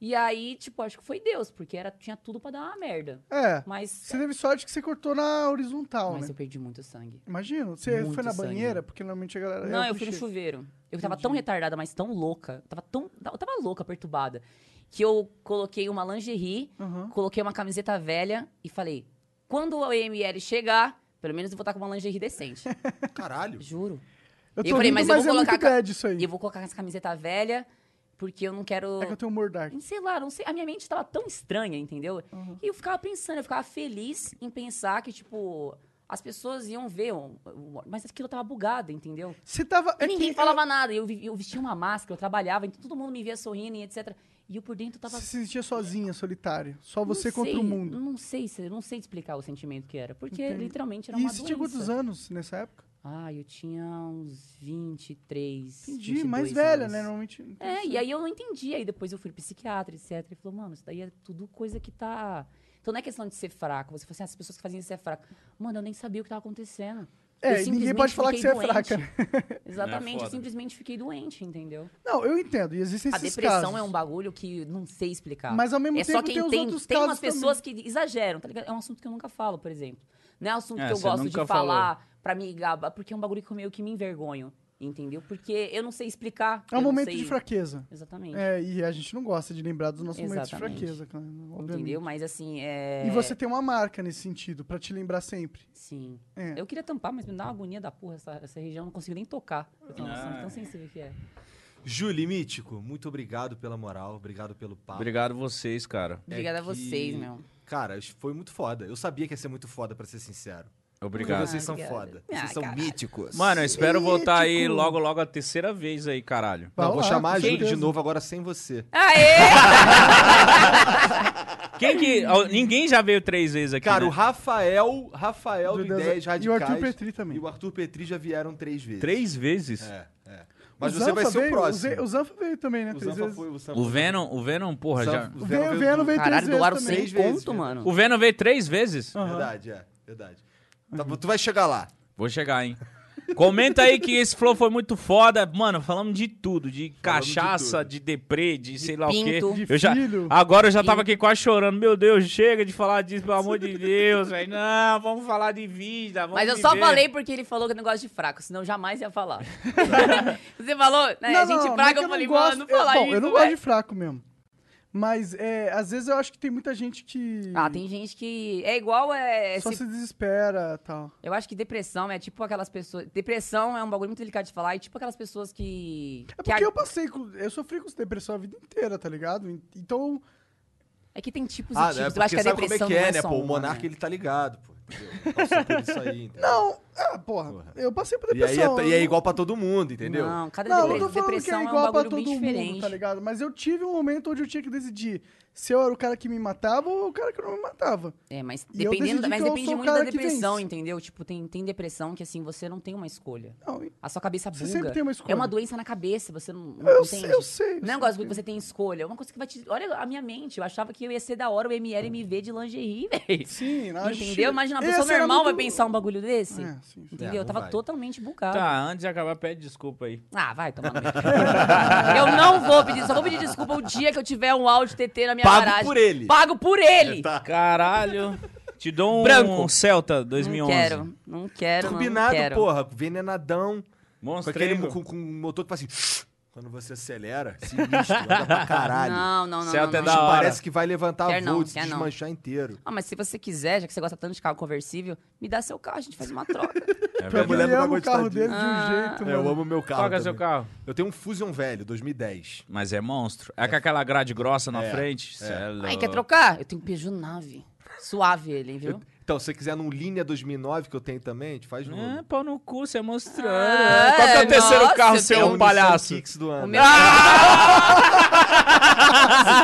E aí, tipo, acho que foi Deus, porque era, tinha tudo pra dar uma merda.
É.
Mas
Você teve sorte que você cortou na horizontal,
mas
né?
eu perdi muito sangue.
Imagino. Você
Muito
foi na
sangue.
banheira? Porque normalmente a galera...
não,
é o
eu fui no
clichê.
chuveiro. Eu tava tão retardada, mas tão louca. Eu tava tão. Eu tava louca, perturbada. Que eu coloquei uma lingerie,
Aham.
coloquei uma camiseta velha e falei: quando o AML chegar, pelo menos eu vou estar com uma lingerie decente.
Caralho.
Juro.
Eu
E
tô
eu falei,
rindo,
mas
mas,
eu vou
é muito
colocar ca-
bad isso aí.
E eu vou colocar essa camiseta velha, porque eu não quero.
É que eu tenho um Murdark.
Sei lá, não sei. A minha mente tava tão estranha, entendeu?
Uhum.
E eu ficava pensando, eu ficava feliz em pensar que, tipo, as pessoas iam ver. um- um- Mas aquilo tava bugado, entendeu?
Você tava...
E
é
ninguém
que-
falava nada. Eu, vi- eu vestia uma máscara, eu trabalhava, então todo mundo me via sorrindo e etc. E eu por dentro tava.
Você se sentia sozinha, solitária. Só você
não
contra
sei,
o mundo.
Não sei, se- não sei explicar o sentimento que era. Porque
Entendi.
literalmente era
E
é uma
você
doença.
tinha quantos anos nessa época?
Ah, eu tinha uns 23.
Entendi, mais
22
velha,
anos.
né? Normalmente.
É, e aí eu não entendi. Aí depois eu fui no psiquiatra, etc. Ele falou, mano, isso daí é tudo coisa que tá. Então não é questão de ser fraco. Você fala assim, ah, as pessoas que fazem isso é fraco. Mano, eu nem sabia o que tava acontecendo. Eu
É, e ninguém pode
simplesmente
falar que você
fiquei
é fraca.
doente. Exatamente,
foda.
eu simplesmente fiquei doente, entendeu?
Não, eu entendo. E existem
A
esses
depressão
casos.
é um bagulho que não sei explicar.
Mas ao mesmo
é
tempo
só quem
tem os
tem,
outros
tem
casos
umas pessoas que exageram, tá ligado? É um assunto que eu nunca falo, por exemplo. Não é um assunto
É,
que eu
você
gosto de
nunca
falar pra me gabar, porque é um bagulho que eu meio que me envergonho, entendeu? Porque eu não sei explicar.
É
eu
um
não
momento
sei-
de fraqueza.
Exatamente.
É, e a gente não gosta de lembrar dos nossos momentos de
Exatamente.
fraqueza, claro, obviamente.
entendeu? Mas assim, é.
E você tem uma marca nesse sentido, pra te lembrar sempre.
Sim.
É.
Eu queria tampar, mas me dá uma agonia da porra essa, essa região, eu não consigo nem tocar. Eu tenho uma noção de
Ah.
tão sensível que é.
Júlio Mítico, muito obrigado pela moral, obrigado pelo papo.
Obrigado vocês, cara.
Obrigada a
que-
vocês, meu.
Cara, isso foi muito foda. Eu sabia que ia ser muito foda, pra ser sincero. Porque
Obrigado.
vocês são
obrigada.
foda.
Ah,
vocês são
caralho.
míticos.
Mano, eu espero voltar aí
Mítico.
logo, logo a terceira vez aí, caralho.
Não,
Vai
vou
lá,
chamar
com
a Júlio de
certeza.
novo agora sem você.
Aê!
Quem que. ó, Ninguém já veio três vezes aqui.
Cara,
né?
o Rafael, Rafael do,
Do Deus-
Ideias
e o Arthur
Radicais.
Petri também.
E o Arthur Petri já vieram três vezes.
Três vezes?
É, é. Mas
O
você vai
Zanfa
ser o
veio-
próximo.
Ze- O Zanfa veio também, né?
O
três
Zanfa
vezes.
foi o Zanfa-
O Venom, o Venom, porra, já.
Zanfa-
O Venom
Venom
veio,
veio-
três
Caralho,
vezes
doaram
também.
sem-
100
Três vezes,
conto,
né?
mano.
O Venom veio três vezes?
Uhum.
Verdade, é. Verdade. Tá, tu vai chegar lá.
Vou chegar, hein? Comenta aí que esse flow foi muito foda. Mano, falamos de tudo. De cachaça, de, deprê, de, sei lá o quê.
pinto.
Eu já,
filho.
agora eu já tava aqui quase chorando. Meu Deus, chega de falar disso, pelo amor de Deus, velho. Não, vamos falar de vida. Vamos
Mas eu só
viver.
falei porque ele falou que eu não gosto de fraco, senão eu jamais ia falar. Você falou, né? a gente
não é que
fraca, eu falei,
gosto-
mano, não é." falar
eu, bom,
isso.
eu não gosto
velho.
de fraco mesmo. Mas, é, às vezes eu acho que tem muita gente que
Ah, tem gente que é igual é,
só
se-
se desespera e tal.
Eu acho que depressão é tipo aquelas pessoas. Depressão é um bagulho muito delicado de falar, e tipo aquelas pessoas que.
É
que a-
porque eu passei, com- eu sofri com depressão a vida inteira, tá ligado? Então,
É que tem tipos
Ah,
e
né?
tipos.
Porque
eu acho que a
sabe como é
depressão
que
não
é,
é
né?
só
Pô, o
uma,
monarca,
né?
ele tá ligado, pô. Entendeu? Passou por isso aí, entendeu?
não, ah, porra,
Porra.
eu passei por
E aí
depressão.
é, e é igual pra todo mundo, entendeu?
Não, cada
Não, eu
depre-
não tô falando que
depressão
é
é um
igual pra
bagulho
todo
muito
mundo,
diferente.
tá ligado? Mas eu tive um momento onde eu tinha que decidir se eu era o cara que me matava ou o cara que não me matava.
É, mas
E eu decidi
dependendo, mas
que eu sou
depende
o
muito da
cara que
depressão,
vence.
entendeu? Tipo, tem, tem depressão que assim, você não tem uma escolha.
Não, eu
A sua cabeça
Você
buga.
sempre tem uma escolha.
É uma doença na cabeça, você não, não
sei,
entende.
eu sei. eu
Não é um
sei.
negócio que você tem escolha. É uma coisa que vai te. Olha a minha mente. Eu achava que eu ia ser da hora o ML me ver de lingerie, velho.
Hum. Sim, não, a gente-
Entendeu? Imagina, uma pessoa
Esse era
normal vai
muito-
pensar um bagulho desse.
É, sim, sim.
Entendeu?
É, não
eu tava
vai.
totalmente bugado.
Tá, antes de acabar, pede desculpa aí.
Ah, vai tomar no cu. Eu não vou pedir, só vou pedir desculpa o dia que eu tiver um áudio TT na minha
Pago
garagem.
por ele. É, tá.
Pago por ele.
Caralho. Te dou um
Branco.
Celta
Não
2011.
quero, não quero, não,
Turbinado,
quero.
porra, venenadão. Com, aquele,
Monstrengo.
com, com um motor que faz assim. Quando você acelera, sinistro, anda pra caralho.
Não, não, não.
Celta
não,
é
não.
da hora.
Parece que vai levantar
Quer não,
voo, se
quer não.
desmanchar inteiro.
Ah, mas se você quiser, já que você gosta tanto de carro conversível, me dá seu carro, a gente faz uma troca.
É
Pior que
mulher
ele
não
ama
vai
o carro
gostar
dele
disso.
de um
Ah,
jeito,
É, eu
mano.
amo meu carro.
Qual que é o seu
também.
carro?
Eu tenho um Fusion velho, 2010.
Mas é monstro. É com aquela grade grossa na
É,
frente? Cê é
Aí,
louco.
quer trocar? Eu tenho um Peugeot nave. Suave ele, hein, viu?
Então, se você quiser num Linha 2009 que eu tenho também, a gente faz novo.
É, pau no cu, você é monstrando.
Ah,
Qual que é o
é,
terceiro
nossa,
carro
tem
seu,
um
Nissan
palhaço?
Kicks do ano.
O meu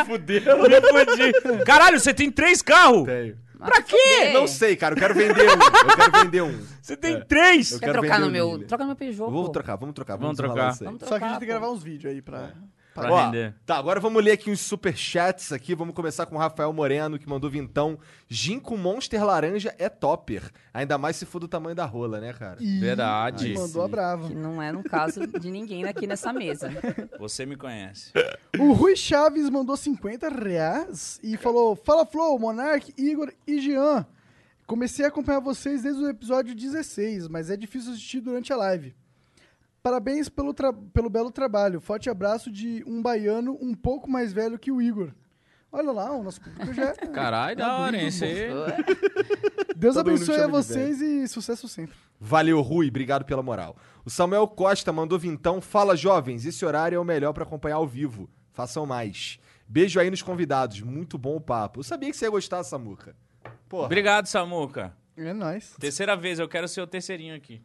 Fudeu.
Me fudi. Caralho, você tem três carros?
Tenho.
pra quê?
Não sei, cara, eu quero vender um. Eu quero vender um.
Você tem três?
Eu
Quer
quero
trocar
vender
no
um
meu.
Lilian.
Troca no meu Peugeot.
Vamos
pô.
trocar, vamos trocar.
Vamos
desenrolar
trocar.
isso aí.
Vamos trocar.
Só que a gente tem que
pô.
gravar uns vídeos aí pra...
Pra
Ó,
render.
tá, agora vamos ler aqui uns superchats aqui. Vamos começar com o Rafael Moreno, que mandou vintão. Gin com Monster Laranja é topper. Ainda mais se for do tamanho da rola, né, cara?
Verdade.
Mandou a brava.
Que não é no caso de ninguém aqui nessa mesa.
Você me conhece.
O Rui Chaves mandou 50 reais e falou: Fala Flow, Monark, Igor e Jean. Comecei a acompanhar vocês desde o episódio 16, mas é difícil assistir durante a live. Parabéns pelo, tra- pelo belo trabalho. Forte abraço de um baiano um pouco mais velho que o Igor. Olha lá, o nosso público já.
Caralho, É da hora, hein? Você...
Deus
Todo mundo
abençoe a
chama de
vocês e sucesso sempre.
Valeu, Rui, obrigado pela moral. O Samuel Costa mandou vintão. Fala, jovens, esse horário é o melhor pra acompanhar ao vivo. Façam mais. Beijo aí nos convidados. Muito bom o papo. Eu sabia que você ia gostar, Samuca. Porra.
Obrigado, Samuca.
É nóis.
Terceira vez, eu quero ser o terceirinho aqui.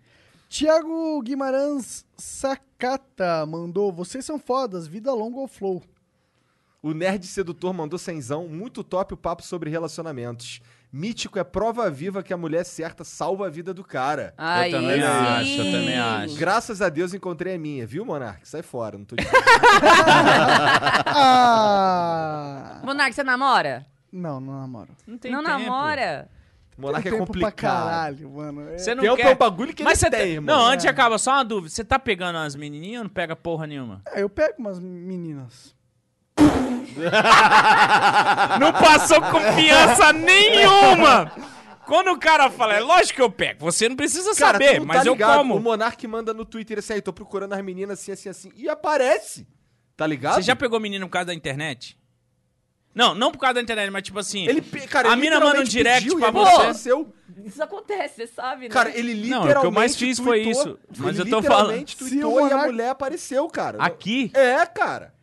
Tiago Guimarães Sakata mandou: Vocês são fodas, vida longa ao flow.
O Nerd Sedutor mandou cenzão, muito top o papo sobre relacionamentos. Mítico é prova viva que a mulher certa salva a vida do cara.
Aí
também
sim.
acho, eu também acho.
Graças a Deus encontrei a minha, viu, Monark? Sai fora, não tô de...
Ah!
Monark, você namora?
Não, não namoro.
Não tem
não
tempo.
namora?
Monark é
Tem tempo pra
complicado.
caralho, mano. É-
Você não
Tempo é um
quer...
bagulho que
Mas
ele
você
tem,
tem,
irmão.
Não, antes de acabar, só uma dúvida. Você tá pegando as menininhas ou não pega porra nenhuma?
Ah, eu pego umas meninas.
Não passou confiança nenhuma! Quando o cara fala, é lógico que eu pego, você não precisa
Cara, tu
saber,
não tá
mas eu
ligado,
como.
O Monark manda no Twitter assim, aí, tô procurando as meninas assim, assim, assim, e aparece. Tá ligado?
Você já pegou menino por causa da internet? Não, não por causa da internet, mas tipo assim.
Ele, pe- cara,
A
ele
mina manda um
literalmente
direct
pediu e
pra
ele
você.
apareceu.
Isso acontece, você sabe, né?
Cara, ele
Não, é o que eu
literalmente
mais fiz foi
tweetou-
isso, mas
ele
eu tô
literalmente
falando.
tweetou
Se o
e a
Monark-
mulher apareceu, cara.
Aqui?
É, cara.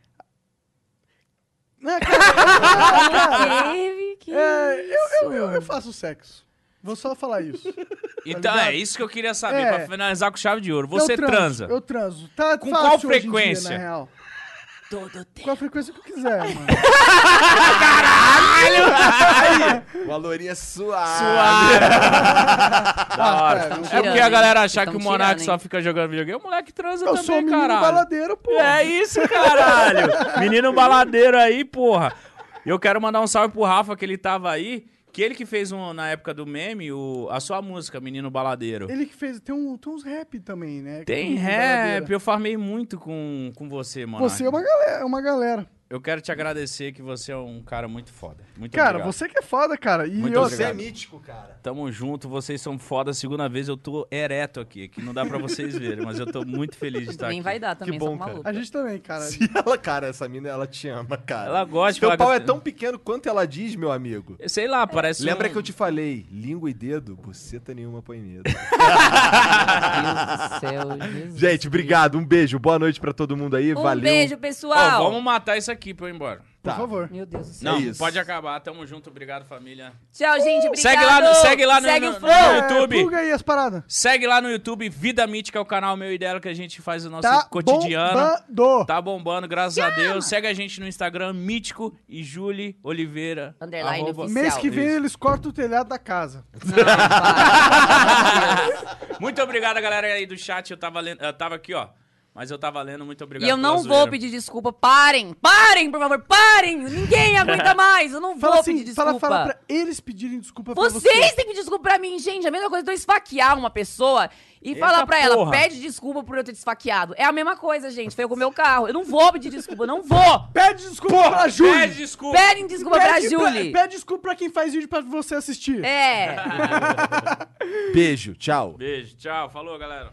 Ah, cara,
Teve que.
é, eu, eu,
isso.
eu, eu faço sexo. Vou só falar isso.
tá
Então
ligado?
é isso que eu queria saber,
É.
pra finalizar com chave de ouro.
Eu
Você
transo,
transa.
Eu transo. Tá
Com
fácil
qual
hoje em dia,
frequência?
na real.
Todo tempo.
Com a frequência que eu quiser, mano.
Valoria é suave.
Da hora.
cara,
É porque a
Tirando,
galera
hein?
achar que
Tão
o Monark
tirando,
só
hein?
fica jogando videogame, o moleque transa
Eu
também,
sou um menino
caralho.
baladeiro, pô.
É isso, caralho. menino baladeiro aí, porra. Eu quero mandar um salve pro Rafa, que ele tava aí. Que ele que fez um, na época do meme o, a sua música, Menino Baladeiro.
Ele que fez. Tem, um, tem uns rap também, né?
Tem
Com
rap,
baladeira.
eu farmei muito com, com você, mano.
Você é uma galera. é Uma galera.
Eu quero te agradecer que você é um cara muito foda. Muito
Cara,
obrigado.
você que é foda, cara. E
Muito
eu,
Você é
Obrigado.
mítico, cara.
Tamo junto, vocês são foda. Segunda vez eu tô ereto aqui, que não dá pra vocês verem, mas eu tô muito feliz de estar
Também
aqui.
vai dar também,
Que bom,
só
cara.
maluco.
a gente também, cara.
Se ela, cara, essa mina, ela te ama, cara.
Ela gosta de
Seu
falar
pau
que-
é tão pequeno quanto ela diz, meu amigo.
É, Sei lá, parece
Lembra
um-
que eu te falei, língua e dedo, buceta nenhuma põe medo.
Meu Deus do céu, Jesus.
Gente, obrigado, um beijo, boa noite pra todo mundo aí,
Um
valeu.
beijo,
Ó,
pessoal.
vamos matar isso aqui pra eu ir embora.
Por
Tá.
favor.
Meu Deus do céu.
Não,
isso.
pode acabar. Tamo junto, obrigado, família.
Tchau, gente. Obrigado.
Segue lá no- segue lá no-
Segue
no-
o Flow.
no- YouTube.
É, Pluga aí as paradas.
Segue lá no YouTube, Vida Mítica, é o canal meu e dela que a gente faz o nosso
Tá
cotidiano.
bombando.
Tá bombando, graças a Deus. Segue a gente no Instagram, Mítico e Julie Oliveira.
Underline oficial.
Mês que vem
Isso.
eles cortam o telhado da casa.
Muito obrigado, galera aí do chat. Eu tava, lendo, eu tava aqui, ó. Mas eu tava lendo, muito obrigado.
E eu
pela
não
zoeira.
vou pedir desculpa. Parem. Parem, por favor. Parem. Ninguém aguenta mais. Eu não
Fala
vou pedir
assim, fala,
desculpa.
fala pra eles pedirem desculpa pra você.
Vocês têm que pedir desculpa pra mim, gente. É a mesma coisa de eu esfaquear uma pessoa e
Eita
falar pra
porra.
ela, pede desculpa por eu ter te esfaqueado. É a mesma coisa, gente. Foi eu com o meu carro. Eu não vou pedir desculpa, eu não vou.
Pede desculpa pra Júlia.
Pede desculpa.
Pedem desculpa pra Julie.
Pede desculpa pra quem faz vídeo pra você assistir.
É.
Beijo, tchau.
Beijo, tchau. Falou, galera.